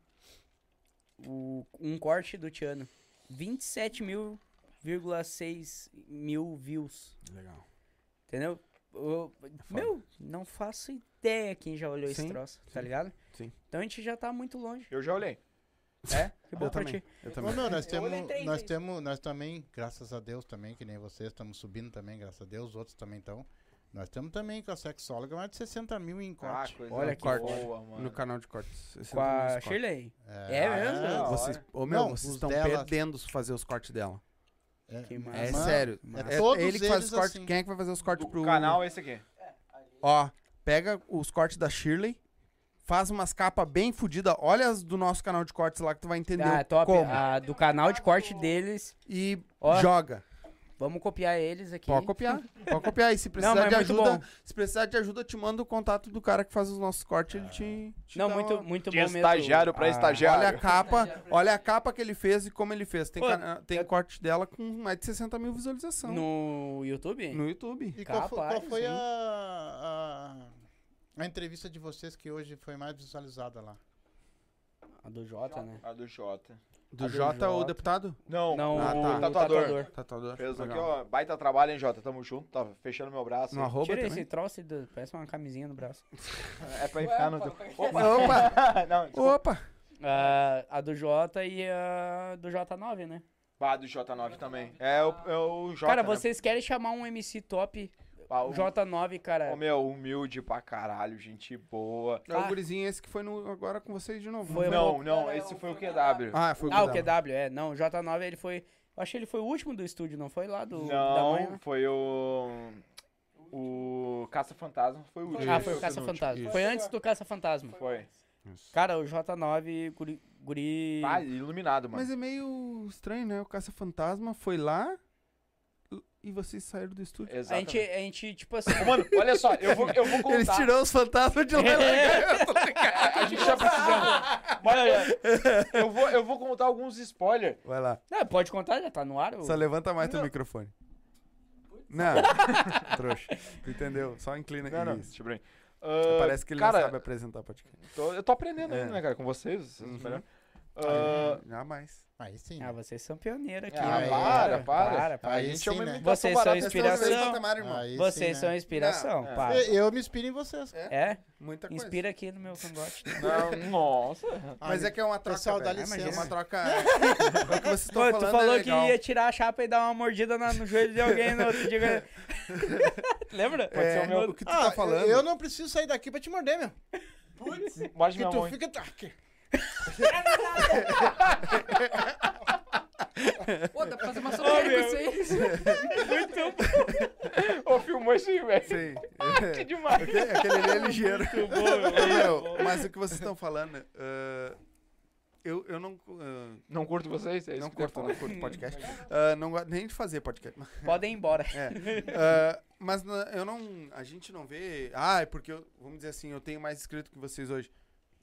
S3: o- um corte do Tiano, 27 mil, mil views.
S1: Legal. É
S3: Entendeu? Eu- meu, não faço ideia quem já olhou esse
S1: Sim,
S3: troço, tá ligado?
S1: sim.
S3: Então a gente já tá muito longe.
S5: Eu já olhei.
S3: É? Que bom
S1: Eu
S3: pra
S1: também.
S3: ti.
S1: Eu
S2: Ô,
S1: também.
S2: meu, nós
S3: Eu
S2: temos,
S3: olhei três
S2: nós
S3: vezes.
S2: temos, nós também, graças a Deus também, que nem vocês, estamos subindo também, graças a Deus, os outros também estão. Nós estamos também com a sexóloga, mais de 60 mil em corte.
S3: Olha que
S1: corte.
S5: Ah, boa,
S1: No canal de cortes. Esse
S3: Com
S1: eu também
S3: a
S1: nos cortes.
S3: Shirley.
S2: É,
S3: É mesmo?
S5: da hora.
S1: Vocês, ô, meu,
S2: Não,
S1: vocês
S2: os
S1: estão
S2: dela-
S1: perdendo se fazer os cortes dela.
S2: é,
S3: Que massa.
S1: É
S2: Mas-
S1: sério.
S2: mas
S1: É
S2: todos
S1: ele que faz os
S2: eles
S1: cortes.
S2: assim.
S1: Quem é que vai fazer os cortes
S5: O
S1: pro
S5: canal é esse aqui.
S1: Ó, pega os cortes da Shirley, faz umas capas bem fodidas. Olha as do nosso canal de cortes lá que tu vai entender
S3: Ah,
S1: o-
S3: top.
S1: como.
S3: Ah, do canal de corte deles.
S1: E
S3: Ó.
S1: joga.
S3: Vamos copiar eles aqui.
S1: Pode copiar. Pode copiar. E se precisar
S3: mas é
S1: de
S3: muito
S1: ajuda,
S3: bom.
S1: se precisar de ajuda, eu te manda o contato do cara que faz os nossos cortes, ele te, te
S3: Ah. Não,
S1: dá um-
S3: muito,
S1: uma-
S3: muito
S5: De
S3: bom mesmo.
S5: estagiário pra
S3: Ah,
S5: estagiário.
S1: Olha a capa, olha a capa que ele fez e como ele fez. Tem,
S3: Ô,
S1: cana- tem
S3: eu-
S1: corte dela com mais de 60 mil visualizações no,
S3: No YouTube?
S1: YouTube.
S2: E qual, fo- qual
S3: Capaz,
S2: foi
S3: hein?
S2: a, a, a entrevista de vocês que hoje foi mais visualizada lá?
S3: A do Jota, né?
S5: A do Jota.
S1: Do
S3: a do
S1: Jota, o
S3: Jota.
S1: deputado?
S5: Não,
S3: Não,
S1: Ah,
S5: o
S1: tá.
S3: o
S5: tatuador.
S3: tatuador.
S1: Tatuador.
S5: Fez aqui,
S1: Legal.
S5: ó. Baita trabalho, hein, Jota? Tamo junto, tá fechando meu braço.
S1: No arroba
S3: Tira
S1: também.
S3: esse troço, do... parece uma camisinha no braço.
S5: É pra enfiar no teu. Opa!
S1: Opa,
S5: Não, desculpa.
S1: opa.
S3: Ah, a do Jota e a do J9, né?
S5: Ah, do J9 também. É o, é o J.
S3: cara,
S5: né?
S3: vocês querem chamar um MC top
S5: Ah, o
S3: J9, cara.
S5: Ô, meu, humilde pra caralho, gente boa.
S1: É o gurizinho esse que foi no- agora com vocês de novo.
S3: Foi-
S5: não, não, esse foi o QW.
S1: Ah, foi
S3: ah, o
S1: Gudala.
S3: QW, é. Não, o J9 ele foi. Eu achei ele foi o último do estúdio, não foi lá do. da né?
S5: não,
S1: né?
S3: manhã?
S5: foi o. O Caça Fantasma foi o último.
S3: Ah, foi o Caça Fantasma. Foi antes do Caça Fantasma.
S5: Foi.
S3: Cara, o J9, guri. guri...
S5: Ah, iluminado, mano.
S1: Mas é meio estranho, né? O Caça-Fantasma foi lá e vocês saíram do estúdio.
S3: a,
S5: Exatamente.
S3: gente, a gente, tipo assim.
S5: Ô, Mano, olha só, eu vou, eu vou contar.
S1: Eles tiraram os fantasmas de lá. É.
S5: A gente já precisando. Mas, olha, eu vou, eu vou contar alguns spoilers.
S1: Vai lá,
S3: Não, pode contar, já tá no ar. o-
S1: só levanta mais teu
S5: Não.
S1: microfone. Não, trouxa. Tu entendeu? Só inclina
S5: Não, não,
S1: Isso.
S5: deixa eu ver. Ah,
S1: Parece que ele
S5: cara,
S1: não sabe apresentar podcast.
S5: tô- eu tô aprendendo
S1: É. Uhum.
S5: ainda, né, cara, com vocês. vocês são melhor. Ah,
S1: Jamais.
S2: Aí sim.
S3: Ah, vocês são pioneiros aqui.
S5: Ah,
S3: né?
S5: para, para.
S3: para.
S5: a
S2: Aí
S5: gente
S2: sim,
S5: é uma
S2: né?
S5: imitação
S3: Vocês são
S5: barata.
S3: inspiração.
S2: Aí sim,
S3: Vocês
S2: né?
S3: são inspiração,
S5: Não, é.
S3: para.
S2: Eu, eu me inspiro em vocês.
S3: É?
S1: Muita coisa.
S3: Inspira aqui no meu cangote.
S5: Não, nossa.
S1: Mas é que é uma troca,
S2: Pessoal, dá
S1: velho.
S2: licença.
S1: É uma troca... É o que vocês estão
S3: Ô,
S1: falando
S3: tu
S1: é
S3: falou
S5: né,
S3: que
S1: legal.
S3: ia tirar a chapa e dar uma mordida na- no joelho de alguém no outro dia. Lembra?
S5: É.
S1: Pode ser o meu- o que tu tá falando.
S2: Ah, Eu não preciso sair daqui pra te morder, meu.
S5: Morde
S2: Que
S5: minha
S2: tu
S5: mãe.
S2: fica. Ah, que-
S7: Pô, dá pra fazer uma soqueira
S3: meu.
S7: com isso aí.
S5: Ô, filmou esse, velho.
S1: Sim.
S5: Que demais.
S1: Aquele, aquele ali é ligeiro. Ô, meu, mas o que vocês estão falando... ah, eu, eu não... ah,
S5: Não curto vocês? É isso
S1: não
S5: que eu ia
S1: curto,
S5: falar.
S1: não curto podcast. Ah, não gosto nem de fazer podcast.
S3: Podem ir embora.
S1: É. Ah, mas na- eu não. A gente não vê. Ah, é porque eu. Vamos dizer assim, eu tenho mais inscrito que vocês hoje.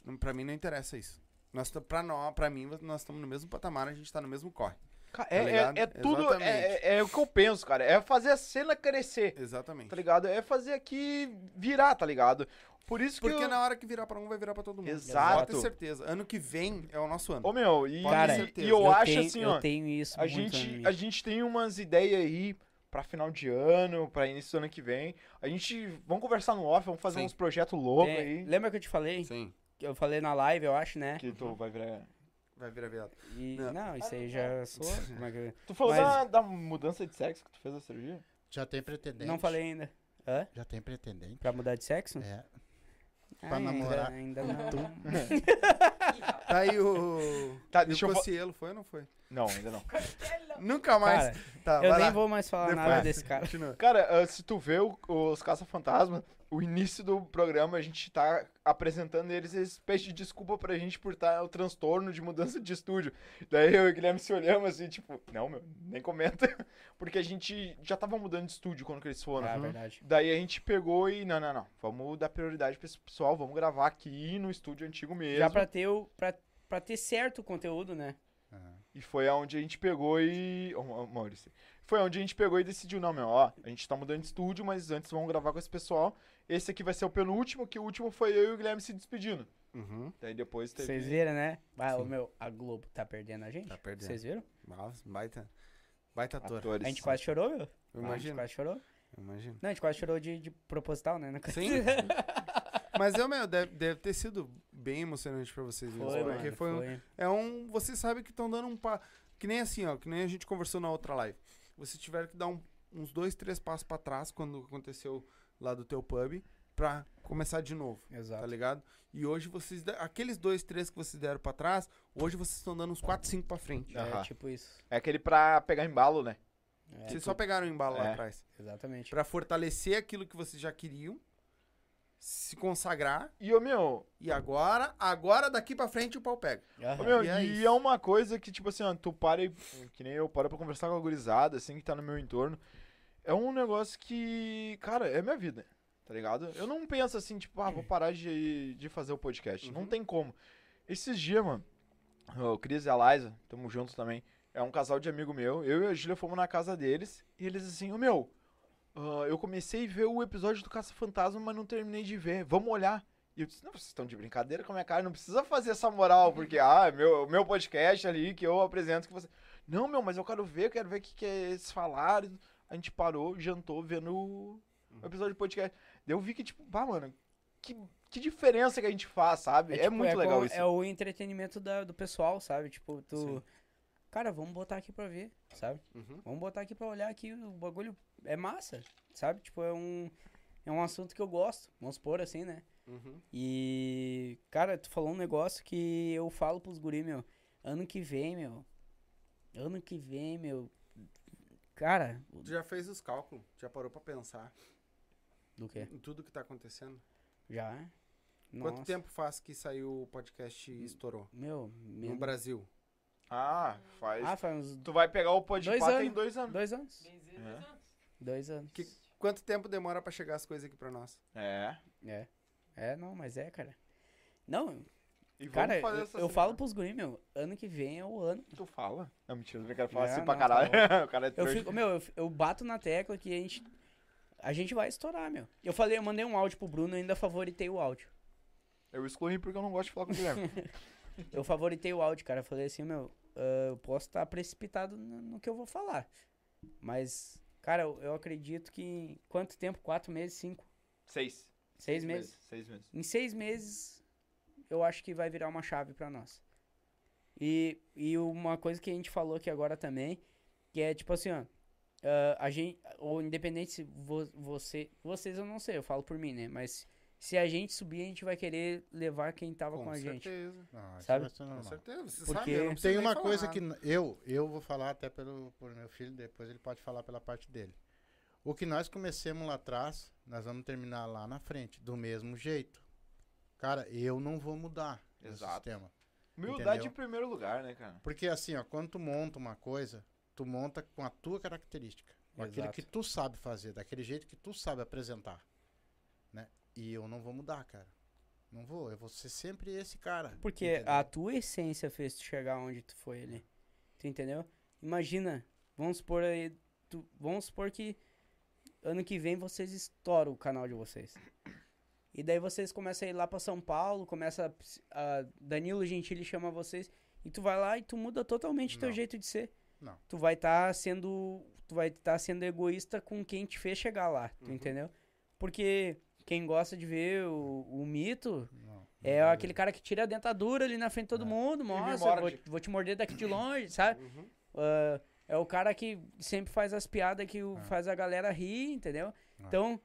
S1: Não, pra mim não interessa isso. Nós, tam- pra, nó- pra mim, nós estamos no mesmo patamar, a gente tá no mesmo corre.
S5: Ca-
S1: Tá
S5: É, é,
S1: ligado?
S5: é tudo. é-
S1: Exatamente.
S5: É, é o que eu penso, cara. É fazer a cena crescer, tá
S1: Exatamente.
S5: ligado? É fazer aqui virar, tá ligado? Por isso que.
S1: Porque
S5: eu...
S1: na hora que virar pra um, vai virar pra todo mundo.
S5: Exato.
S1: Pode ter certeza. Ano que vem é o nosso ano.
S5: Ô, meu, e,
S1: Pode ter
S5: e-
S1: certeza.
S5: e eu, acho
S3: tenho,
S5: assim,
S3: eu
S5: ó.
S3: tenho isso
S5: A
S3: muito na
S5: gente,
S3: minha.
S5: a gente tem umas ideias aí pra final de ano, pra início do ano que vem. A gente. Vamos conversar no off, vamos fazer
S1: Sim.
S5: uns projetos loucos
S3: Tem-
S5: um aí.
S3: É, Lembra que eu te falei?
S1: Sim.
S3: Que eu falei na live, eu acho, né?
S5: Que tu vai virar.
S1: Vai virar viado.
S3: E-
S1: Não.
S3: não. isso aí já sou. como é que-
S5: Tu falou
S3: Mas-
S5: da, da mudança de sexo que tu fez a cirurgia?
S2: Já tem pretendente.
S3: Não falei ainda. Hã?
S2: Já tem pretendente.
S3: Pra mudar de sexo?
S2: É.
S3: Ah, ainda-
S2: namorar.
S3: Ainda não.
S1: Tá aí o.
S5: Tá,
S1: E o
S5: deixa eu. fa-
S1: Cossielo, foi ou não foi?
S5: Não, ainda não.
S1: Nunca mais.
S3: Cara,
S1: tá,
S3: eu
S1: vai
S3: nem
S1: lá.
S3: vou mais falar nada
S1: Depois.
S3: desse cara.
S1: Continua.
S5: Cara, ah, se tu vê o- os Caça-Fantasma, o início do programa a gente tá apresentando eles, eles pedem desculpa pra gente por estar o transtorno de mudança de estúdio. Daí eu e o Guilherme se olhamos assim, tipo, não, meu, nem comenta. Porque a gente já tava mudando de estúdio quando que eles foram. Uhum.
S3: Ah, verdade.
S5: Daí a gente pegou e, não, não, não, vamos dar prioridade pra esse pessoal, vamos gravar aqui no estúdio antigo mesmo.
S3: Já pra ter, o, pra, pra ter certo o conteúdo, né?
S5: E foi aonde a gente pegou e. Ô, Ma- Maurício. Foi onde a gente pegou e decidiu, não, meu, ó, a gente tá mudando de estúdio, mas antes vamos gravar com esse pessoal. Esse aqui vai ser o penúltimo, que o último foi eu e o Guilherme se despedindo.
S1: Uhum.
S5: Daí depois teve.
S3: Vocês viram, né? Ah, o meu, a Globo tá perdendo a gente?
S1: Tá perdendo.
S3: Vocês viram?
S1: Nossa, baita. Baita ator.
S5: atores.
S3: A gente quase chorou,
S1: Eu
S3: meu. A gente
S1: imagino.
S3: quase chorou.
S1: eu imagino.
S3: Não, a gente quase chorou de, de proposital, né? Na coisa.
S1: Sim. Mas eu, meu, deve, deve ter sido bem emocionante pra vocês mesmo.
S3: Foi,
S1: porque
S3: mano,
S1: foi, um-
S3: foi.
S1: É um. Vocês sabem que estão dando um pa. Que nem assim, ó. Que nem a gente conversou na outra live. Vocês tiveram que dar um- uns dois, três passos pra trás quando aconteceu lá do teu pub pra começar de novo. Tá
S3: Exato.
S1: ligado? E hoje vocês. da- Aqueles dois, três que vocês deram pra trás, hoje vocês estão dando uns quatro, cinco pra frente.
S5: Aham.
S3: É tipo isso.
S5: É aquele pra pegar embalo, né?
S3: É,
S1: Vocês só pegaram o embalo lá
S5: É.
S1: atrás.
S3: exatamente.
S1: Pra fortalecer aquilo que vocês já queriam, se consagrar.
S5: E, ô, meu,
S1: E agora, agora daqui pra frente o pau pega.
S5: Ô,
S3: Aham.
S5: meu,
S1: E é
S5: e
S1: isso.
S5: é uma coisa que, tipo assim, ó, tu para e, que nem eu, para pra conversar com a gurizada, assim, que tá no meu entorno. É um negócio que, cara, é minha vida, tá ligado? Eu não penso assim, tipo, ah, vou parar de, de fazer o podcast.
S1: Uhum.
S5: Não tem como. Esses dias, mano, o Cris e a Liza, tamo junto também, é um casal de amigo meu, eu e a Júlia fomos na casa deles, e eles assim, ô meu, ah, eu comecei a ver o episódio do Caça-Fantasma, mas não terminei de ver, vamos olhar. E eu disse, não, vocês estão de brincadeira com a minha cara, não precisa fazer essa moral,
S3: Uhum.
S5: porque, ah, é meu, meu podcast ali, que eu apresento, que você... Não, meu, mas eu quero ver, eu quero ver o que, que eles falaram. A gente parou, jantou, vendo o
S3: Uhum.
S5: o episódio do podcast. Daí eu vi que, tipo, bah, mano, que, que diferença que a gente faz, sabe? É,
S3: tipo,
S5: muito legal
S3: como-
S5: isso.
S3: É o entretenimento da- do pessoal, sabe? Tipo, tu. Cara, vamos botar aqui pra ver, sabe?
S1: Uhum.
S3: Vamos botar aqui pra olhar aqui. O bagulho é massa, sabe? Tipo, é um. É um assunto que eu gosto, vamos supor assim, né?
S2: uhum.
S3: E, cara, tu falou um negócio que eu falo pros guri, meu. Ano que vem, meu. Ano que vem, meu. Cara,
S1: Tu já fez os cálculos, já parou pra pensar
S3: do quê?
S1: em tudo que tá acontecendo?
S3: Já?
S1: Quanto
S3: Nossa.
S1: tempo faz que saiu o podcast e estourou?
S3: Meu,
S1: No
S3: menos-
S1: Brasil.
S5: Ah, faz...
S3: Ah, faz uns
S5: Tu vai pegar o
S3: Dois
S5: podcast em
S3: anos.
S5: dois anos.
S3: dois anos.
S8: Dois
S5: É.
S8: anos.
S3: Dois anos.
S1: Que- Quanto tempo demora pra chegar as coisas aqui pra nós?
S5: É.
S3: É. É, não, mas é, cara. Não,
S5: E vamos
S3: cara,
S5: fazer
S3: eu,
S5: essa
S3: eu
S5: semana.
S3: falo pros guri, meu, ano que vem é o ano.
S5: Tu fala? Não, mentira, eu quero falar
S3: Não,
S5: assim pra
S3: não,
S5: caralho.
S3: tá
S5: o cara é
S3: Eu
S5: trouxa.
S3: fico, meu, eu, eu bato na tecla que a gente a gente vai estourar, meu. Eu falei, eu mandei um áudio pro Bruno e ainda favoritei o áudio.
S5: Eu excluí porque eu não gosto de falar com o Guilherme.
S3: Eu favoritei o áudio, cara. Eu falei assim, meu, ah, eu posso estar precipitado no, no que eu vou falar. Mas, cara, eu, eu acredito que em quanto tempo? Quatro meses? Cinco?
S5: Seis.
S3: Seis meses?
S5: Seis meses.
S3: Em seis meses, eu acho que vai virar uma chave pra nós. E, e uma coisa que a gente falou aqui agora também, que é tipo assim, ó. ah, a gente, ou independente se vo- você, vocês eu não sei, eu falo por mim, né? Mas se a gente subir, a gente vai querer levar quem tava com, a gente.
S1: certeza.
S2: Não, Ah, isso
S3: Sabe?
S2: vai ser
S1: Com
S2: normal.
S1: certeza. Você
S3: Porque
S1: sabe, eu não preciso
S2: Tem
S1: nem
S2: uma
S1: falar
S2: coisa
S1: nada.
S2: que n- eu, eu vou falar até pelo, por meu filho, depois ele pode falar pela parte dele. O que nós comecemos lá atrás, nós vamos terminar lá na frente, do mesmo jeito. Cara, eu não vou mudar esse
S5: Exato.
S2: sistema.
S5: Humildade
S2: Entendeu?
S5: em primeiro lugar, né, cara?
S2: Porque assim, ó, quando tu monta uma coisa, tu monta com a tua característica. Com aquilo
S3: Exato.
S2: que tu sabe fazer, daquele jeito que tu sabe apresentar. Né? E eu não vou mudar, cara. Não vou, eu vou ser sempre esse cara.
S3: Porque
S2: entendeu?
S3: a tua essência fez tu chegar onde tu foi ali. Tu entendeu? Imagina, vamos supor aí, tu- vamos supor que ano que vem vocês estouram o canal de vocês. E daí vocês começam a ir lá pra São Paulo, começa a, ps- a- Danilo Gentili chama vocês e tu vai lá e tu muda totalmente teu
S2: Não.
S3: jeito de ser.
S2: Não.
S3: Tu vai estar sendo tu vai estar sendo egoísta com quem te fez chegar lá, tu
S2: Uhum.
S3: entendeu? Porque quem gosta de ver o, o mito
S2: Não.
S3: é aquele cara que tira a dentadura ali na frente de todo mundo, mostra, vou,
S5: morde.
S3: vou te morder daqui de longe, sabe?
S2: Uhum.
S3: Ah, é o cara que sempre faz as piadas que o- faz a galera rir, entendeu? Então,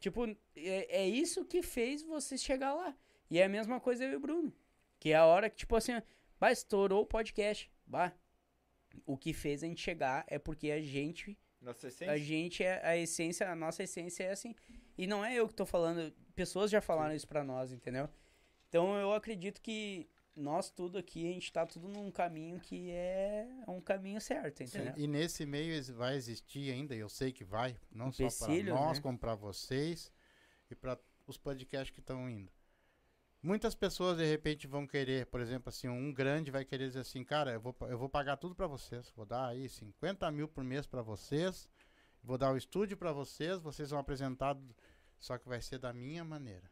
S3: tipo, é, é isso que fez você chegar lá. E é a mesma coisa eu e o Bruno. Que é a hora que, tipo assim, ó, bah, estourou o podcast. Bah, o que fez a gente chegar é porque a gente
S5: Nossa
S3: a
S5: essência.
S3: gente é a essência, a nossa essência é assim. E não é eu que tô falando, pessoas já falaram isso pra nós, entendeu? Então eu acredito que nós tudo aqui, a gente tá tudo num caminho que é um caminho certo,
S5: É.
S3: entendeu?
S2: E nesse meio ex- vai existir ainda, eu sei que vai, não só para
S3: Empecilhos,
S2: nós,
S3: né?
S2: como para vocês e para os podcasts que estão indo. Muitas pessoas de repente vão querer, por exemplo, assim, um grande vai querer dizer assim, cara, eu vou, pa- eu vou pagar tudo para vocês, vou dar aí 50 mil por mês para vocês, vou dar o estúdio para vocês, vocês vão apresentar, do- só que vai ser da minha maneira,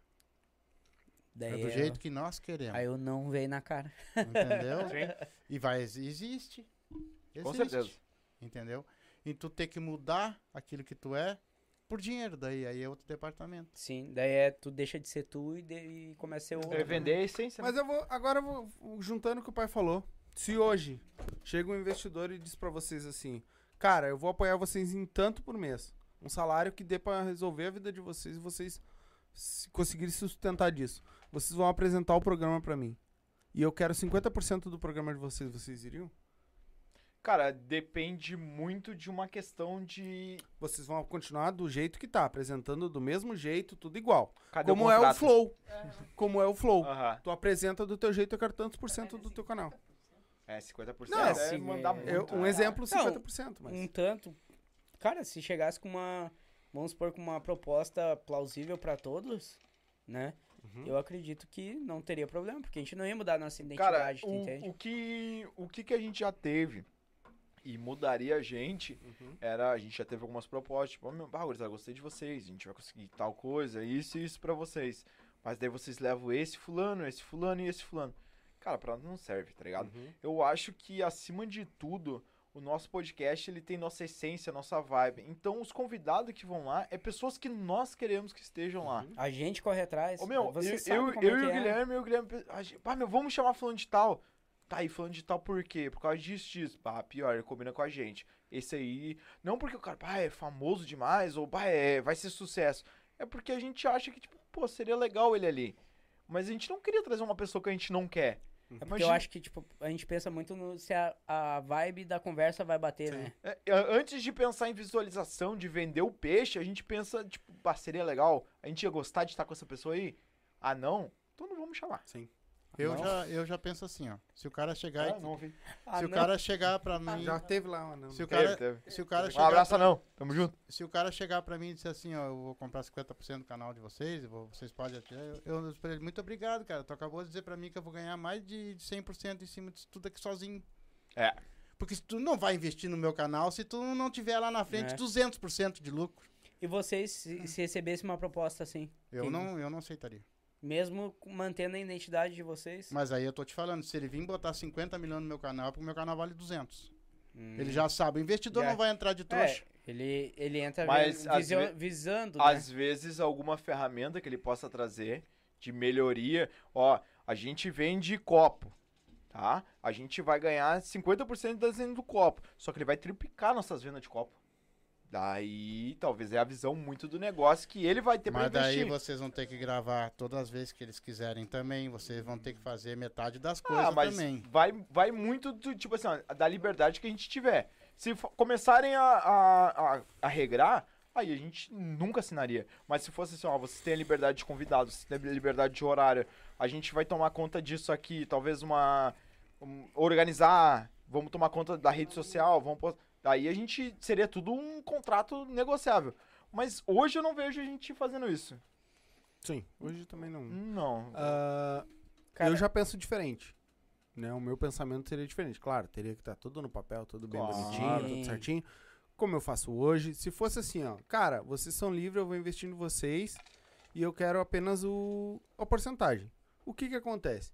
S3: Daí
S2: é do
S3: eu-
S2: jeito que é. nós queremos,
S3: Aí eu não veio na cara.
S2: entendeu?
S8: Sim.
S2: E vai, existe. existe.
S5: Com certeza.
S2: Entendeu? E tu ter que mudar aquilo que tu é por dinheiro, daí aí é outro departamento.
S3: Sim, daí é tu deixa de ser tu e, de- e começa a ser outro.
S5: É vender a essência. né?
S1: Mas eu vou. Agora eu vou. Juntando o que o pai falou. Se hoje chega um investidor e diz pra vocês assim: Cara, eu vou apoiar vocês em tanto por mês. Um salário que dê pra resolver a vida de vocês e vocês se conseguirem se sustentar disso. Vocês vão apresentar o programa pra mim. E eu quero 50% do programa de vocês. Vocês iriam?
S5: Cara, depende muito de uma questão de.
S1: Vocês vão continuar do jeito que tá, apresentando do mesmo jeito, tudo igual.
S5: Cadê
S1: Como é o
S5: contrato?
S1: flow. Como é o flow.
S5: Aham.
S1: Tu apresenta do teu jeito, eu quero tantos por cento do teu canal.
S5: É, 50%
S1: Não,
S5: deve
S3: assim,
S5: mandar
S3: é-
S5: muito.
S1: Eu- um
S5: né?
S1: exemplo,
S3: Não,
S1: 50%. Mas...
S3: Um tanto. Cara, se chegasse com uma. Vamos supor, com uma proposta plausível pra todos, né?
S2: Uhum.
S3: Eu acredito que não teria problema, porque a gente não ia mudar a nossa
S5: Cara, um
S3: identidade, tu entende?
S5: o, o, que, o que que a gente já teve e mudaria a gente era. A gente já teve algumas propostas, tipo, "Ó, meu, bah, gurizada, gostei de vocês, a gente vai conseguir tal coisa, isso e isso pra vocês. Mas daí vocês levam esse fulano, esse fulano e esse fulano. Cara, pra nós não serve, tá ligado?
S1: Uhum.
S5: Eu acho que, acima de tudo, o nosso podcast ele tem nossa essência, nossa vibe. Então, os convidados que vão lá é pessoas que nós queremos que estejam lá.
S3: A gente corre atrás.
S5: Ô, meu,
S3: você
S5: eu,
S3: sabe
S5: eu,
S3: como
S5: eu
S3: Uhum. é
S5: e
S3: que
S5: o
S3: é.
S5: Guilherme, eu e o Guilherme. a gente- Pá, meu, vamos chamar fulano de tal. Tá aí, fulano de tal por quê? Por causa disso, disso. Pá, pior, ele combina com a gente. Esse aí. Não porque o cara, pá, é famoso demais, ou pá, é, vai ser sucesso. É porque a gente acha que, tipo, pô, seria legal ele ali. Mas a gente não queria trazer uma pessoa que a gente não quer.
S3: É porque eu
S5: Imagina-
S3: acho que, tipo, a gente pensa muito no se a, a vibe da conversa vai bater, né?
S5: É, é, Antes de pensar em visualização, de vender o peixe, a gente pensa, tipo, pá, seria legal. A gente ia gostar de estar com essa pessoa aí? Ah, não? Então não vamos chamar.
S2: Eu
S3: Não.
S2: já, eu já penso assim, ó. Se o cara chegar, e-
S5: vi.
S3: Ah,
S2: se o
S3: não.
S2: cara chegar para mim,
S1: Ah, Já teve lá, né? não.
S2: se o
S5: Teve,
S2: cara,
S5: teve.
S2: se o cara
S5: Um
S2: chegar,
S5: abraço, não. Tamo junto.
S2: se o cara chegar para mim e disser assim, ó, eu vou comprar 50% do canal de vocês, eu vou- vocês podem até, eu, eu pra ele, muito obrigado, cara. Tu acabou de dizer para mim que eu vou ganhar mais de de 100% em cima disso tudo aqui sozinho.
S5: É.
S2: Porque se tu não vai investir no meu canal se tu não tiver lá na frente
S3: É.
S2: 200% de lucro.
S3: E vocês,
S2: Hum.
S3: se, se recebessem uma proposta assim,
S2: Eu
S3: Entendi.
S2: não, eu não aceitaria.
S3: mesmo mantendo a identidade de vocês.
S2: Mas aí eu tô te falando, se ele vir botar 50 milhões no meu canal, é porque o meu canal vale 200.
S3: Hum.
S2: Ele já sabe, o investidor
S3: Já.
S2: não vai entrar de trouxa.
S3: É, ele, ele entra
S5: Mas,
S3: vi-
S5: às
S3: visio-
S5: ve-
S3: visando, né?
S5: Às vezes, alguma ferramenta que ele possa trazer de melhoria. Ó, a gente vende copo, tá? A gente vai ganhar 50% das vendas do copo. Só que ele vai triplicar nossas vendas de copo. Daí, talvez é a visão muito do negócio que ele vai ter
S2: Mas
S5: pra
S2: daí
S5: investir.
S2: vocês vão ter que gravar todas as vezes que eles quiserem também. Vocês vão ter que fazer metade das coisas
S5: Ah, mas
S2: também.
S5: vai, vai muito do, tipo assim, ó, da liberdade que a gente tiver. Se fo- começarem a, a, a, a regrar, aí a gente nunca assinaria. Mas se fosse assim, ó, vocês têm a liberdade de convidados, vocês têm a liberdade de horário, a gente vai tomar conta disso aqui, talvez uma... um- organizar, vamos tomar conta da rede social, vamos... pos- Daí a gente seria tudo um contrato negociável. Mas hoje eu não vejo a gente fazendo isso.
S1: Sim, hoje também não.
S5: Não.
S1: Ah, eu já penso diferente. né? O meu pensamento seria diferente. Claro, teria que estar tudo no papel, tudo bem
S5: Claro.
S1: bonitinho, tudo certinho. Como eu faço hoje. Se fosse assim, ó, cara, vocês são livres, eu vou investir em vocês e eu quero apenas o, a porcentagem. O que que acontece?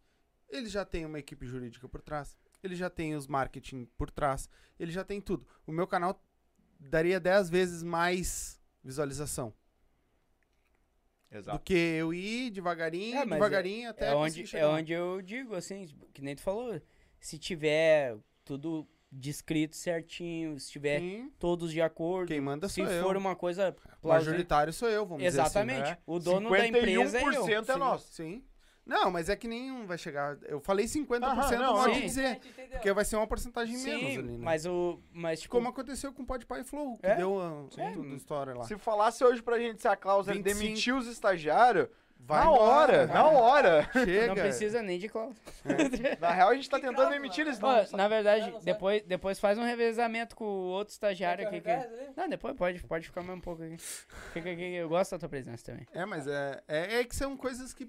S1: Ele já tem uma equipe jurídica por trás, ele já tem os marketing por trás, ele já tem tudo. O meu canal daria 10 vezes mais visualização do
S5: Exato.
S1: que eu ir devagarinho,
S3: É, mas
S1: devagarinho até
S3: é
S1: conseguir
S3: onde,
S1: chegar
S3: é
S1: lá.
S3: onde eu digo, assim, tipo, que nem tu falou. Se tiver tudo descrito certinho, se tiver
S1: Sim,
S3: todos de acordo,
S1: quem manda
S3: é. se
S1: sou eu.
S3: for uma coisa
S1: O
S3: plausível.
S1: Majoritário sou eu, vamos
S3: Exatamente.
S1: dizer assim.
S3: O dono da empresa é eu.
S5: 51% é
S1: Sim,
S5: nosso.
S1: Sim. Não, mas é que nenhum vai chegar. Eu falei 50%,
S5: Aham, não, é
S1: não
S5: não.
S1: pode
S3: Sim.
S1: dizer.
S7: Entendeu?
S1: Porque vai ser uma porcentagem menos
S3: Sim,
S1: ali, né?
S3: mas o. Mas, tipo,
S1: Como aconteceu com o Podpah e Flow, que
S3: É?
S1: deu a,
S3: É.
S1: tudo história lá.
S5: Se falasse hoje pra gente se a cláusula
S1: 25.
S5: demitiu os estagiários,
S1: Vai
S5: na
S1: embora,
S5: hora,
S1: vai.
S5: na hora.
S1: Chega.
S3: não precisa nem de cláusula.
S5: Na real, a gente tá
S7: Que
S5: tentando
S7: cláusula,
S5: demitir
S7: né?
S5: eles,
S3: Ó,
S5: não.
S3: na verdade,
S7: Não, não,
S3: depois, depois faz um revezamento com o outro estagiário
S7: Quer que
S3: aqui.
S7: eu
S3: Que...
S7: reveze ali?
S3: Não, depois pode, pode ficar mais um pouco aqui. Fica aqui, eu gosto da tua presença também.
S1: É, mas é, é, é que são coisas que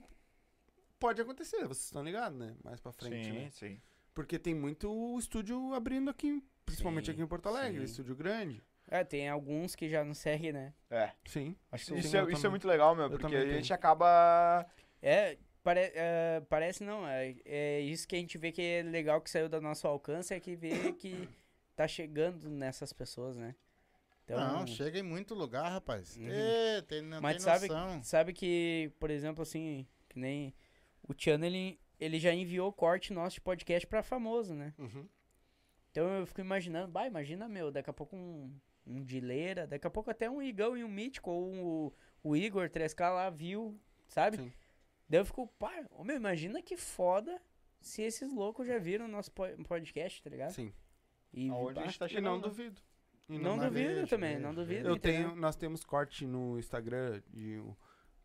S1: pode acontecer, vocês estão ligados, né? Mais pra frente, né?
S5: sim.
S1: Porque tem muito estúdio abrindo aqui, em- principalmente
S3: Sim,
S1: aqui em Porto Alegre,
S3: sim.
S1: estúdio grande.
S3: É, tem alguns que já não seguem, né?
S5: É.
S1: Sim.
S3: Acho que
S5: Isso,
S1: Sim, eu
S5: é, isso é
S1: também.
S5: muito legal, meu,
S1: Eu
S5: porque
S1: também
S5: a
S1: tenho.
S5: gente acaba.
S3: É, pare- é, parece não. É, é isso que a gente vê que é legal que saiu do nosso alcance, é que vê que tá chegando nessas pessoas, né? Então,
S2: Não, chega em muito lugar, rapaz.
S3: Uhum.
S2: Ê, tem, não tem
S3: Mas tu sabe-
S2: noção.
S3: sabe que, por exemplo, assim, que nem o Tiano, ele, ele já enviou corte nosso de podcast pra famoso, né?
S1: Uhum.
S3: Então eu fico imaginando, bah, imagina, meu, daqui a pouco um, um Dileira, daqui a pouco até um Igão e um Mítico, ou um- o- o Igor 3K lá viu, sabe?
S1: Sim.
S3: Daí eu fico, pá, ô, meu, imagina que foda se esses loucos já viram o nosso po- podcast, tá ligado?
S1: Sim.
S3: E,
S5: Aonde a
S3: pá,
S5: gente né? tá
S1: E não
S5: chegando.
S1: duvido. É? E
S3: não
S1: vai
S3: duvido
S1: ver.
S3: também, não duvido.
S1: Eu
S3: entendeu?
S1: tenho, nós temos corte no Instagram de um-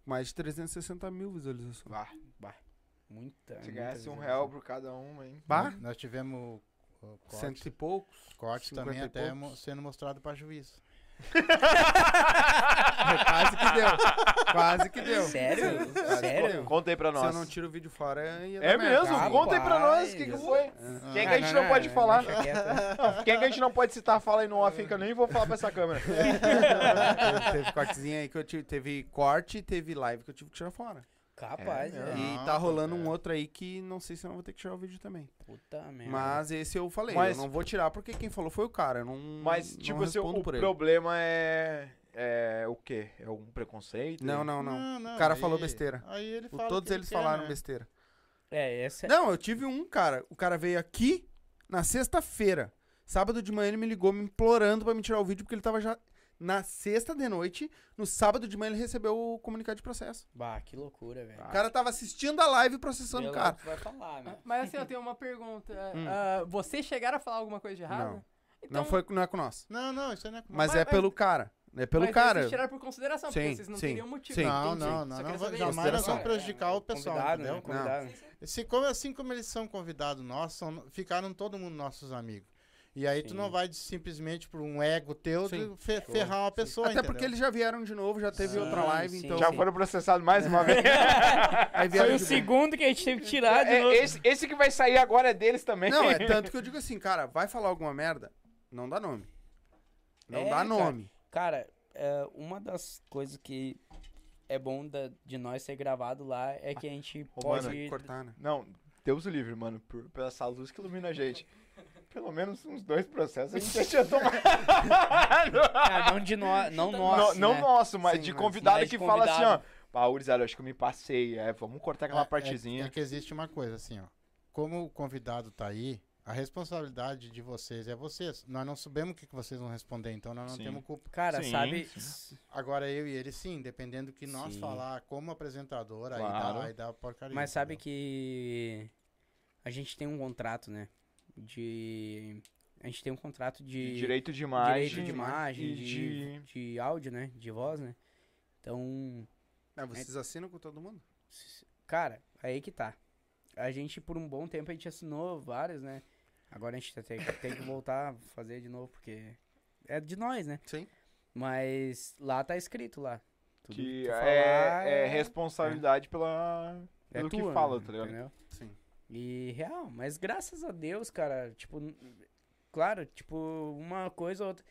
S1: mais de 360 mil visualizações.
S5: Bah,
S3: Muita,
S5: se
S3: muita
S5: ganhasse um
S3: visualização.
S5: real por cada uma, hein?
S1: Bah,
S2: Nós tivemos o- o corte,
S1: cento e poucos.
S2: corte
S1: cinquenta
S2: também
S1: e
S2: até
S1: poucos.
S2: mo- sendo mostrado pra juiz.
S1: Quase que deu. Quase que deu.
S3: Sério?
S1: Quase que
S3: Sério?
S1: deu.
S5: Conta aí pra
S1: Se eu
S5: nós.
S1: não tiro o vídeo fora, ia
S5: É
S1: dar um merda.
S5: mesmo?
S3: Rapaz.
S5: Conta aí pra nós o que, que foi.
S3: Ah.
S5: Quem é que a gente não, pode falar?
S3: deixa quieto.
S5: Quem é que a gente não pode citar, fala aí no off, hein, que eu nem vou falar pra essa câmera.
S1: É. Teve- teve cortezinho aí que eu tive. Teve corte, teve live que eu tive que tirar fora.
S3: Capaz,
S5: É,
S3: né?
S2: meu.
S1: E
S2: Ah,
S1: tá rolando
S2: tá.
S1: um outro aí que não sei se eu não vou ter que tirar o vídeo também.
S3: Puta merda.
S1: Mas esse eu falei,
S5: Mas-
S1: eu não vou tirar porque quem falou foi o cara. eu Não,
S5: Mas,
S1: não
S5: tipo assim,
S1: respondo
S5: o
S1: por ele.
S5: problema é. É o quê? É algum preconceito?
S1: Não, não, não. o cara falou besteira.
S2: Ah, Aí ele
S1: O-
S2: Hum, fala o
S1: todos
S2: que ele
S1: eles
S2: quer,
S1: falaram
S2: né?
S1: besteira.
S3: É, essa
S1: Não, eu tive um, cara. O cara veio aqui na sexta-feira. Sábado de manhã ele me ligou me implorando pra me tirar o vídeo, porque ele tava já na sexta de noite. No sábado de manhã ele recebeu o comunicado de processo.
S3: Bah, que loucura, velho.
S1: O cara tava assistindo a live e processando o
S3: Pelo
S1: cara.
S3: que tu vai falar, né?
S7: Mas assim, eu tenho uma pergunta.
S1: Hum.
S7: Ah, vocês chegaram a falar alguma coisa de errado? Então,
S1: Não.
S3: Então
S1: não, foi, não é com nós.
S2: Não, não, isso aí não é com
S1: Mas,
S7: Mas-
S1: é
S7: mas-
S1: pelo cara. É pelo
S7: mas
S1: cara.
S7: Vocês tiraram por consideração,
S1: Sim,
S7: porque vocês não
S1: sim,
S7: teriam motivo.
S1: sim.
S2: Não, não,
S7: entendi. Só
S2: não,
S7: queria
S2: não vai-
S7: saber
S2: jamais
S7: isso.
S2: nós
S1: Consideração.
S2: vamos prejudicar o pessoal,
S3: Convidado,
S2: entendeu?
S3: né? Convidado.
S7: Sim, sim.
S2: Se, como, assim como eles são convidados nossos, são- ficaram todo mundo nossos amigos. E aí tu
S3: Sim.
S2: não vai de- simplesmente por um ego teu de
S1: Sim.
S2: fe- ferrar uma pessoa,
S1: Até
S2: entendeu?
S1: porque eles já vieram de novo, já teve
S3: Sim,
S1: outra live,
S3: Ah, sim.
S1: então.
S5: Já
S3: Sim.
S5: foram processados mais uma vez.
S1: Aí vieram
S3: Foi o
S1: de-
S3: segundo que a gente teve que tirar de
S5: É,
S3: novo.
S5: esse, esse que vai sair agora é deles também.
S1: Não, é tanto que eu digo assim, cara, vai falar alguma merda? Não dá nome. Não
S3: É,
S1: dá
S3: cara.
S1: nome.
S3: Cara, é, uma das coisas que é bom da- de nós ser gravado lá é que a gente
S5: Ô,
S3: pode...
S5: mano,
S1: Cortar, né?
S5: Não, Deus o livre, mano, por, por essa luz que ilumina a gente. Pelo menos uns dois processos a gente já tinha tomado.
S3: Ah, não de nós, não
S5: não,
S3: nosso,
S5: não
S3: né?
S5: nosso, mas
S1: Sim,
S5: de
S1: mas-
S5: convidado
S3: mas
S5: que
S3: convidado.
S5: fala assim, ó. Pá, Urizar, eu acho que eu me passei. É, vamos cortar aquela
S2: É- é-
S5: partezinha.
S2: É, que existe uma coisa assim, ó. Como o convidado tá aí, a responsabilidade de vocês é vocês. Nós não sabemos o que que vocês vão responder, então nós não
S5: Sim.
S2: temos culpa.
S3: Cara,
S5: Sim,
S3: sabe...
S2: Agora eu e ele sim, dependendo do que nós
S3: Sim.
S2: falar como apresentador,
S5: Claro.
S2: aí, dá, aí dá porcaria.
S3: Mas sabe
S2: entendeu?
S3: que a gente tem um contrato, né? De... A gente tem um contrato
S5: De
S3: de...
S5: direito de imagem.
S3: direito de imagem,
S5: e
S3: de, de áudio, né? De voz, né? Então...
S1: Ah, vocês assinam com todo mundo?
S3: Cara, aí que tá. A gente, por um bom tempo, a gente assinou vários, né? Agora a gente tem, tem que voltar a fazer de novo, porque é de nós, né?
S1: Sim.
S3: Mas lá tá escrito lá. Tudo
S5: Que
S3: tu
S5: é,
S3: falar
S5: é responsabilidade pela.
S3: é
S5: pelo que
S3: tua,
S5: fala,
S3: né?
S5: tá ligado?
S3: Entendeu?
S1: Sim.
S3: E real, mas graças a Deus, cara, tipo, n- claro, tipo, uma coisa ou outra.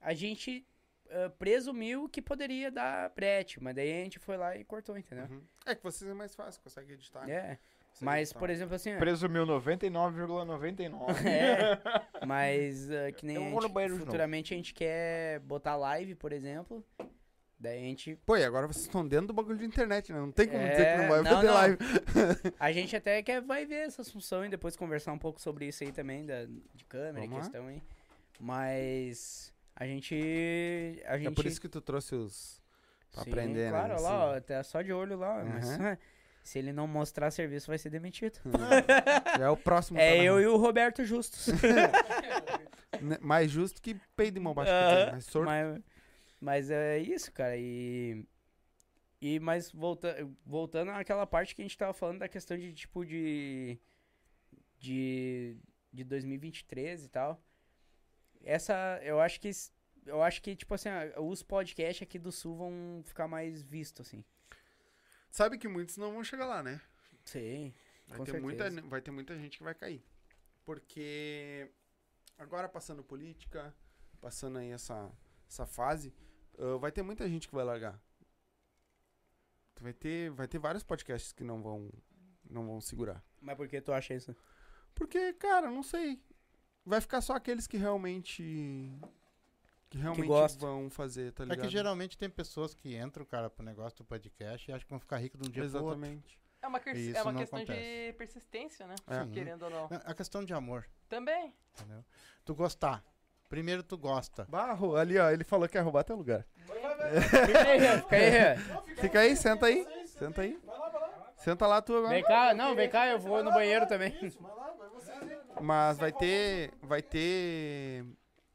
S3: A gente ah, presumiu que poderia dar brete, mas daí a gente foi lá e cortou, entendeu?
S1: É que vocês é mais fácil, consegue editar.
S5: Uhum.
S3: É.
S1: Consegue
S3: Mas,
S1: editar.
S3: por exemplo, assim. ó,
S5: Presumiu 99,99.
S3: É, mas ah, que nem
S5: Eu
S3: a
S5: vou
S3: gente-
S5: no banheiro de novo.
S3: futuramente a gente quer botar live, por exemplo. Daí a gente.
S1: Pô, e agora vocês estão dentro do bagulho de internet, né? Não tem como dizer que
S3: É,
S1: não vai
S3: não,
S1: fazer
S3: não.
S1: live.
S3: A gente até quer vai ver essa função e depois conversar um pouco sobre isso aí também, da, de câmera e
S1: Vamos lá.
S3: questão, aí. Mas a gente. A gente
S1: É por isso que tu trouxe os. pra
S3: Sim,
S1: aprender, né,
S3: Claro, olha
S1: nesse-
S3: lá, ó, tá só de olho lá, ó,
S1: Aham.
S3: mas se ele não mostrar serviço, vai ser demitido.
S1: Já é o próximo.
S3: é
S1: tá na
S3: eu e o Roberto Justus.
S1: mão. Né? Mais justo que peido em mão baixa.
S3: Aham.
S1: Mas sor...
S3: Mas, mas é isso, cara. E. E mas volta, voltando àquela parte que a gente tava falando da questão de tipo de. De. De 2023 e tal. Essa. Eu acho que. s- Eu acho que, tipo assim, ah, os podcasts aqui do Sul vão ficar mais vistos, assim.
S1: Sabe que muitos não vão chegar lá, né?
S3: Sim.
S1: Vai
S3: Com
S1: ter, muita,
S3: certeza.
S1: vai ter muita gente que vai cair. Porque agora passando política, passando aí essa, essa fase, ah, vai ter muita gente que vai largar. Tu Vai ter, vai ter vários podcasts que não vão, não vão segurar.
S3: Mas por que tu acha isso?
S1: Porque, cara, não sei. Vai ficar só aqueles que realmente. Que realmente
S3: gostam.
S1: vão fazer, tá
S2: É
S1: ligado?
S2: que geralmente tem pessoas que entram, cara, pro negócio do podcast e acham que vão ficar ricos de um dia pro outro.
S1: Exatamente.
S7: É uma, quer-
S2: Isso
S7: é uma
S2: não
S7: questão de
S2: acontece.
S7: persistência, né?
S1: É.
S2: Sim.
S7: Querendo ou não.
S2: Não, É questão de amor,
S7: Também.
S2: entendeu? Tu gostar. Primeiro tu gosta.
S1: Barro, ali, ó, ele falou que ia roubar teu lugar.
S3: Fica aí, Rian, fica aí, Rian.
S1: Fica aí, senta aí. Senta aí. Senta lá tu agora.
S3: Vem cá, não, vem cá, eu vou no banheiro também.
S1: Mas vai ter. Vai ter.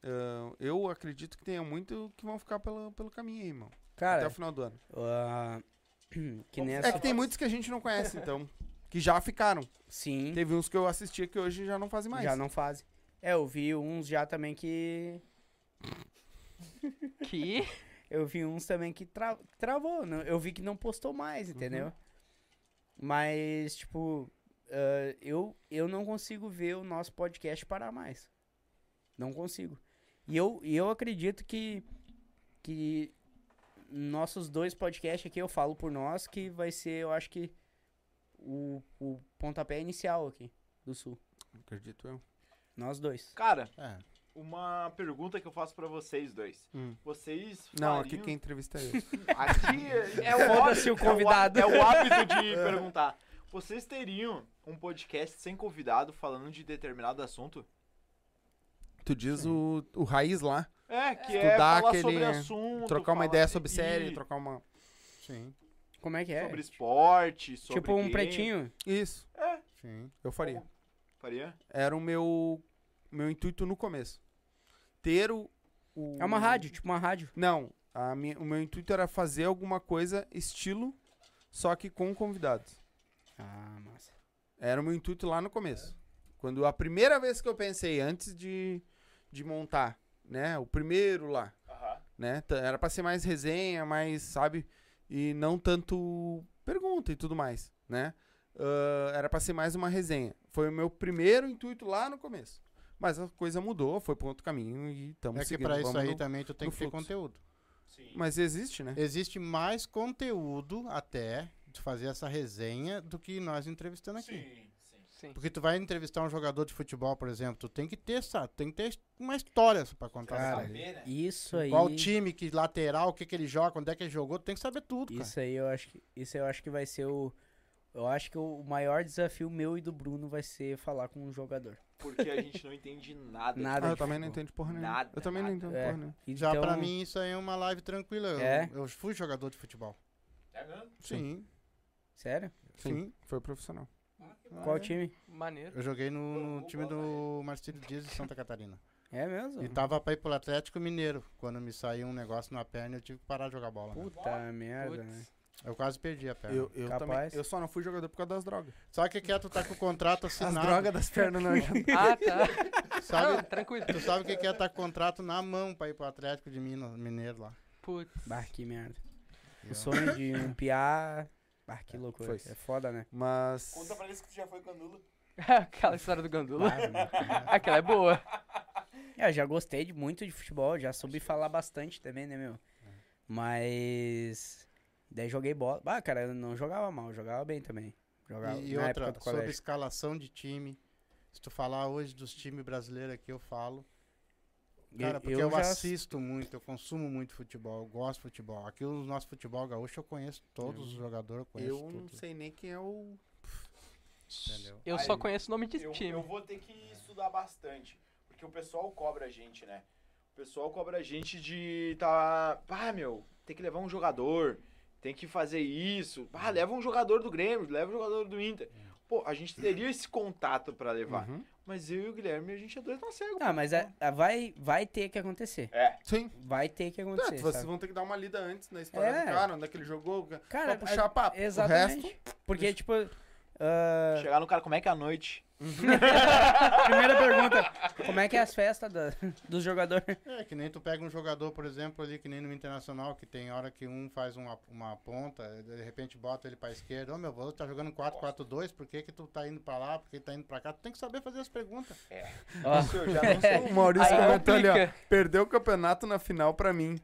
S1: ah, eu acredito que tenha muito que vão ficar pelo, pelo caminho aí, irmão. até
S3: Cara,
S1: o final do ano.
S3: ah, que nem
S1: É
S3: essa.
S1: que tem muitos que a gente não conhece, então. Que já ficaram.
S3: Sim,
S1: Teve uns que eu assistia que hoje já não fazem mais.
S3: já não fazem. É, eu vi uns já também que.
S7: Que?
S3: Eu vi uns também que tra- travou. não- Eu vi que não postou mais, entendeu? Mas, tipo, ah, eu, eu não consigo ver o nosso podcast parar mais. Não consigo. E eu, e eu acredito que, que nossos dois podcasts aqui, eu falo por nós, que vai ser, eu acho que, o, o pontapé inicial aqui do Sul.
S1: Acredito eu.
S3: Nós dois.
S5: Cara,
S2: É.
S5: uma pergunta que eu faço pra vocês dois.
S1: Hum.
S5: Vocês
S1: Não,
S5: fariam-
S1: aqui quem entrevista é eu.
S5: Aqui é o
S3: Foda-se
S5: hábito-
S3: o convidado.
S5: É o, há- é o hábito de perguntar. Vocês teriam um podcast sem convidado falando de determinado assunto?
S1: Tu diz o, o raiz lá.
S5: É, que é
S1: Estudar
S5: falar
S1: aquele-
S5: sobre assunto,
S1: Trocar uma
S5: falar
S1: ideia sobre
S5: e-
S1: série, trocar uma.
S2: Sim,
S3: Como é que é?
S5: sobre esporte, sobre
S3: tipo um
S5: game.
S3: pretinho.
S1: Isso,
S2: sim.
S1: eu faria.
S5: Faria?
S1: Era o meu, meu intuito no começo. Ter o. o-
S3: É uma rádio, tipo uma rádio.
S1: Não, a minha- o meu intuito era fazer alguma coisa estilo, só que com convidados.
S3: Ah, massa.
S1: Era o meu intuito lá no começo. Quando a primeira vez que eu pensei, antes de, de montar, né? O primeiro lá. né? T- Era pra ser mais resenha, mais, sabe? E não tanto pergunta e tudo mais, né? Ah, era pra ser mais uma resenha. Foi o meu primeiro intuito lá no começo. Mas a coisa mudou, foi pra outro caminho e estamos
S2: É que
S1: seguindo.
S2: pra isso
S1: vamos
S2: aí
S1: no-
S2: também tu tem
S1: no
S2: que ter
S1: fluxo.
S2: conteúdo.
S1: Mas existe, né?
S2: Existe mais conteúdo até de fazer essa resenha do que nós entrevistando
S3: é
S2: aqui.
S7: Sim.
S2: Porque tu vai entrevistar um jogador de futebol, por exemplo, tu tem que ter, sabe? Tem que ter uma história pra contar.
S3: Cara,
S2: sabe?
S3: Isso aí.
S2: Qual time, que lateral, o que, que ele joga, onde é que ele jogou, tu tem que saber tudo,
S3: Isso aí eu acho que isso eu acho que vai ser o eu acho que o maior desafio meu e do Bruno vai ser falar com um jogador.
S5: Porque a gente não entende nada.
S3: Nada
S1: Ah, eu
S3: de
S1: também não
S3: futebol.
S1: entendo porra nenhuma.
S5: Nada,
S1: eu também
S5: nada.
S1: não entendo
S3: É.
S1: porra nenhuma.
S2: cara. Já
S3: Então,
S2: pra mim isso aí é uma live tranquila. Eu,
S3: É?
S2: eu fui jogador de futebol.
S5: É mesmo?
S2: Sim,
S3: sério?
S1: Sim,
S2: sim.
S1: foi profissional. É.
S3: Qual time?
S7: Maneiro.
S2: Eu joguei no, no time do Marcílio Dias de Santa Catarina.
S3: É mesmo?
S2: E tava pra ir pro Atlético Mineiro. Quando me saiu um negócio na perna, eu tive que parar de jogar bola. né?
S3: Puta merda, né?
S7: Putz.
S2: Eu quase perdi a perna.
S1: Eu, eu
S3: Capaz.
S1: também. Eu só não fui jogador por causa das drogas.
S2: Sabe o que que é? Tu tá com o contrato
S1: As
S2: assinado.
S1: drogas das pernas não ajudam.
S7: Ah, tá.
S2: Sabe,
S7: Não, tranquilo.
S2: Tu sabe o que que é estar com contrato na mão pra ir pro Atlético de Minas, Mineiro lá.
S7: Putz.
S3: Bah, que merda. O
S2: Eu-
S3: sonho de um piá. Bah, que loucura.
S1: Foi.
S3: É foda, né?
S1: Mas.
S5: pra eles que tu já foi com a Nula.
S7: Aquela história do Gandula. Aquela é boa.
S3: É, eu já gostei de, muito de futebol, já soube falar bastante também, né, meu?
S2: É.
S3: Mas. Daí joguei bola. Ah, cara, eu não jogava mal, eu jogava bem também. Jogava
S2: E, e
S3: na época
S2: outra,
S3: do
S2: sobre
S3: colégio.
S2: escalação de time. Se tu falar hoje dos times brasileiros aqui, eu falo.
S3: E-
S2: Cara, porque eu,
S3: já-
S2: assisto muito, eu consumo muito futebol, eu gosto de futebol. Aqui no nosso futebol gaúcho eu conheço todos os jogadores, eu conheço
S1: Eu não
S2: tudo.
S1: sei nem quem é o.
S2: Entendeu?
S7: Eu só conheço o nome de
S5: Eu,
S7: time.
S5: eu vou ter que estudar bastante. Porque o pessoal cobra a gente, né? O pessoal cobra a gente de tá. Ah, meu, tem que levar um jogador. Tem que fazer isso. Ah,
S1: Uhum.
S5: leva um jogador do Grêmio, leva um jogador do Inter. Pô, a gente teria esse contato pra
S3: Uhum.
S5: levar.
S1: Uhum.
S5: Mas eu e o Guilherme, a gente é dois tá cego.
S3: Ah, mas é- é- vai, vai ter que acontecer.
S5: É.
S1: Sim.
S3: Vai ter que
S1: Ah,
S3: acontecer.
S1: vocês
S3: sabe?
S1: vão ter que dar uma lida antes na história
S3: É.
S1: do cara, onde é que ele jogou.
S3: Cara,
S1: pra puxar
S3: a-
S1: papo. O
S3: Exatamente. Porque, tipo. ah,
S5: Chegar no cara, como é que é a noite?
S3: primeira pergunta: Como é que é as festas da- dos jogadores?
S2: É, que nem tu pega um jogador, por exemplo, ali, que nem no Internacional, que tem hora que um faz uma, uma ponta, de repente bota ele pra esquerda. Ô, meu, vô tá jogando 4-4-2, por que que tu tá indo pra lá, por que tá indo pra cá? Tu tem que saber fazer as perguntas.
S3: Ah.
S5: Nossa, eu já não sei.
S1: O Maurício
S7: Aí
S1: comentou ali, ó.
S7: complica.
S1: Perdeu o campeonato na final pra mim.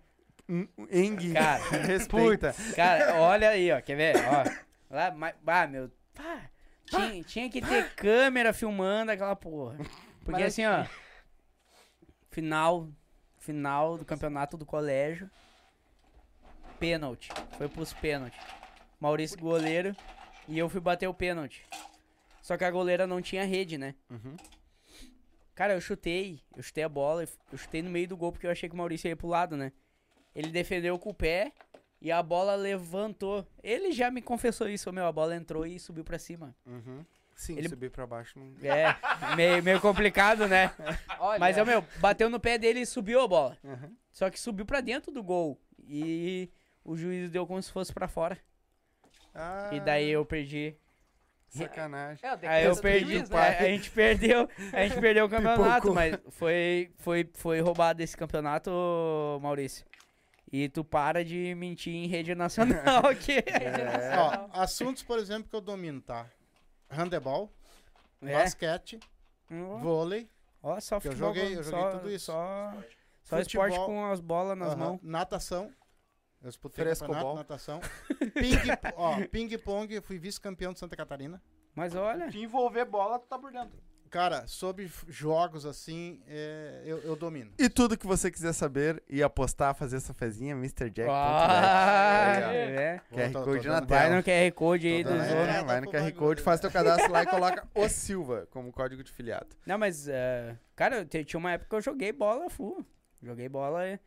S1: Hum, Engui.
S3: Cara,
S1: Respeita.
S3: Cara, olha aí, ó. Quer ver? Ó. Lá, mas, ah, meu. pá, tinha, tinha que ter câmera filmando aquela porra. Porque
S7: Mas-
S3: assim, ó. Final. Final do campeonato do colégio. Pênalti. Foi pros pênaltis. Maurício goleiro. E eu fui bater o pênalti. Só que a goleira não tinha rede, né? Cara, eu chutei. Eu chutei a bola. eu f- Eu chutei no meio do gol porque eu achei que o Maurício ia pro lado, né? Ele defendeu com o pé. E a bola levantou. Ele já me confessou isso, meu. A bola entrou e subiu pra cima.
S1: Uhum. Sim,
S3: Ele-
S1: subir pra baixo. não-
S3: É, meio, meio complicado, né?
S7: Olha,
S3: Mas, é, meu, bateu no pé dele e subiu a bola.
S1: Uhum.
S3: Só que subiu pra dentro do gol. E o juiz deu como se fosse pra fora.
S1: Ah,
S3: E daí eu perdi.
S1: Sacanagem.
S7: É, a
S3: Aí eu
S7: decadência do
S3: perdi.
S7: juiz,
S3: a,
S7: né?
S3: a gente perdeu. A gente perdeu o campeonato,
S1: Pipocou.
S3: mas foi, foi, foi roubado esse campeonato, Maurício. E tu para de mentir em rede nacional aqui.
S7: É.
S2: Ó, assuntos, por exemplo, que eu domino, tá? Handebol,
S3: É.
S2: basquete,
S3: Ó,
S2: vôlei,
S3: Ó, só
S2: que eu
S3: futebol,
S2: joguei- eu joguei
S3: só-
S2: tudo isso.
S3: Só, só
S2: Futebol.
S3: esporte com as bolas nas
S2: aham,
S3: mãos.
S2: natação. Eu disputei
S1: Frescobol.
S2: campeonato, natação. Ping, ó, ping-pong, eu fui vice-campeão de Santa Catarina.
S3: Mas olha,
S5: Se envolver bola, tu tá por dentro.
S2: Cara, sobre f- jogos assim, é, eu, eu domino.
S1: E tudo que você quiser saber e apostar, fazer essa fezinha, Mr. Jack.
S3: Ah,
S8: Aí, ó.
S3: é.
S1: QR
S2: Tô- tô
S1: Code na
S2: dando-
S3: Vai
S1: tela.
S3: no QR Code aí
S2: Tô
S3: dos
S2: dando
S3: outros.
S2: entrada
S1: É, vai no
S2: pro
S1: QR
S2: bagulho.
S1: Code, faz teu cadastro lá e coloca o Silva como código de filiado.
S3: Não, mas, eh, cara, eu te- tinha uma época que eu joguei bola full. Joguei bola eh,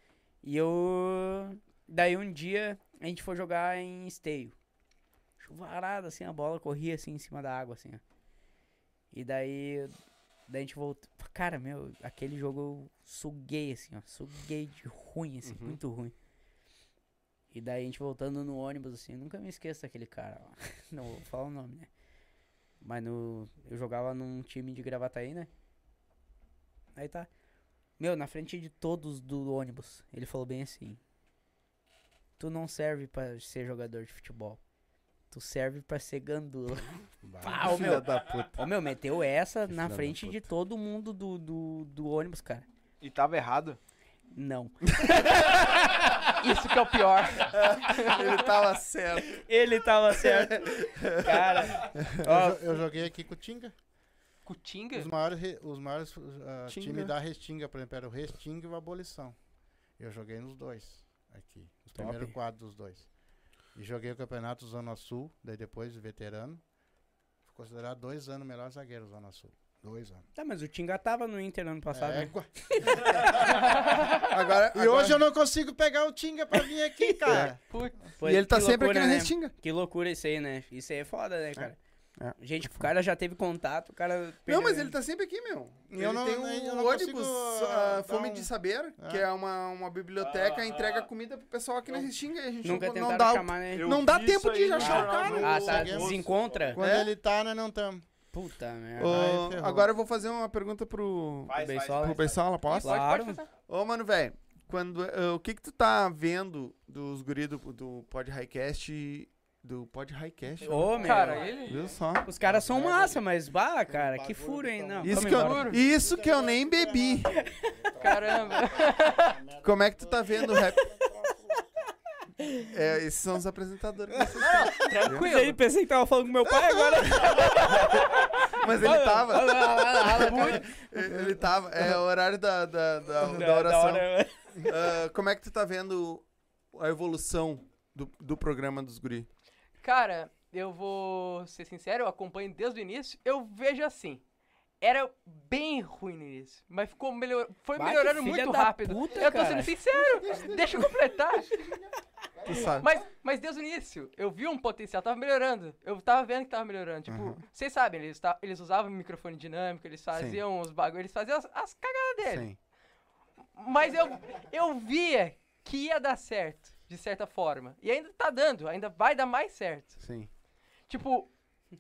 S3: e eu. Daí um dia a gente foi jogar em esteio. Chuvarada, assim, a bola corria assim em cima da água, assim, ó. E daí. Daí a gente voltou. Cara, meu, aquele jogo eu suguei, assim, ó. Suguei de ruim, assim, muito ruim. E daí a gente voltando no ônibus, assim, nunca me esqueço daquele cara, ó. Não vou falar o nome, né? Mas no, eu jogava num time de Gravataí, né? Aí tá. Meu, na frente de todos do ônibus, ele falou bem assim: Tu não serve pra ser jogador de futebol. Tu serve pra ser gandula. Pá,
S1: Ah,
S3: ô, meu.
S1: da puta.
S3: Ô, meu, meteu essa
S1: Que
S3: na
S1: filha da
S3: frente de todo mundo do, do, do ônibus, cara.
S5: E tava errado.
S3: Não.
S7: Isso que é o pior.
S1: Ele tava certo.
S3: Ele tava certo. Cara, ó,
S2: Eu, jo- eu joguei aqui com o Tinga.
S7: Cutinga?
S2: Os maiores, re- os maiores ah,
S1: Tinga.
S2: times da Restinga, por exemplo, era o Restinga e o Abolição. Eu joguei nos dois aqui. Os
S3: Top.
S2: primeiros quadros dos dois. E joguei o campeonato Zona Sul, daí depois veterano. Fui considerado dois anos o melhor zagueiro Zona Sul. Dois anos.
S3: tá, mas o Tinga tava no Inter ano passado.
S2: É,
S3: né?
S2: gua-
S1: Agora,
S2: e hoje eu não consigo pegar o Tinga pra vir aqui, cara.
S3: Pô,
S1: e ele tá
S3: que
S1: sempre
S3: loucura,
S1: aqui na
S3: né?
S1: Restinga.
S3: Que loucura isso aí, né? Isso aí é foda, né, cara?
S1: É.
S3: Gente, o cara já teve contato, o cara.
S1: Não, mas ele tá sempre aqui, meu.
S2: Eu
S1: ele
S2: não-
S1: tem
S2: eu
S1: um
S2: não consigo,
S1: ônibus
S2: ah,
S1: ah, Fome
S2: dar um-
S1: de Saber,
S2: Ah.
S1: que é uma, uma biblioteca,
S5: Ah,
S1: entrega
S5: ah.
S1: comida pro pessoal aqui na Restinga e a gente
S3: Nunca
S1: não, não
S3: tentaram
S1: dá o-
S3: chamar, né?
S5: Eu
S1: Não dá
S5: vi
S1: tempo
S5: isso
S1: de
S5: aí no
S1: achar
S3: o
S5: jornal
S1: cara.
S5: do-
S3: Ah, tá.
S5: do-
S3: Desencontra?
S2: Quando
S1: É?
S2: ele tá, nós não estamos.
S3: Puta merda.
S1: Ô,
S2: Aí ferrou.
S1: agora eu vou fazer uma pergunta pro,
S5: Faz,
S3: Bem
S5: faz,
S3: só-
S1: pro
S5: faz, faz.
S1: Beisola, posso?
S3: Claro.
S7: Pode, pode fazer.
S1: Ô, mano, velho, quando eh, o que que tu tá vendo dos guri do, do Pod Highcast do Pod Highcast.
S3: um Ô, meu.
S7: Cara, ele.
S1: Viu só?
S3: Os caras são massa, mas bah, cara, que furo,
S5: tá
S3: hein? Não, tá
S1: Isso
S3: vamos
S1: que,
S3: embora.
S1: eu, isso que eu nem bebi.
S7: Caramba.
S1: Como é que tu tá vendo o rap? É, esses são os apresentadores. que vocês têm.
S3: Pensei, pensei que tava falando com meu pai agora.
S1: Mas ele tava.
S3: Muito
S1: Ele tava. É o horário da, da, da, da
S3: da
S1: oração.
S3: hora.
S1: Ah, como é que tu tá vendo a evolução do, do programa dos guri?
S7: Cara, eu vou ser sincero, eu acompanho desde o início. Eu vejo assim. Era bem ruim no início, mas ficou melhor, foi
S3: Bah, que
S7: melhorando
S3: filha
S7: muito
S3: da
S7: rápido.
S3: puta,
S7: eu tô
S3: cara.
S7: sendo sincero. Deixa eu completar.
S1: Tu sabe.
S7: Mas, mas desde o início, eu vi um potencial, tava melhorando. Eu tava vendo que tava melhorando. Tipo, vocês sabem, eles, ta- eles usavam microfone dinâmico, eles faziam os bagulhos, eles faziam as, as cagadas dele.
S1: Sim.
S7: Mas eu, eu via que ia dar certo, de certa forma. E ainda tá dando, ainda vai dar mais certo.
S1: Sim.
S7: Tipo,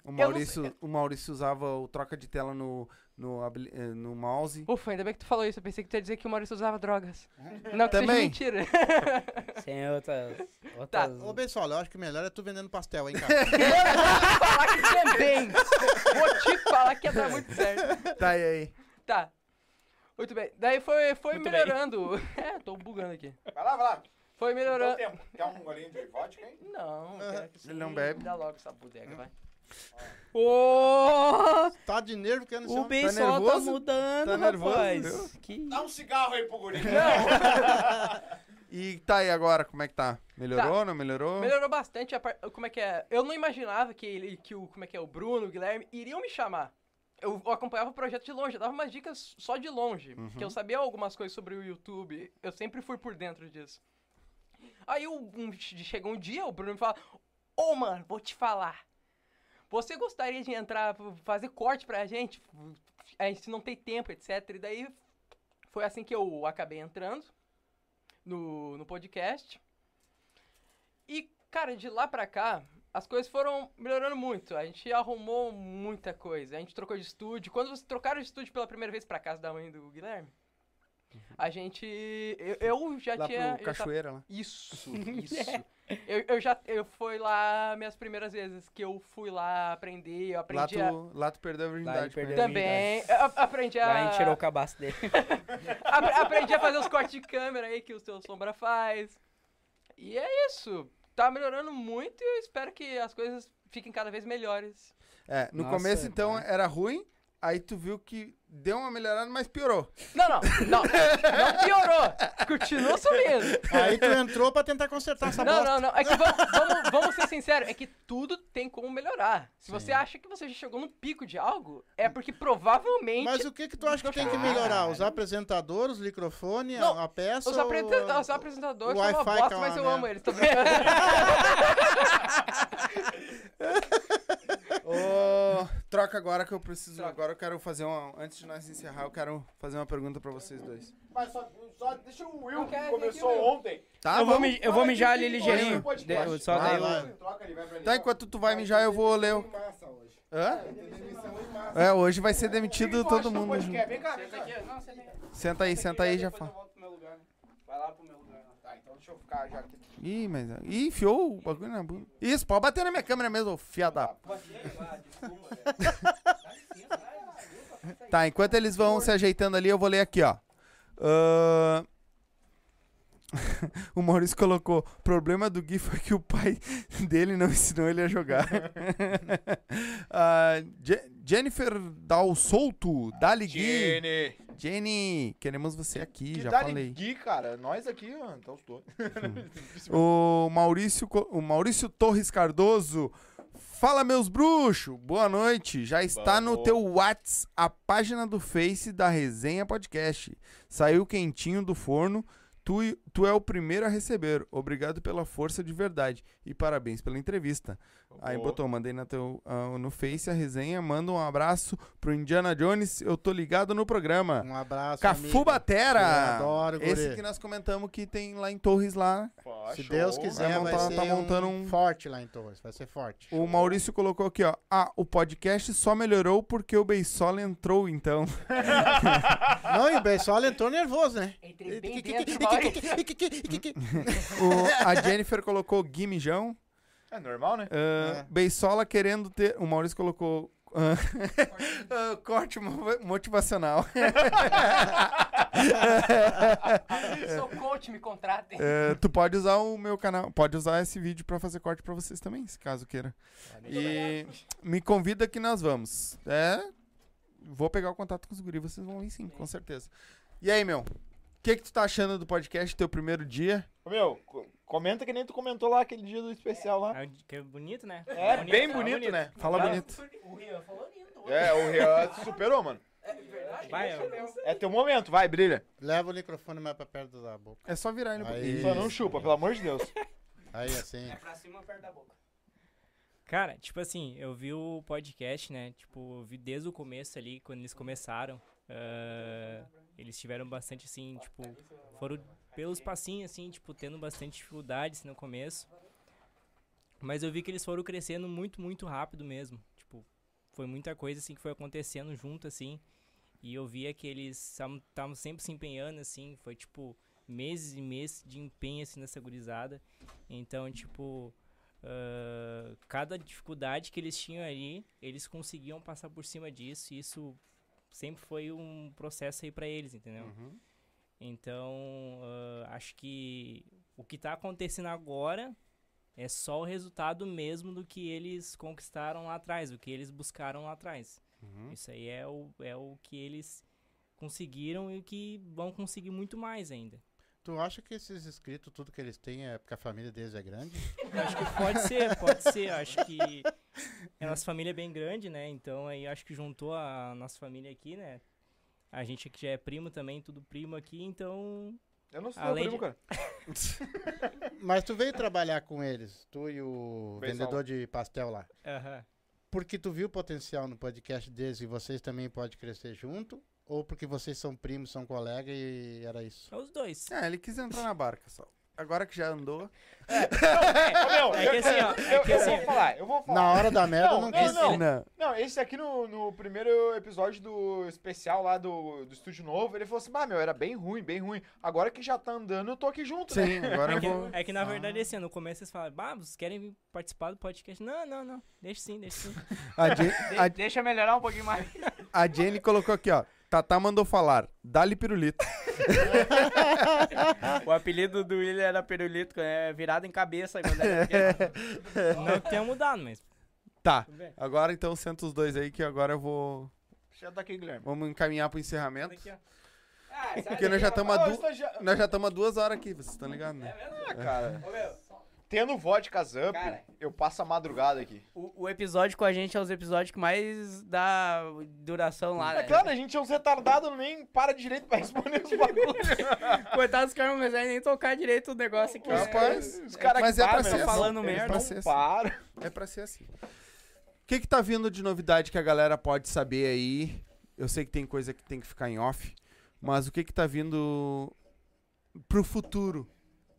S1: O
S7: não
S1: Maurício, o Maurício usava o troca de tela no, no, habili- eh, no mouse.
S7: ufa, ainda bem que tu falou isso. Eu pensei que tu ia dizer que o Maurício usava drogas.
S1: É.
S7: Não, que
S1: Também.
S7: seja mentira.
S1: Tá.
S3: Sem outras. outras...
S7: Tá.
S2: Ô, pessoal, eu acho que o melhor é tu vendendo pastel, hein, cara?
S7: falar que também. Vou te falar que ia dar muito certo.
S1: Tá, e aí?
S7: Tá. Muito bem. Daí foi, foi
S3: Muito bem.
S7: melhorando. É, tô bugando aqui.
S5: Vai lá, vai lá. Dá
S7: Foi
S5: um
S7: melhorando.
S5: tempo. Quer um golinho de vodka, hein?
S7: Não, cara, que isso
S1: Ele não
S7: aí
S1: bebe.
S7: Dá logo essa bodega, vai.
S3: Ô,
S2: tá de nervo que eu não sei
S3: o
S2: onde-
S3: bem
S1: tá
S3: só tá
S1: nervoso?
S3: mudando,
S1: Tá nervoso,
S3: rapaz. Que...
S5: Dá um cigarro aí pro guri.
S1: E tá, e agora? Como é que tá? Melhorou, não melhorou?
S7: Melhorou bastante a par... Como é que é? Eu não imaginava que ele, que o, como é que é, o Bruno, o Guilherme iriam me chamar. Eu acompanhava o projeto de longe, eu dava umas dicas só de longe, porque eu sabia algumas coisas sobre o YouTube, eu sempre fui por dentro disso. Aí um, um- chegou um dia, o Bruno me fala: Ô mano, vou te falar. Você gostaria de entrar, fazer corte pra gente? A gente não tem tempo, etc. E daí foi assim que eu acabei entrando no, no podcast. E, cara, de lá pra cá, as coisas foram melhorando muito. A gente arrumou muita coisa. A gente trocou de estúdio. Quando vocês trocaram de estúdio pela primeira vez pra casa da mãe do Guilherme, a gente. Eu, eu já
S1: Lá
S7: tinha.
S1: pro
S7: eu já-
S1: Cachoeira, lá. É,
S7: isso, isso. eu, eu já eu fui lá minhas primeiras vezes que eu fui lá aprender, eu
S1: Lá
S7: aprendi a...
S1: tu, lá tu perdeu a virgindade. com
S3: perdeu
S1: ele.
S3: a
S7: também, eu a- aprendi a,
S3: Lá a gente tirou o cabaço dele.
S7: apre- aprendi a fazer os cortes de câmera aí que o seu sombra faz. E é isso. Tá melhorando muito e eu espero que as coisas fiquem cada vez melhores.
S1: É, no
S3: Nossa,
S1: começo, então,
S3: cara.
S1: era ruim. Aí tu viu que deu uma melhorada, mas piorou.
S7: Não, não, não. Não piorou. Continua subindo.
S2: um- Aí tu entrou pra tentar consertar essa
S7: Não,
S2: bosta.
S7: não, não. É que vamos, vamos, vamos ser sinceros, é que tudo tem como melhorar. Se você acha que você já chegou no pico de algo, é porque provavelmente
S2: Mas o que que tu acha que tem que melhorar? Os apresentadores, os microfones,
S7: Não,
S2: a, a peça?
S7: os,
S2: ou-
S7: apresenta- os apresentadores
S2: o
S7: são uma
S2: Wi-Fi que
S7: bosta,
S2: é
S7: mas
S2: uma merda.
S7: eu amo eles também. Ô,
S1: Ô, troca agora que eu preciso.
S7: Troca.
S1: Agora eu quero fazer uma. Antes de nós encerrar, eu quero fazer uma pergunta pra vocês dois.
S5: Mas só, só deixa o Will,
S7: Não quer
S5: que
S7: vir
S5: começou
S7: aqui, Will.
S5: ontem.
S1: Tá,
S3: eu, vou
S1: vamos.
S3: mi- eu vou mijar ali
S5: Olha
S3: ligeirinho.
S5: o podcast.
S3: De-
S2: Ah,
S3: só
S1: Vai,
S3: daí eu-
S1: vai.
S5: Troca ali, vai pra ali.
S1: Tá, enquanto tu vai mijar, eu vou ler o. Hã? É, hoje vai ser demitido todo mundo. junto.
S5: Vem cá, vem cá.
S1: Senta aí, senta aí e já fala.
S5: Vai lá pro meu lugar. Tá, então deixa eu ficar já aqui.
S1: Ih, mas. Ih, enfiou o bagulho na bunda. Isso, pode bater na minha câmera mesmo, ô fiada.
S5: né?
S1: Tá, enquanto eles vão se ajeitando ali, eu vou ler aqui, ó. Ahn. o Maurício colocou: o problema do Gui foi que o pai dele não ensinou ele a jogar. Ah, Je- Jennifer Dal Souto, Dali Gui.
S5: Gene.
S1: Jenny, queremos você aqui,
S5: Que
S1: já
S5: dá-lhe
S1: falei.
S5: Gui, cara. Nós aqui, ó, então os dois.
S1: O Maurício, Co- o Maurício Torres Cardoso. Fala, meus bruxos! Boa noite! Já está no
S5: Vamos.
S1: teu Whats a página do Face da Resenha Podcast. Saiu quentinho do forno. Tu, e- tu é o primeiro a receber. Obrigado pela força de verdade. E parabéns pela entrevista. Aí
S5: Boa.
S1: botou, mandei na teu, ah, no Face a resenha. Manda um abraço pro Indiana Jones. Eu tô ligado no programa.
S2: Um abraço,
S1: Cafu
S2: amigo.
S1: Batera!
S2: Eu adoro, guri.
S1: Esse que nós comentamos que tem lá em Torres lá.
S5: Pô,
S2: Se
S5: Tá show. É,
S2: Deus quiser,
S1: Vai
S2: vai,
S1: montar-
S2: ser
S1: tá montando
S2: um,
S1: um-
S2: forte lá em Torres. Vai ser forte.
S1: O Maurício colocou aqui, ó. Ah, o podcast só melhorou porque o Beisola entrou, então.
S2: Não, e o pessoal entrou nervoso, né?
S7: Entrei bem dentro, Maurício.
S1: O- a Jennifer colocou Gui Mijão.
S5: É normal, né?
S1: Ah,
S2: É.
S1: Beisola querendo ter. O Maurício colocou. ah, ah, corte mo- motivacional.
S7: Sou coach, me contratem.
S1: É, tu pode usar o meu canal, pode usar esse vídeo pra fazer corte pra vocês também, se caso queira. E me convida que nós vamos. É, vou pegar o contato com os guris, vocês vão vir sim, com certeza. E aí, meu? O que que tu tá achando do podcast, teu primeiro dia?
S5: Ô, Meu, co- comenta que nem tu comentou lá aquele dia do especial lá.
S8: É um di- que é bonito, né?
S5: É, bem bonito, né?
S1: Fala bonito.
S7: O Rian falou lindo.
S5: É, o Rian superou, mano.
S8: Vai, ó.
S5: É teu momento, vai, brilha.
S2: Leva o microfone mais pra perto da boca.
S1: É só virar ele.
S2: Aí.
S1: Isso.
S5: Só não chupa, pelo amor de Deus.
S2: Aí, assim.
S3: Pra cima, perto da boca.
S8: Cara, tipo assim, eu vi
S3: Ah,
S8: o podcast, né? Tipo, eu vi desde o começo ali, quando eles começaram. ah, eles tiveram bastante, assim, tipo, foram pelos passinhos, assim, tipo, tendo bastante dificuldades no começo. Mas eu vi que eles foram crescendo muito, muito rápido mesmo. Tipo, foi muita coisa, assim, que foi acontecendo junto, assim. E eu via que eles estavam sempre se empenhando, assim. Foi, tipo, meses e meses de empenho, assim, nessa gurizada. Então, tipo, ah, cada dificuldade que eles tinham ali, eles conseguiam passar por cima disso, e isso sempre foi um processo aí pra eles, entendeu? Então, ah, acho que o que tá acontecendo agora é só o resultado mesmo do que eles conquistaram lá atrás, do que eles buscaram lá atrás. Isso aí é o, é o que eles conseguiram e o que vão conseguir muito mais ainda.
S2: Tu acha que esses inscritos, tudo que eles têm é porque a família deles é grande?
S8: Acho que pode ser, pode ser. Eu Acho que a nossa família é bem grande, né? Então aí acho que juntou a nossa família aqui, né? A gente aqui já é primo também, tudo primo aqui, então.
S5: Eu não sou
S8: Além
S5: primo, cara.
S2: Mas tu veio trabalhar com eles, tu e o
S5: Pessoal.
S2: vendedor de pastel lá.
S8: Aham.
S2: Porque tu viu o potencial no podcast deles e vocês também podem crescer junto? Ou porque vocês são primos, são colegas e era isso?
S8: É os dois.
S1: Ah, ele quis entrar na barca só. Agora que já andou.
S5: Ô, meu,
S8: É que assim, ó, é
S5: eu,
S8: que
S5: eu
S8: assim-
S5: vou falar, eu vou falar.
S2: Na hora da merda,
S5: Não,
S2: não,
S5: não,
S2: quis.
S5: não.
S1: Não.
S5: Não, esse aqui no, no primeiro episódio do especial lá do, do Estúdio Novo, ele falou assim, bah, meu, era bem ruim, bem ruim. Agora que já tá andando, eu tô aqui junto, né?
S1: Sim, agora
S8: É
S1: eu
S8: que,
S1: vou.
S8: é que, na verdade, assim, no começo vocês falam, bah, vocês querem vir participar do podcast? Não, não, não. Deixa sim, deixa sim.
S1: A Jen- a
S8: deixa melhorar um pouquinho mais.
S1: A Jenny colocou aqui, ó. Tatá mandou falar. Dá-lhe pirulito.
S3: O apelido do William era Perulito, né? Virado em cabeça quando era pequeno.
S8: Não que tenha mudado, mas.
S1: Tá.
S8: Tudo bem.
S1: Agora então senta os dois aí que agora eu vou.
S5: Já tá aqui, Guilherme.
S1: Vamos encaminhar pro encerramento.
S3: é
S8: Aqui, ó.
S1: Porque nós já estamos a
S5: Ah, o
S1: du...
S5: estagiário-
S1: Nós já estamos a duas horas aqui, vocês estão ligados,
S3: É.
S1: né?
S5: Ah, cara.
S3: Ô, meu,
S5: Tendo vodka Zup,
S3: Cara.
S5: eu passo a madrugada aqui.
S3: o, o episódio com a gente é os episódios que mais dá duração lá,
S5: É
S3: né?
S5: claro, a gente é uns retardados, nem para direito pra responder os bagulhos.
S3: Coitado dos caras não conseguem nem tocar direito o negócio aqui.
S1: Os
S3: né?
S1: pais-
S5: Os caras
S1: Mas
S5: que
S1: é pra
S5: param,
S1: ser
S5: meu,
S1: assim.
S3: falando
S5: eles
S3: merda.
S1: Pra
S5: Não
S1: ser assim.
S5: param.
S1: É pra ser assim. O que que tá vindo de novidade que a galera pode saber aí? Eu sei que tem coisa que tem que ficar em off, mas o que que tá vindo pro futuro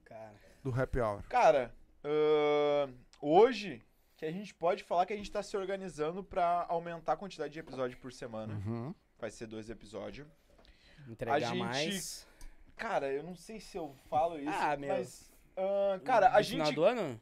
S3: Cara,
S1: do Happy Hour?
S5: Cara, ahn, hoje que a gente pode falar que a gente tá se organizando pra aumentar a quantidade de episódio por semana.
S1: Uhum.
S5: Vai ser dois episódios.
S3: entregar
S5: gente-
S3: mais.
S5: Cara, eu não sei se eu falo isso,
S3: Ah, meu.
S5: mas. ahn, cara, a
S3: No
S5: gente.
S3: Final do ano?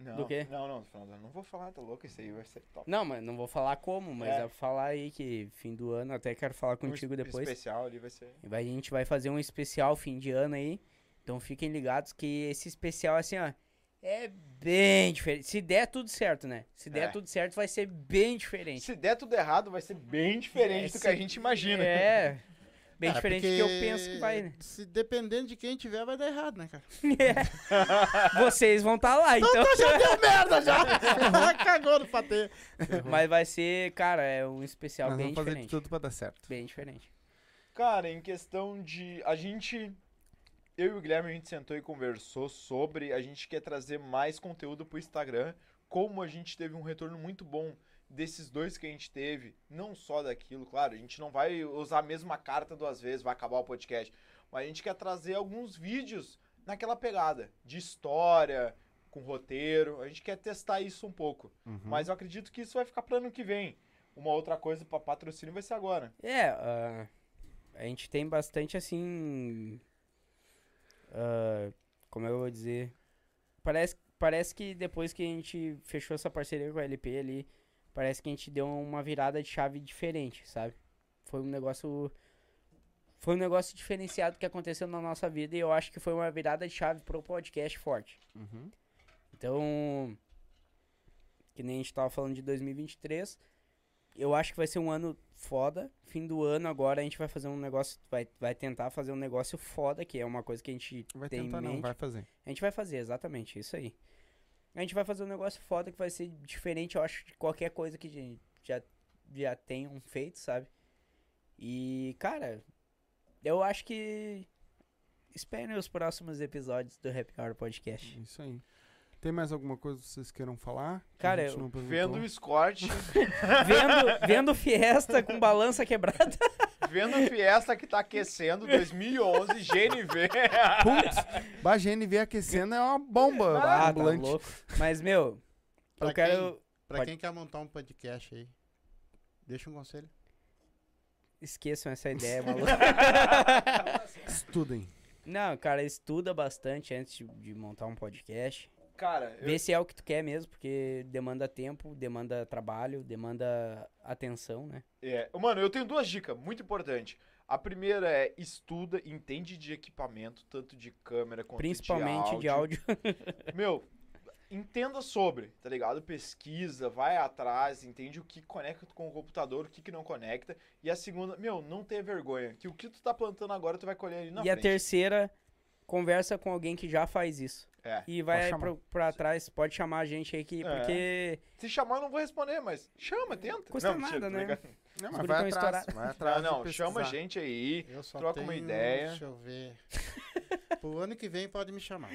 S5: Não,
S3: do quê?
S5: Não, não, no final do ano. Não vou falar, tá louco? Isso aí vai ser top.
S3: Não, mas não vou falar como, mas
S5: É.
S3: é. falar aí que fim do ano, até quero falar contigo
S5: Um es-
S3: depois.
S5: especial ali vai ser.
S3: Vai- A gente vai fazer um especial fim de ano aí. Então fiquem ligados que esse especial, assim, ó, é bem diferente. Se der tudo certo, né? Se der
S5: É.
S3: tudo certo, vai ser bem diferente.
S5: Se der tudo errado, vai ser bem diferente
S3: É,
S5: do que
S3: se-
S5: a gente imagina.
S3: É. Bem
S2: Ah,
S3: diferente do que
S2: porque
S3: eu penso que vai, né?
S2: Se dependendo de quem tiver, vai dar errado, né, cara?
S3: Vocês vão estar lá, então.
S1: tá.
S2: Deu merda já! Cagou no patê.
S3: Mas vai ser, cara, é um especial
S1: Nós
S3: bem
S1: vamos fazer de
S3: diferente.
S1: tudo pra dar certo.
S3: Bem diferente.
S5: Cara, em questão de. A gente. Eu e o Guilherme, a gente sentou e conversou sobre. A gente quer trazer mais conteúdo pro Instagram. Como a gente teve um retorno muito bom desses dois que a gente teve. Não só daquilo, claro. A gente não vai usar a mesma carta duas vezes, vai acabar o podcast. Mas a gente quer trazer alguns vídeos naquela pegada de história, com roteiro. A gente quer testar isso um pouco. Mas eu acredito que isso vai ficar para ano que vem. Uma outra coisa para patrocínio vai ser agora.
S3: É, ah, a gente tem bastante é assim. ah, como eu vou dizer? Parece, parece que depois que a gente fechou essa parceria com a LP ali, parece que a gente deu uma virada de chave diferente, sabe? Foi um negócio. Foi um negócio diferenciado que aconteceu na nossa vida e eu acho que foi uma virada de chave pro podcast forte. Então. Que nem a gente tava falando de 2023. Eu acho que vai ser um ano foda. Fim do ano agora a gente vai fazer um negócio. Vai, vai tentar fazer um negócio foda, que é uma coisa que a gente
S1: Vai
S3: tem
S1: tentar
S3: em mente.
S1: não, vai fazer.
S3: A gente vai fazer, exatamente, isso aí. A gente vai fazer um negócio foda que vai ser diferente, eu acho, de qualquer coisa que a gente já, já tenham feito, sabe? E, cara, eu acho que. Esperem os próximos episódios do Happy Hour Podcast.
S1: Isso aí. Tem mais alguma coisa que vocês queiram falar? Que
S3: Cara,
S1: a gente
S3: eu-
S1: não perguntou?
S5: Vendo o Scott,
S3: Vendo, vendo Fiesta com balança quebrada.
S5: vendo o Fiesta que tá aquecendo, 2011, GNV.
S1: Putz, bah, GNV aquecendo é uma bomba
S3: Ah, tá
S1: ambulante.
S3: louco. Mas, meu,
S2: Pra
S3: eu quero.
S2: Pra
S3: Pode-
S2: quem quer montar um podcast aí, deixa um conselho.
S3: Esqueçam essa ideia, é maluco.
S1: Estudem.
S3: Não, cara, estuda bastante antes de- de montar um podcast.
S5: Cara, eu,
S3: Vê se é o que tu quer mesmo, porque demanda tempo, demanda trabalho, demanda atenção, né?
S5: é, mano, eu tenho duas dicas muito importantes. A primeira é estuda, entende de equipamento, tanto de câmera quanto
S3: Principalmente de áudio.
S5: Meu, entenda sobre, tá ligado? Pesquisa, vai atrás, entende o que conecta com o computador, o que, que não conecta. E a segunda, meu, não tenha vergonha, que o que tu tá plantando agora tu vai colher ali na
S3: e a
S5: frente.
S3: terceira, conversa com alguém que já faz isso.
S5: É.
S3: E vai
S1: Pode chamar.
S3: pro- pra trás, pode chamar a gente aí que.
S5: É.
S3: Porque.
S5: Se chamar, eu não vou responder, mas chama, tenta.
S3: Custa
S5: não,
S3: nada,
S5: tá
S3: né?
S5: ligado?
S1: Não,
S3: Os
S1: mas
S3: guritão
S1: vai atrás,
S3: estourado.
S1: vai atrás.
S5: Não,
S1: de
S5: não, chama a
S1: pesquisar.
S5: gente aí.
S2: Eu só
S5: Troca uma
S2: tenho-
S5: ideia.
S2: Deixa eu ver. Pro ano que vem pode me chamar.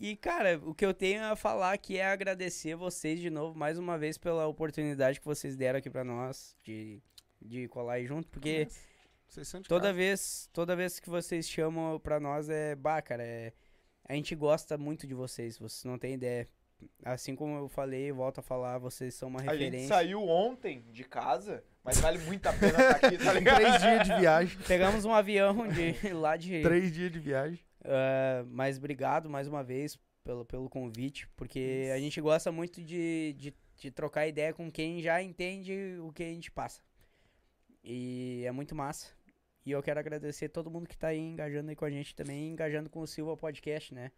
S3: E, cara, o que eu tenho a falar aqui é agradecer vocês de novo, mais uma vez, pela oportunidade que vocês deram aqui pra nós de, de colar aí junto, porque.
S1: Vocês são de
S3: Toda
S1: casa.
S3: vez, toda vez que vocês chamam pra nós é, bah, cara, é, a gente gosta muito de vocês, vocês não têm ideia. Assim como eu falei, eu volto a falar, vocês são uma
S5: A gente
S3: referência.
S5: saiu ontem de casa, mas vale muito a pena estar aqui, tá ligado?
S1: Três dias de viagem.
S3: Pegamos um avião de lá de.
S1: Três dias de viagem.
S3: Ah, mas obrigado mais uma vez pelo, pelo convite, porque a gente gosta muito de, de, de trocar ideia com quem já entende o que a gente passa. E é muito massa. E eu quero agradecer todo mundo que tá aí engajando aí com a gente também, engajando com o Silva Podcast, né?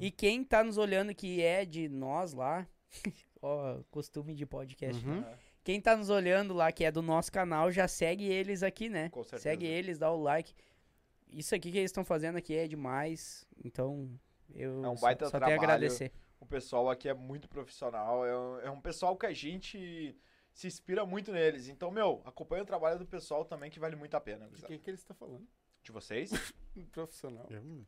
S3: E quem tá nos olhando que é de nós lá, ó, costume de podcast.
S1: Uhum.
S5: É,
S3: Quem tá nos olhando lá que é do nosso canal, já segue eles aqui, né?
S5: Com certeza.
S3: Segue eles, dá o like. Isso aqui que eles estão fazendo aqui é demais. Então, eu
S5: É um
S3: só-
S5: baita
S3: só, tenho
S5: trabalho.
S3: a agradecer.
S5: O pessoal aqui é muito profissional, é um, é um pessoal que a gente se inspira muito neles. Então, meu, acompanha o trabalho do pessoal também, que vale muito a pena.
S1: De
S5: gurizada.
S1: quem que ele está falando?
S5: De vocês?
S1: Profissional.
S2: Eu não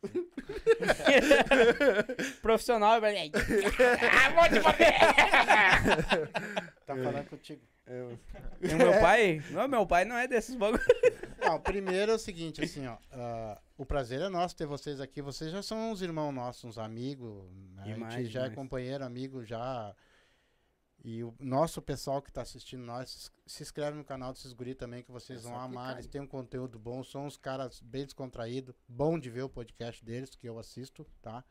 S3: Profissional, velho. ah, vou te bater!
S2: Tá falando contigo.
S3: E o
S5: É.
S3: meu pai? Não, meu pai não é desses bagulho.
S2: Não, primeiro é o seguinte, assim, ó. ah, o prazer é nosso ter vocês aqui. Vocês já são uns irmãos nossos, uns amigos. né?
S3: Demais,
S2: a gente já é
S3: demais.
S2: companheiro, amigo, já. E o nosso pessoal que tá assistindo nós, se inscreve no canal desses guri também, que vocês vão amar. Eles têm um conteúdo bom, são uns caras bem descontraídos. Bom de ver o podcast deles, que eu assisto, tá?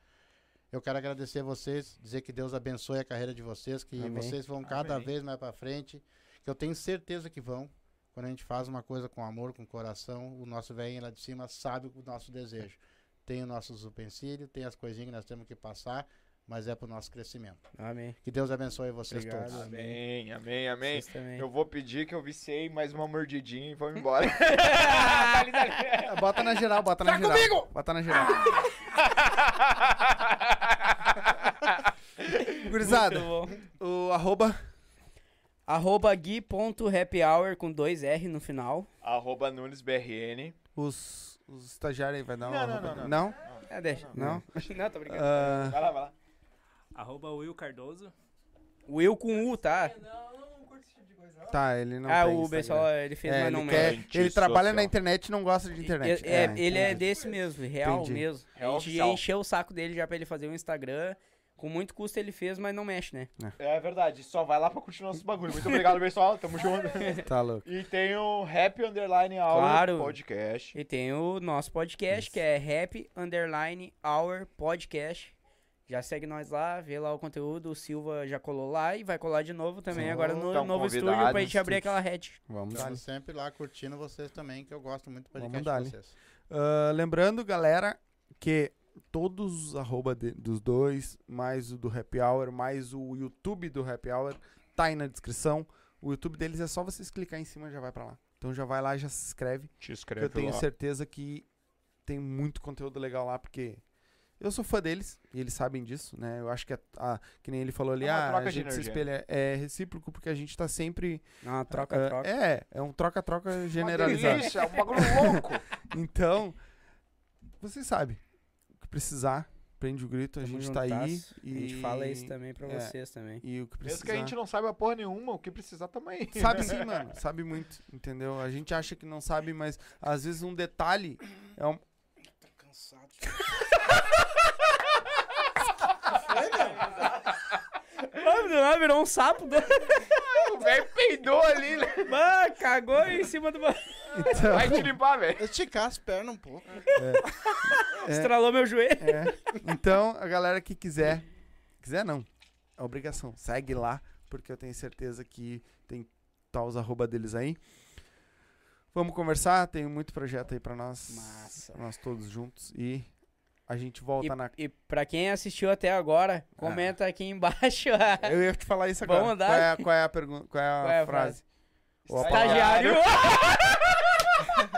S2: Eu quero agradecer a vocês, dizer que Deus abençoe a carreira de vocês, que
S3: Amém.
S2: vocês vão cada
S8: Amém.
S2: vez mais pra frente, que eu tenho certeza que vão. Quando a gente faz uma coisa com amor, com coração, o nosso velhinho lá de cima sabe o nosso desejo. Tem os nossos utensílios, tem as coisinhas que nós temos que passar, mas é pro nosso crescimento.
S3: Amém.
S2: Que Deus abençoe vocês
S3: Obrigado.
S2: todos.
S5: Amém, amém, amém.
S3: Vocês também.
S5: Eu vou pedir que eu viciei mais uma mordidinha e vamos embora.
S1: É, Bota na geral, bota na geral. comigo! Bota na geral. Gurizada,
S5: Ah,
S3: Muito bom.
S1: o arroba
S3: Arroba gui.happyhour com dois R no final.
S5: Arroba NunesBRN.
S1: Os, os estagiários aí vai dar
S5: Não,
S1: uma.
S5: não,
S1: roupa-
S5: não, não.
S3: É, deixa.
S1: Não?
S3: Não, tô brincando.
S1: Ah,
S5: Vai lá, vai lá.
S8: Arroba Will Cardoso.
S3: Will com U, tá?
S7: Não, não curto esse tipo de coisa. não.
S1: tá, ele não tem
S3: ah, o
S1: Instagram.
S3: pessoal, ele fez,
S1: É,
S3: mas
S1: ele,
S3: não
S1: quer-
S3: mano.
S5: Gente
S1: ele trabalha na
S5: social.
S1: internet e não gosta de internet.
S3: É, é, ele é
S1: entendi.
S3: desse mesmo, real
S1: Entendi.
S3: mesmo.
S5: É
S3: a gente
S5: oficial.
S3: encheu o saco dele já pra ele fazer um Instagram. Com muito custo ele fez, mas não mexe, né?
S5: É verdade, só vai lá pra curtir nossos bagulho. Muito obrigado, pessoal. Tamo junto.
S1: Tá louco.
S5: E tem o Happy Underline Hour
S3: Claro.
S5: Podcast.
S3: E tem o nosso podcast, que é Rap Underline Hour Podcast. Já segue nós lá, vê lá o conteúdo. O Silva já colou lá e vai colar de novo também agora no
S5: Então,
S3: novo estúdio pra
S5: convidados,
S3: gente abrir aquela rede.
S1: Vamos dar.
S2: Estamos Tá sempre lá curtindo vocês também, que eu gosto muito do
S1: Vamos
S2: podcast
S1: dar-lhe.
S2: de vocês.
S1: Ah, lembrando, galera, que todos os arroba de- dos dois, mais o do Happy Hour, mais o YouTube do Happy Hour, tá aí na descrição. O YouTube deles é só vocês clicar em cima e já vai pra lá. Então já vai lá e já se inscreve.
S5: Te
S1: que
S5: inscreve
S1: eu tenho
S5: lá.
S1: certeza que tem muito conteúdo legal lá, porque eu sou fã deles e eles sabem disso, né? Eu acho que, a, a- que nem ele falou ali,
S5: É uma
S1: ah, a
S5: troca de
S1: gente se
S5: energia.
S1: espelha. É recíproco porque a gente tá sempre.
S3: Ah,
S1: ah,
S3: troca-troca.
S1: É, é um troca-troca
S5: Uma
S1: generalizado.
S5: delícia, é um bagulho louco.
S1: Então, você sabe. O que precisar, prende o grito, a
S3: Tamo
S1: gente tá aí.
S3: juntasso.
S1: E...
S3: A gente fala isso também pra
S1: é.
S3: vocês também.
S1: E o que
S5: Mesmo
S1: precisar.
S5: que a gente não saiba porra nenhuma, o que precisar também.
S1: Sabe sim, mano. Sabe muito, entendeu? A gente acha que não sabe, mas às vezes um detalhe é um. Ah,
S3: Mano, do nada virou um sapo.
S1: né?
S3: do-
S5: O velho peidou ali, né?
S3: Mano, cagou em cima do. ba-
S1: Então,
S5: Vai te limpar, velho.
S2: Esticar as pernas um pouco.
S3: Estralou meu joelho.
S1: é. então, a galera que quiser. Quiser não. É obrigação. Segue lá, porque eu tenho certeza que tem tá os arroba deles aí. Vamos conversar, tem muito projeto aí pra nós.
S3: Massa.
S1: Nós todos juntos. E a gente volta na
S3: E, e pra quem assistiu até agora,
S1: Ah.
S3: comenta aqui embaixo. a-
S1: Eu ia te falar isso agora.
S3: Vamos andar?
S1: Qual é, a- qual é a pergunta? Qual é a,
S3: Qual é a
S1: frase? Ou a palavra?
S3: Estagiário.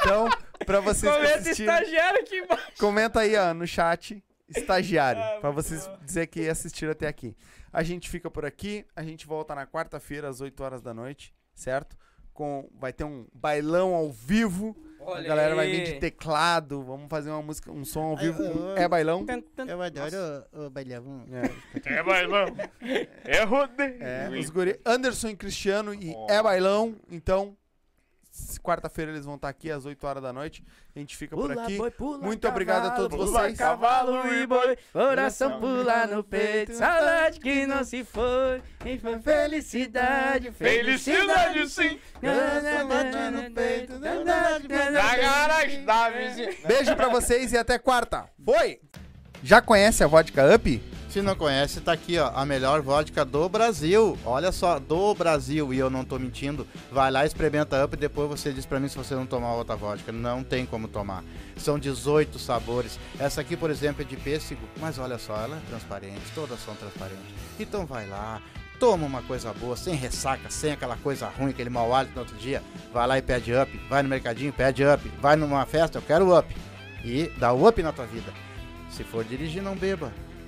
S1: Então, pra vocês que
S3: Comenta
S1: assistiram,
S3: estagiário aqui embaixo.
S1: comenta aí ó, no chat, estagiário,
S3: Ah,
S1: pra
S3: muito
S1: vocês
S3: bom.
S1: dizer que assistiram até aqui. A gente fica por aqui, a gente volta na quarta-feira às 8 horas da noite, certo? Com, vai ter um bailão ao vivo. a galera vai vir de teclado, vamos fazer uma música, um som ao
S2: Ai,
S1: vivo.
S2: eu-
S1: É bailão?
S2: Eu adoro o, o bailão.
S1: É,
S5: É bailão. É rodeio.
S1: é, os guri Anderson e Cristiano e
S5: Ó.
S1: é bailão, então s- quarta-feira eles vão estar aqui às 8 horas da noite. A gente fica por aqui. Muito obrigado a todos
S5: pula
S1: vocês.
S5: cavalo e boi.
S3: Coração pula no peito, saudade que não se foi. E foi felicidade,
S5: Felicidade sim.
S2: Saudade no peito, saudade
S5: Da garagem da vizinha.
S1: Beijo pra vocês e até quarta. Foi! Já conhece a Vodka Up?
S2: Se não conhece, tá aqui, ó, a melhor vodka do Brasil. Olha só, do Brasil, e eu não tô mentindo. Vai lá, experimenta a Up e depois você diz pra mim se você não tomar outra vodka. Não tem como tomar. São 18 sabores. Essa aqui, por exemplo, é de pêssego, mas olha só, ela é transparente, todas são transparentes. Então vai lá, toma uma coisa boa, sem ressaca, sem aquela coisa ruim, aquele mau hálito no outro dia. Vai lá e pede Up, vai no mercadinho, pede Up, vai numa festa, eu quero Up. E dá o Up na tua vida. Se for dirigir, não beba.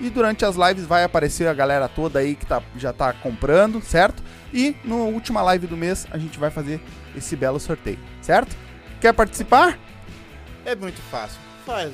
S1: e durante as lives vai aparecer a galera toda aí que tá, já tá comprando, certo? E na última live do mês a gente vai fazer esse belo sorteio, certo? Quer participar?
S2: É muito fácil. Faz